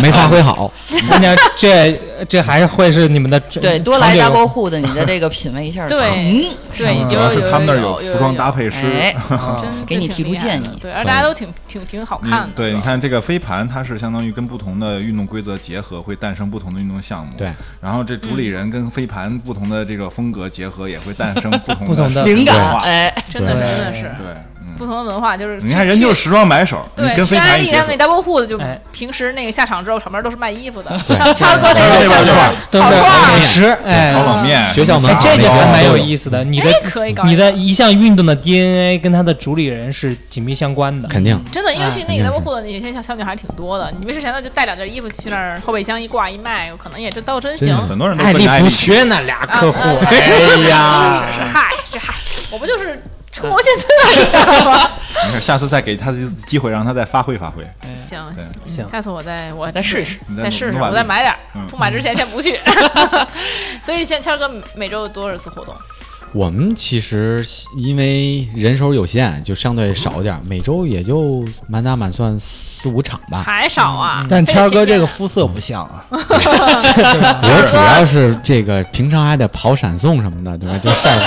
Speaker 6: 没发挥好，
Speaker 4: 姑娘，这这还是会是你们的
Speaker 7: 对，多来
Speaker 4: 长久
Speaker 7: double hood，你的这个品味一 下
Speaker 2: 对
Speaker 7: 嗯
Speaker 2: 对，
Speaker 5: 嗯主
Speaker 2: 有
Speaker 5: 要
Speaker 2: 有
Speaker 5: 是他们那儿有
Speaker 2: 有
Speaker 5: 服装搭，配师。
Speaker 7: 哎，
Speaker 4: 啊
Speaker 2: 真
Speaker 7: 给你
Speaker 2: 挺
Speaker 7: 提出
Speaker 2: 厉害的
Speaker 7: 建议
Speaker 2: 对，而大家都挺挺挺好
Speaker 5: 你
Speaker 2: 看的。
Speaker 5: 嗯对，你看这个飞盘，它是相当于跟不同的运动规则结合，会诞生不同的运动项目。
Speaker 6: 对，
Speaker 5: 然后这主理
Speaker 2: 嗯
Speaker 5: 人跟飞盘不同的这个风格结合，也会诞生不同
Speaker 4: 不同的
Speaker 5: 视觉
Speaker 7: 灵感
Speaker 5: 化，
Speaker 7: 哎，
Speaker 2: 真的
Speaker 4: 对
Speaker 2: 真的是
Speaker 5: 对，嗯，
Speaker 2: 不同的文化，就是
Speaker 5: 你看人
Speaker 2: 去
Speaker 5: 就是时装买手，你
Speaker 2: 对，
Speaker 5: 跟
Speaker 2: 去
Speaker 5: 飞
Speaker 2: 安
Speaker 5: 盘一
Speaker 2: 利
Speaker 5: 结
Speaker 2: 他
Speaker 5: 合
Speaker 2: 们，那 double hood 就
Speaker 4: 哎
Speaker 2: 平时那个下场之后，场边都是卖衣服的，像谦儿哥
Speaker 5: 谦儿
Speaker 2: 那
Speaker 5: 哥那
Speaker 2: 种
Speaker 5: 边
Speaker 2: 就是
Speaker 4: 对
Speaker 2: 烤
Speaker 4: 对
Speaker 2: 串
Speaker 4: 美
Speaker 2: 儿，
Speaker 4: 食，哎，
Speaker 5: 烤冷面，
Speaker 6: 学校门
Speaker 4: 哎
Speaker 6: 口
Speaker 4: 这个
Speaker 5: 啊
Speaker 6: 那
Speaker 4: 还
Speaker 6: 个
Speaker 4: 蛮有
Speaker 6: 都有
Speaker 4: 意思的。你的
Speaker 2: 哎，可以搞一
Speaker 4: 你
Speaker 2: 个
Speaker 4: 的一项运动的 DNA 跟它的主理人是紧密相关的，
Speaker 6: 肯定。
Speaker 2: 真的，因
Speaker 5: 哎
Speaker 2: 为去那
Speaker 6: 肯定
Speaker 2: 个 double
Speaker 6: 是
Speaker 2: hood 那些小小女孩挺多的，你没事闲的就带两件衣服去那儿后备箱一挂一卖，可能也就倒真行。
Speaker 5: 很多人都
Speaker 4: 艾
Speaker 5: 奔
Speaker 4: 丽
Speaker 5: 着艾
Speaker 4: 哎不
Speaker 5: 丽
Speaker 4: 缺那俩
Speaker 2: 啊
Speaker 4: 客户，哎
Speaker 2: 是是是，嗨，这嗨，我不就是出国现在的吗？
Speaker 5: 没事，下次再给他一次机会，让他再发挥发挥。
Speaker 2: 行
Speaker 5: 对
Speaker 4: 行
Speaker 2: 下次我再我
Speaker 7: 再试试
Speaker 5: 你再
Speaker 2: 再试试，
Speaker 5: 努努把
Speaker 2: 我再
Speaker 5: 力
Speaker 2: 买点儿
Speaker 5: 嗯，
Speaker 2: 不买之前先不去。 所以现在谦儿哥每周有多少次活动？
Speaker 6: 我们其实因为人手有限，就相对少点儿，每周也就满打满算四五场吧。
Speaker 2: 还少
Speaker 5: 嗯
Speaker 2: 啊？
Speaker 3: 但
Speaker 2: 非
Speaker 3: 谦
Speaker 2: 得
Speaker 3: 儿哥
Speaker 2: 天天
Speaker 3: 这个肤色不像啊，
Speaker 6: 我主要是这个平常还得跑闪送什么的，对吧？就晒得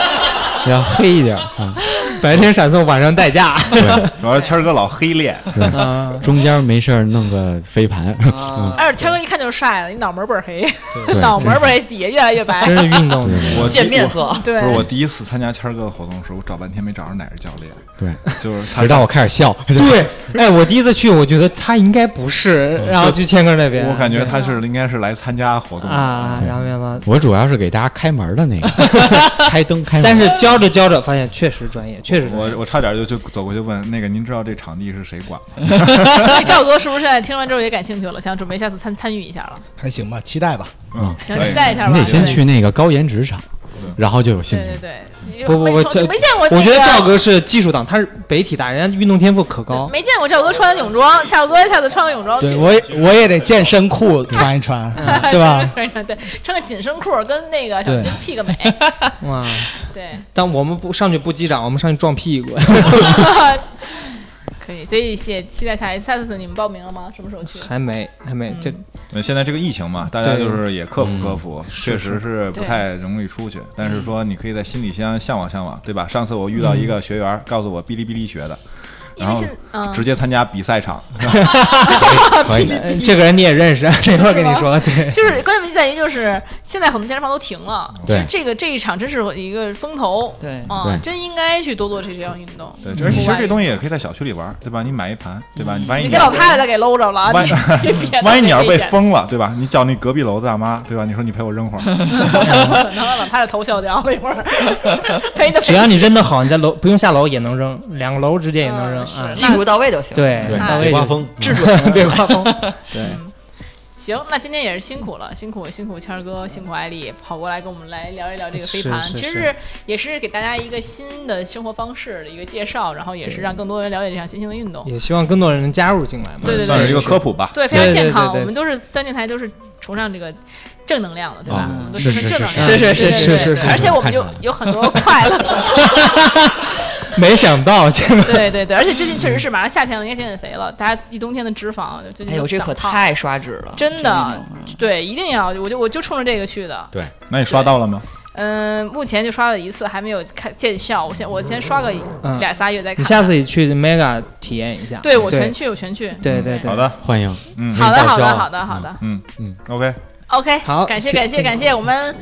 Speaker 6: 要黑一点儿啊。
Speaker 4: 白天闪送，晚上代驾。
Speaker 6: 对
Speaker 5: 主要是谦儿哥老黑练，
Speaker 6: 对，
Speaker 4: 嗯，
Speaker 6: 中间没事儿弄个 飞盘，嗯，
Speaker 2: 哎，谦儿哥一看就是晒的，你脑门儿倍儿黑，
Speaker 6: 对，
Speaker 2: 脑门儿倍儿黑，底下越来越白。
Speaker 4: 真是运动
Speaker 6: 对
Speaker 5: 我
Speaker 7: 见
Speaker 5: 第
Speaker 7: 面
Speaker 5: 我
Speaker 7: 色。
Speaker 2: 对
Speaker 5: 不，是我第一次参加谦儿哥的活动的时候，我找半天没找着哪个教练，
Speaker 6: 对，
Speaker 5: 就是他
Speaker 6: 直到我开始 笑，
Speaker 4: 对，嗯哎，我第一次去，我觉得他应该不是，然后去谦哥那边，
Speaker 5: 我感觉他是应该是来参加活动的。
Speaker 4: 啊，然后明白。
Speaker 6: 我主要是给大家开门的那个， 开灯开门。
Speaker 4: 但是教着教着，发现确实专业，确实专业
Speaker 5: 我我差点就就走过去问那个，您知道这场地是谁管吗？
Speaker 2: 所以赵哥是不是现在听完之后也感兴趣了，想准备下次参参与一下了？
Speaker 3: 还行吧，期待吧。
Speaker 5: 嗯，
Speaker 2: 行，
Speaker 5: 可以
Speaker 2: 期待一下吧。
Speaker 6: 你得
Speaker 2: 对
Speaker 6: 先去那个高颜值场，
Speaker 4: 嗯
Speaker 6: 然后就有兴
Speaker 2: 对
Speaker 6: 趣
Speaker 2: 对。对，你
Speaker 4: 不不
Speaker 2: 没
Speaker 4: 不，
Speaker 2: 从
Speaker 4: 这
Speaker 2: 就没见过那个。
Speaker 4: 我觉得赵哥是技术党，他是北体大，人家运动天赋可高。
Speaker 2: 没见过赵哥穿泳装，赵哥下次穿个泳装去。
Speaker 3: 对我也我也得健身裤穿一穿，
Speaker 2: 嗯
Speaker 3: 对吧？
Speaker 2: 对，穿个紧身裤儿跟那个小
Speaker 3: 对
Speaker 2: 金 P 个美，
Speaker 4: 哇！
Speaker 2: 对，
Speaker 4: 但我们不上去不击掌，我们上去撞屁股。
Speaker 2: 可以。所以也期待下一次下次你们报名了吗？什么时候去？
Speaker 4: 还没，还没，这
Speaker 5: 那现在这个疫情嘛，大家
Speaker 4: 对嗯
Speaker 5: 就是也克服克服，确实是不太容易出去。但是说你可以在心里先向往向往，对吧？上次我遇到一
Speaker 4: 嗯
Speaker 5: 个学员，告诉我哔哩哔哩学的，
Speaker 2: 因
Speaker 5: 然
Speaker 2: 为
Speaker 5: 后
Speaker 2: 现嗯
Speaker 5: 直接参加比赛场，
Speaker 6: 可以的，
Speaker 4: 呃这个人你 也认识，等一会儿跟你说。对，
Speaker 2: 就是关键问题在于，就是现在很多健身房都停了。其
Speaker 6: 对
Speaker 2: 实这个这一场真是一个风头，
Speaker 7: 对
Speaker 2: 啊
Speaker 6: 对，
Speaker 2: 真应该去多做这项运动。
Speaker 5: 对，而且其实这东
Speaker 2: 西，
Speaker 5: 西也可以在小区里玩，对吧？你买一盘，对吧？你万一
Speaker 2: 你
Speaker 5: 你
Speaker 2: 给老太太给搂着了啊，
Speaker 5: 万
Speaker 2: 你
Speaker 5: 万一你
Speaker 2: 要
Speaker 5: 要是被，封了，对吧？你叫那隔壁楼的大妈，对吧？你说你陪我扔会儿，
Speaker 2: 可能老太太头削掉了一会儿， 陪你的
Speaker 4: 嗯 只要你扔的好，你在楼不用下楼也能扔，两个楼之间也能扔
Speaker 2: 嗯
Speaker 4: 啊。
Speaker 7: 技术到位就行。，
Speaker 4: 对，到位就嗯
Speaker 6: 别刮风，
Speaker 4: 制住，别刮风。对，
Speaker 2: 行，那今天也是辛苦了，辛苦辛苦谦儿哥，辛苦艾丽跑过来跟我们来聊一聊这个飞盘，
Speaker 4: 是是
Speaker 2: 其实
Speaker 4: 是
Speaker 2: 是也是给大家一个新的生活方式的一个介绍，然后也是让更多人了解这项新兴的运动。
Speaker 4: 也希望更多人加入进来嘛。
Speaker 2: 对对对
Speaker 5: 算是一个科普吧。
Speaker 2: 对，非常
Speaker 4: 对对
Speaker 2: 健康。
Speaker 4: 对对
Speaker 2: 我们都是三电台，都是崇尚这个正能量的，对吧？
Speaker 6: 啊
Speaker 2: 我们都
Speaker 6: 是
Speaker 2: 是正能量
Speaker 4: 是
Speaker 2: 的，对
Speaker 4: 是是
Speaker 2: 对
Speaker 4: 是
Speaker 2: 对
Speaker 4: 是
Speaker 2: 对
Speaker 4: 是
Speaker 2: 对
Speaker 4: 是
Speaker 2: 而且我们
Speaker 6: 看
Speaker 2: 就
Speaker 6: 看
Speaker 2: 有很多快 乐，
Speaker 4: 没想到 这个
Speaker 2: 对对对。而且最近确实是马上夏天了，应该减减肥了。大家一冬天的脂肪，最近
Speaker 7: 哎呦，这可
Speaker 2: 长胖
Speaker 7: 太刷脂了，
Speaker 2: 真
Speaker 7: 这
Speaker 2: 的
Speaker 7: 运动嗯
Speaker 2: 对，一定要我就我就冲着这个去的。
Speaker 6: 对，
Speaker 5: 那你刷到了吗？
Speaker 2: 嗯，目前就刷了一次，还没有看见效。我先我先刷个
Speaker 4: 嗯
Speaker 2: 俩仨月再看。
Speaker 4: 你下次也去 Mega 体验一下。
Speaker 2: 对我全。去，我全去。
Speaker 4: 对对对。
Speaker 5: 好。的，
Speaker 6: 欢迎。
Speaker 5: 嗯
Speaker 2: 好的，
Speaker 6: 报销
Speaker 2: 好的，
Speaker 6: 啊
Speaker 2: 好的，好的。
Speaker 5: 嗯
Speaker 6: 嗯
Speaker 5: ，OK，
Speaker 2: OK，
Speaker 4: 好
Speaker 2: 感谢
Speaker 4: 谢
Speaker 2: 感谢感谢我们。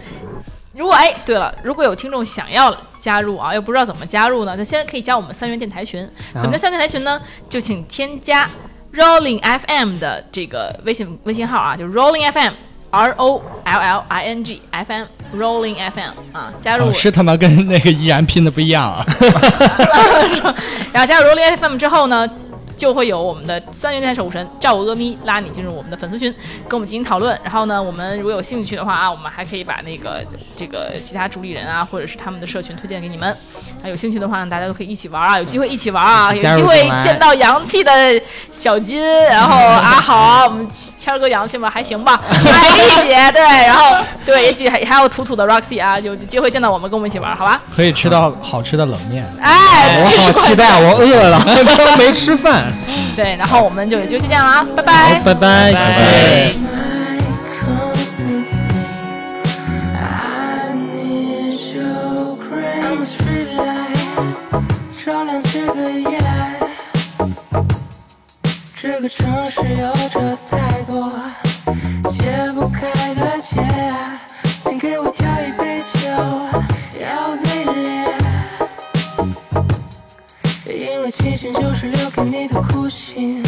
Speaker 2: 如果哎，对了，如果有听众想要加入啊，又不知道怎么加入呢，他先可以加我们三元电台群。
Speaker 4: 啊
Speaker 2: 怎么叫三元电台群呢？就请添加 Rolling FM 的这个微信微信号啊，就是 Rolling FM。R O L L I N G F M Rolling F M 啊，加入我、
Speaker 3: 哦是他妈跟那个依然拼的不一样啊！
Speaker 2: 然后加入 Rolling FM 之后呢，就会有我们的三元电台守护神赵阿咪拉你进入我们的粉丝群，跟我们进行讨论。然后呢，我们如果有兴趣的话啊，我们还可以把那个这个其他主理人啊，或者是他们的社群推荐给你们。啊，有兴趣的话呢，大家都可以一起玩啊，有机会一起玩啊，有
Speaker 4: 一起加入
Speaker 2: 机会
Speaker 4: 进来
Speaker 2: 见到洋气的小金，然后阿豪，我们谦儿哥洋气吗？还行 吧，艾丽姐对，然后对，也许还还有土土的 Roxy 啊，有机会见到我们，跟我们一起玩，好吧？
Speaker 3: 可以吃到好吃的冷面，
Speaker 2: 哎，
Speaker 4: 我
Speaker 2: 这
Speaker 4: 哦好
Speaker 2: 是
Speaker 4: 期 待，我饿了， 都没吃饭。
Speaker 2: 对，然后我们就就这样啦，拜拜。
Speaker 4: 好，拜拜，谢谢。
Speaker 1: My constant pain. I need your grace. I'm a street light, drawing trigger, yeah. 这个城市有着太多解不开的结，请给我调一杯酒，要醉烈。因为今就是留给你的苦心，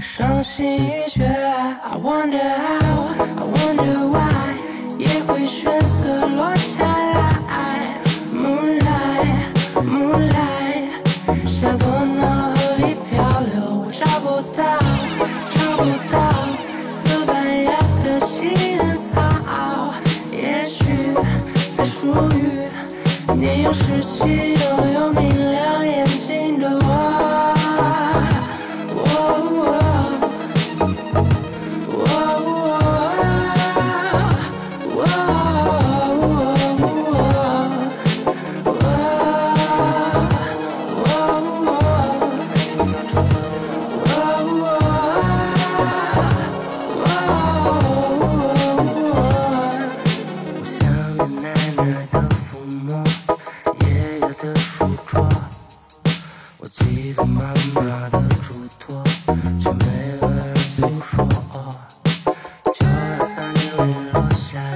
Speaker 1: 伤心欲绝。I wonder how, I wonder why，也会选择落下来。Moonlight, moonlight，夏多瑙河里漂流，我找不到，找不到西班牙的青草，也许它属于。你有湿气，又有明亮眼睛的我。哦哦哦哦哦哦哦我想你奶奶的抚摸，爷爷的书桌，我记得妈妈的嘱托，却没有人诉说。就让三年里落下